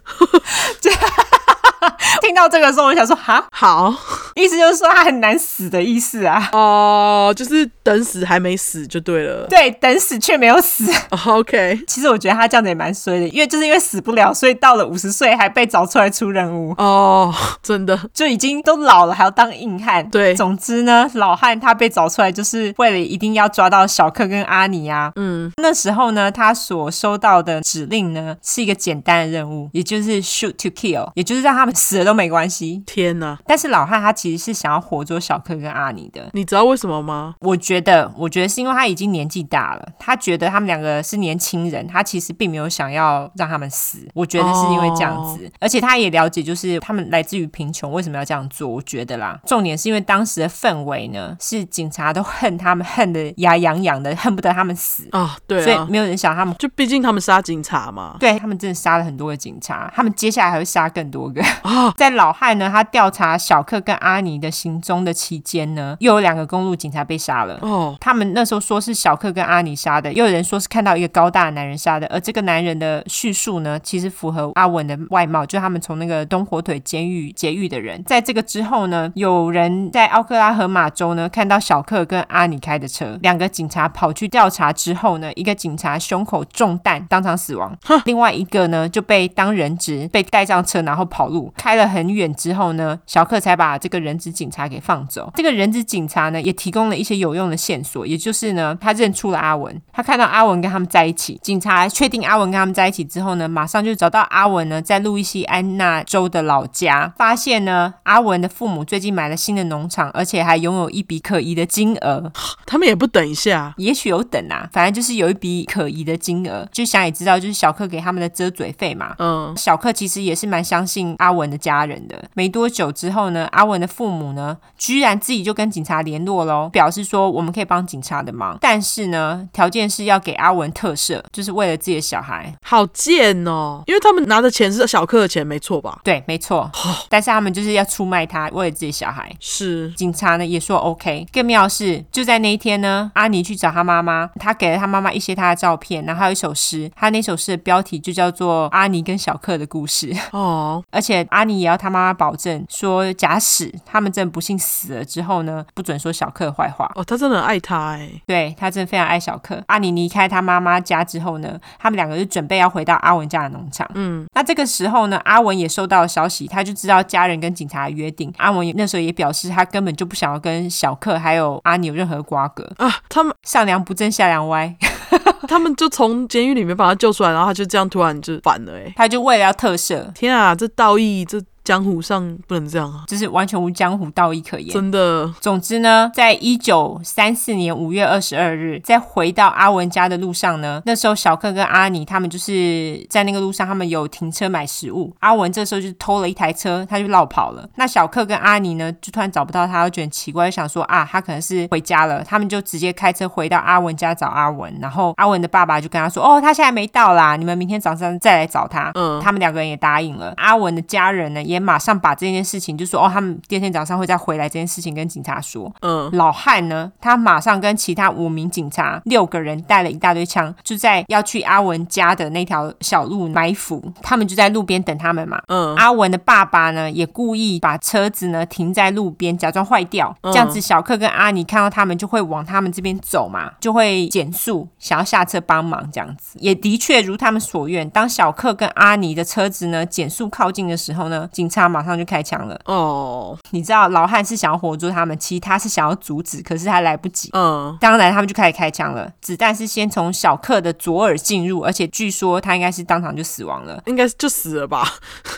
听到这个时候，我想说，哈，好，意思就是说他很难死的意思啊。 哦，就是等死还没死就对了。对，等死却没有死。 哦 OK，其实我觉得他这样子也蛮衰的，因为就是因为死不了，所以到了五十岁还被找出来出任务。哦，真的，就已经都老了，还要当硬汉。对总之呢，老汉他被找出来，就是为了一定要抓到小克跟阿尼啊。嗯，那时候呢，他所收到的指令呢，是一个简单的任务，也就是 shoot to kill，也就是让他们死了都没关系。天哪！但是老汉他其实是想要活捉小克跟阿尼的。你知道为什么吗？我觉得，我觉得是因为他已经年纪大了，他觉得他们两个是年轻人，他其实并没有想要让他们死。我觉得是因为这样子，哦而且他也了解，就是他们来自于贫穷，为什么要这样做？我觉得啦，重点是因为当时的氛围呢，是警察都恨他们，恨得牙痒痒的，恨不得他们死，啊，对所啊以，没有人想他们。就毕竟他们杀警察嘛。对他们真的杀了很多个警察，他们接下来还会杀更多个。啊 在老汉呢，他调查小克跟阿尼的行踪的期间呢，又有两个公路警察被杀了。哦，他们那时候说是小克跟阿尼杀的，又有人说是看到一个高大的男人杀的，而这个男人的叙述呢，其实符合阿文的外貌，就是他们从那个东火腿监狱劫狱的人。在这个之后呢，有人在奥克拉荷马州呢看到小克跟阿尼开的车，两个警察跑去调查之后呢，一个警察胸口中弹，当场死亡；另外一个呢就被当人质被带上车，然后跑路，开了很远之后呢，小克才把这个人质警察给放走。这个人质警察呢也提供了一些有用的线索，也就是呢，他认出了阿文，他看到阿文跟他们在一起，警察确定阿文跟他们在一起之后呢，马上就找到阿文呢在路易西安那州的老家，发现呢阿文的父母最近买了新的农场，而且还拥有一笔可疑的金额，他们也不等一下。也许有等啊，反正就是有一笔可疑的金额，就想也知道就是小克给他们的遮嘴费嘛，嗯，小克其实也是蛮相信阿文的家人的。没多久之后呢，阿文的父母呢，居然自己就跟警察联络喽，表示说我们可以帮警察的忙，但是呢，条件是要给阿文特赦，就是为了自己的小孩。好贱哦，因为他们拿的钱是小克的钱，没错吧？对，没错，但是他们就是要出卖他，为了自己的小孩。是，警察呢也说 OK。更妙的是，就在那一天呢，阿尼去找他妈妈，他给了他妈妈一些他的照片，然后还有一首诗，他那首诗的标题就叫做《阿尼跟小克的故事》。哦，而且阿尼也要他妈妈保证说，假使他们真的不幸死了之后呢，不准说小克的坏话。哦，他真的很爱他哎，对他真的非常爱小克。阿尼离开他妈妈家之后呢，他们两个就准备要回到阿文家的农场。嗯，那这个时候呢，阿文也收到了消息，他就知道家人跟警察的约定。阿文也那时候也表示，他根本就不想要跟小克还有阿尼有任何瓜葛，啊，他们上梁不正下梁歪。 他们就从监狱里面把他救出来，然后他就这样突然就反了哎，他就为了要特赦，天啊，这道义这江湖上不能这样啊，就是完全无江湖道义可言。真的总之呢，在一九三四年五月二十二日，在回到阿文家的路上呢，那时候小克跟阿尼他们就是在那个路上，他们有停车买食物。阿文这时候就偷了一台车，他就绕跑了。那小克跟阿尼呢，就突然找不到他，就觉得很奇怪，就想说啊，他可能是回家了。他们就直接开车回到阿文家找阿文，然后阿文的爸爸就跟他说，哦，他现在没到啦，你们明天早上再来找他。嗯他们两个人也答应了。阿文的家人呢，也马上把这件事情就说哦，他们第二天早上会再回来这件事情跟警察说。嗯，老汉呢，他马上跟其他五名警察六个人带了一大堆枪，就在要去阿文家的那条小路埋伏。他们就在路边等他们嘛。嗯阿文的爸爸呢，也故意把车子呢停在路边，假装坏掉，嗯这样子小克跟阿尼看到他们就会往他们这边走嘛，就会减速，想要下车帮忙这样子。也的确如他们所愿，当小克跟阿尼的车子呢减速靠近的时候呢，警察马上就开枪了。哦，你知道老汉是想要活捉他们，其实他是想要阻止，可是还来不及。嗯，当然，他们就开始开枪了。子弹是先从小克的左耳进入，而且据说他应该是当场就死亡了。应该是就死了吧？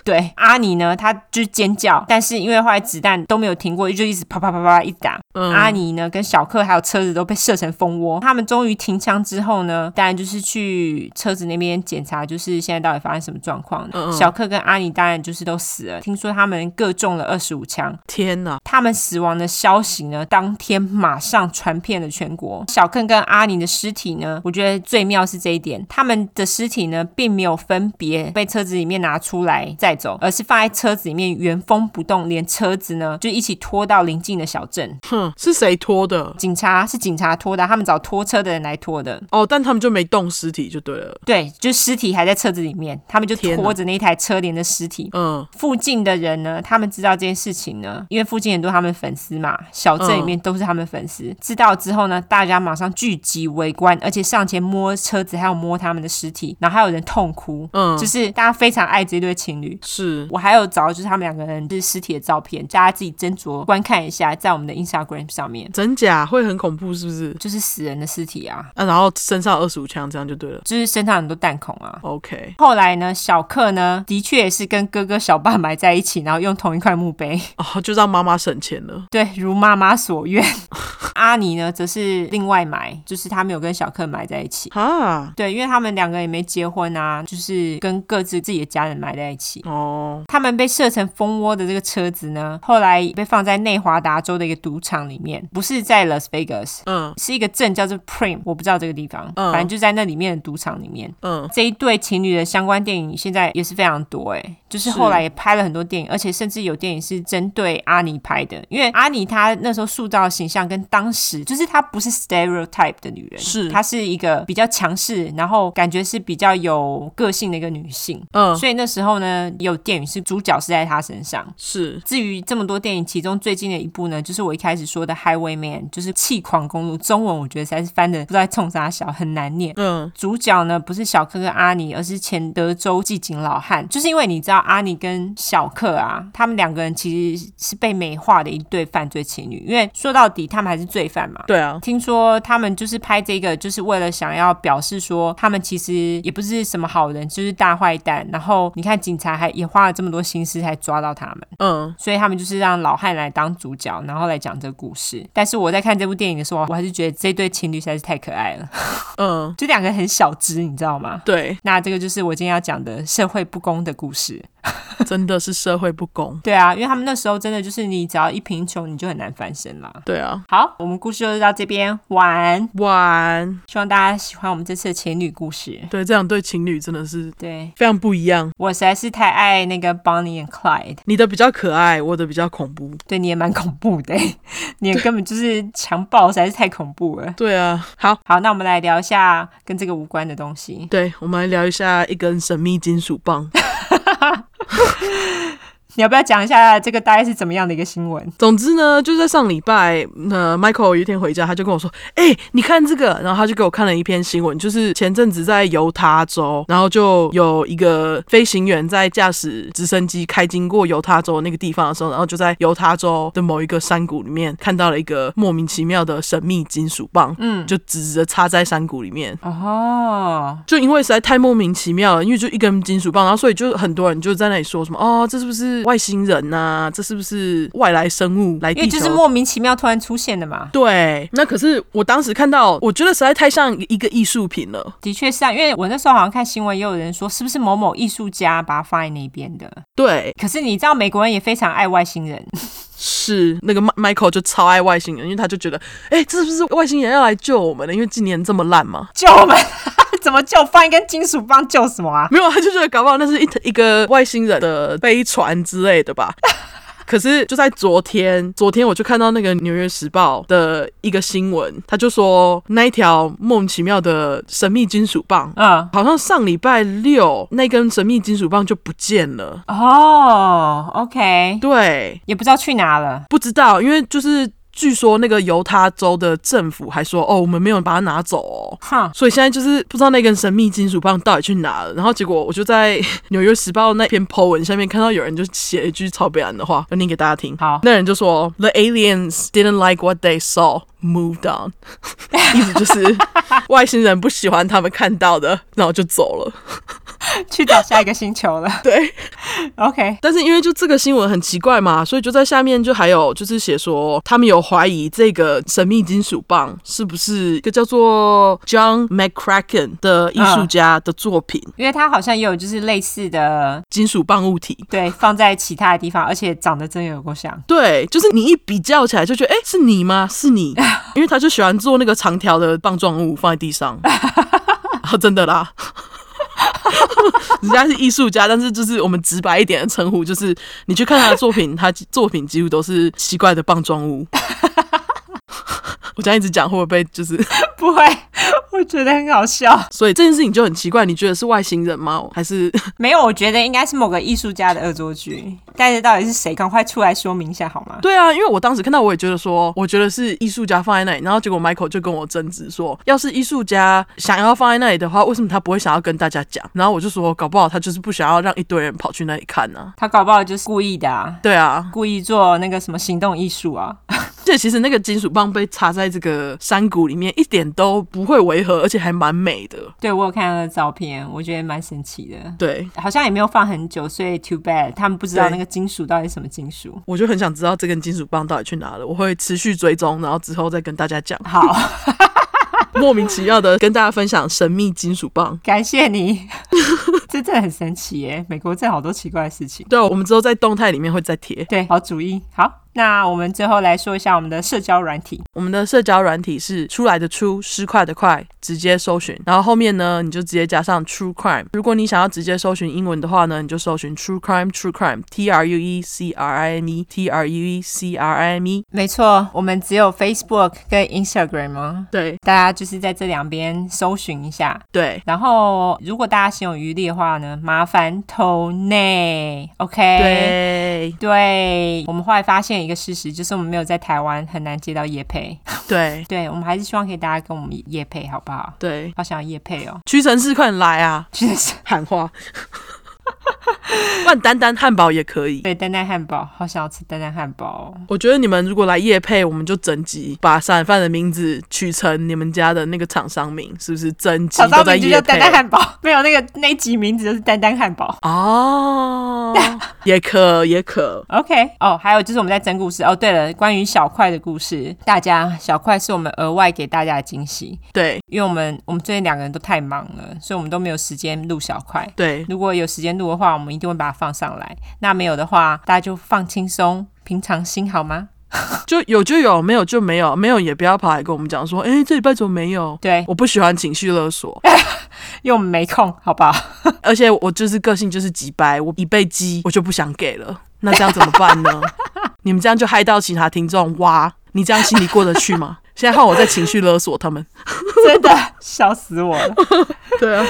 对，阿尼呢，他就是尖叫，但是因为后来子弹都没有停过，就一直啪啪啪啪啪一直打。嗯阿尼呢跟小克还有车子都被射成蜂窝。他们终于停枪之后呢，当然就是去车子那边检查，就是现在到底发生什么状况。嗯嗯小克跟阿尼当然就是都死了，听说他们各中了二十五枪。天哪，他们死亡的消息呢，当天马上传遍了全国。小克跟阿宁的尸体呢，我觉得最妙是这一点，他们的尸体呢，并没有分别被车子里面拿出来载走，而是放在车子里面原封不动，连车子呢就一起拖到邻近的小镇。哼，是谁拖的？警察是警察拖的，他们找拖车的人来拖的。哦，但他们就没动尸体就对了。对，就尸体还在车子里面，他们就天哪拖着那台车连着尸体。嗯，附近的人呢，他们知道这件事情呢，因为附近很多他们粉丝嘛，小镇里面都是他们粉丝。知道之后呢，大家马上聚集围观，而且上前摸车子，还有摸他们的尸体，然后还有人痛哭，嗯就是大家非常爱这对情侣。是我还有找到就是他们两个人就是尸体的照片，大家自己斟酌观看一下，在我们的 Instagram 上面，真假会很恐怖，是不是？就是死人的尸体啊，啊，然后身上二十五枪，这样就对了。就是身上很多弹孔啊。 OK，后来呢，小克呢，的确也是跟哥哥小爸埋在一起，然后用同一块墓碑。哦，就让妈妈省钱了。对，如妈妈所愿。 阿尼呢，则是另外买，就是他没有跟小克买在一起。哈，对，因为他们两个也没结婚啊，就是跟各自自己的家人埋在一起。哦，他们被射成蜂窝的这个车子呢，后来被放在内华达州的一个赌场里面，不是在 Las Vegas，嗯是一个镇叫做 Prim，我不知道这个地方，嗯反正就在那里面的赌场里面。嗯，这一对情侣的相关电影现在也是非常多哎，就是是后来也拍了很多电影，而且甚至有电影是针对阿尼拍的，因为阿尼她那时候塑造的形象跟当时就是她不是 stereotype 的女人，是她是一个比较强势，然后感觉是比较有个性的一个女性，嗯，所以那时候呢有电影是主角是在她身上。是至于这么多电影，其中最近的一部呢，就是我一开始说的《Highway Man》，就是《气狂公路》，中文我觉得实在是翻的不知道在冲啥小，很难念。嗯主角呢不是小克跟阿尼，而是前德州寂警老汉。就是因为你知道阿尼跟小克啊，他们两个人其实是被美化的一对犯罪情侣，因为说到底他们还是罪犯嘛。对啊，听说他们就是拍这个，就是为了想要表示说他们其实也不是什么好人，就是大坏蛋。然后你看警察还也花了这么多心思才抓到他们。嗯，所以他们就是让老汉来当主角，然后来讲这个故事。但是我在看这部电影的时候，我还是觉得这对情侣实在是太可爱了， 嗯，就两个很小只，你知道吗？对，那这个就是我今天要讲的社会不公的故事。真的是社会不公。对啊，因为他们那时候真的就是你只要一贫穷，你就很难翻身啦。对啊，好，我们故事就到这边，晚安。晚，希望大家喜欢我们这次的情侣故事。对，这样对情侣真的是对非常不一样。我实在是太爱那个 Bonnie and Clyde，你的比较可爱，我的比较恐怖。对你也蛮恐怖的， 你也根本就是强暴，实在是太恐怖了。对啊，好，好，那我们来聊一下跟这个无关的东西。对，我们来聊一下一根神秘金属棒。你要不要讲一下这个大概是怎么样的一个新闻？总之呢，就在上礼拜，呃，Michael 有一天回家，他就跟我说：“哎、你看这个。”然后他就给我看了一篇新闻，就是前阵子在犹他州，然后就有一个飞行员在驾驶直升机开经过犹他州那个地方的时候，然后就在犹他州的某一个山谷里面看到了一个莫名其妙的神秘金属棒，嗯，就直着插在山谷里面。哦，就因为实在太莫名其妙了，因为就一根金属棒，然后所以就很多人就在那里说什么哦，这是不是外星人呐、这是不是外来生物来因为地就是球？啊莫名其妙突然出现的嘛。对，那可是我当时看到，我觉得实在太像一个艺术品了。的确是啊，因为我那时候好像看新闻，也有人说是不是某某艺术家把它放在那边的。对，可是你知道，美国人也非常爱外星人， 是那个 Mi- Michael 就超爱外星人，因为他就觉得，哎，这是不是外星人要来救我们了？因为今年这么烂嘛，救我们 怎么救？放一根金属棒救什么啊？没有，他就觉得搞不好那是一 一个外星人的飞船之类的吧。 可是就在昨天，昨天我就看到那个《纽约时报》的一个新闻，他就说那一条莫名其妙的神秘金属棒，嗯，好像上礼拜六那根神秘金属棒就不见了。哦，OK，对，也不知道去哪了。不知道，因为就是据说那个犹他州的政府还说，哦，我们没有把它拿走哦。哼，所以现在就是不知道那根神秘金属棒到底去哪了。然后结果我就在《纽约时报》那篇 po 文下面看到有人就写了一句超北兰的话，我念给大家听。 好那人就说：“The aliens didn't like what they saw, moved on，意 思就是外星人不喜欢他们看到的，然后就走了。去找下一个星球了。 对， OK，但是因为就这个新闻很奇怪嘛，所以就在下面就还有就是写说，他们有怀疑这个神秘金属棒是不是一个叫做 John McCracken 的艺术家的作品，因为它好像也有就是类似的，金属棒物体。对，放在其他的地方，而且长得真的有够像。 对，就是你一比较起来就觉得，哎、是你吗？是你，因为他就喜欢做那个长条的棒状物放在地上，啊，真的啦。 人家是艺术家，但是就是我们直白一点的称呼，就是你去看他的作品，他作品几乎都是奇怪的棒状物。我这样一直讲会不会被就是？不会，我觉得很好笑。所以这件事情就很奇怪，你觉得是外星人吗？还是没有，我觉得应该是某个艺术家的恶作剧。但是到底是谁？赶快出来说明一下好吗？对啊，因为我当时看到，我也觉得说，我觉得是艺术家放在那里，然后结果 Michael 就跟我争执说，要是艺术家想要放在那里的话，为什么他不会想要跟大家讲？然后我就说，搞不好他就是不想要让一堆人跑去那里看呢、他搞不好就是故意的、啊，对啊，故意做那个什么行动艺术啊。这其实那个金属棒被插在这个山谷里面，一点都不会违和，而且还蛮美的。对我有看他的照片，我觉得蛮神奇的。对，好像也没有放很久，所以 too bad 他们不知道对那个金属到底是什么金属。我就很想知道这根金属棒到底去哪了，我会持续追踪，然后之后再跟大家讲，好，莫名其妙的跟大家分享神秘金属棒。感谢你，这真的很神奇耶！美国真的好多奇怪的事情。对啊，我们之后在动态里面会再贴。对，好主意。好，那我们最后来说一下我们的社交软体。我们的社交软体是出来的出，失快的快，直接搜寻。然后后面呢，你就直接加上 True Crime。如果你想要直接搜寻英文的话呢，你就搜寻 True Crime，True Crime，T R U E C R I M E，T R U E C R I M E。没错，我们只有 Facebook 跟 Instagram 哦吗？对大家就是在这两边搜寻一下，对然后如果大家心有余力的话呢，麻烦投内，OK？对对，我们后来发现一个事实，就是我们没有在台湾很难接到叶配， 对对我们还是希望可以大家跟我们叶配，好不好？对，好想要叶配哦， 屈臣氏快点来啊！确实，喊话， 万丹丹汉堡也可以。对丹丹汉堡，好想要吃丹丹汉堡哦、我觉得你们如果来夜配，我们就整集把闪饭的名字取成你们家的那个厂商名，是不是？整集小都商在品就夜叫配丹。丹汉堡， 没有那个那一集名字就是丹丹汉堡。 哦，也可也可， OK，哦，还有就是我们在整故事哦。对了，关于小块的故事，大家小块是我们额外给大家的惊喜，对因为我们我们最近两个人都太忙了，所以我们都没有时间录小块。对如果有时间录的话，我们一定会把它放上来。那没有的话，大家就放轻松，平常心好吗？就有就有，没有就没有，没有也不要跑来跟我们讲说，哎、这礼拜怎么没有？对，我不喜欢情绪勒 索，因为我们没空，好不好？ 而且我就是个性就是急掰，我一被激我就不想给了，那这样怎么办 呢？你们这样就害到其他听众哇！你这样心里过得去吗？现在换我在情绪勒索他们。真的笑死我了。对啊，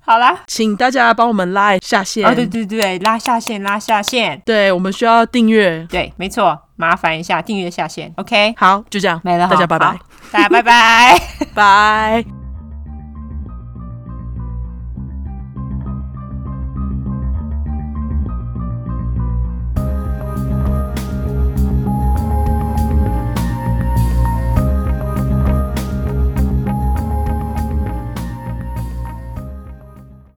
好啦，请大家帮我们拉下线。哦，对对对，拉下线，拉下线，对我们需要订阅。对，没错，麻烦一下订阅下线，OK，好，就这样，没了哈，大家拜拜好，大家拜拜。拜。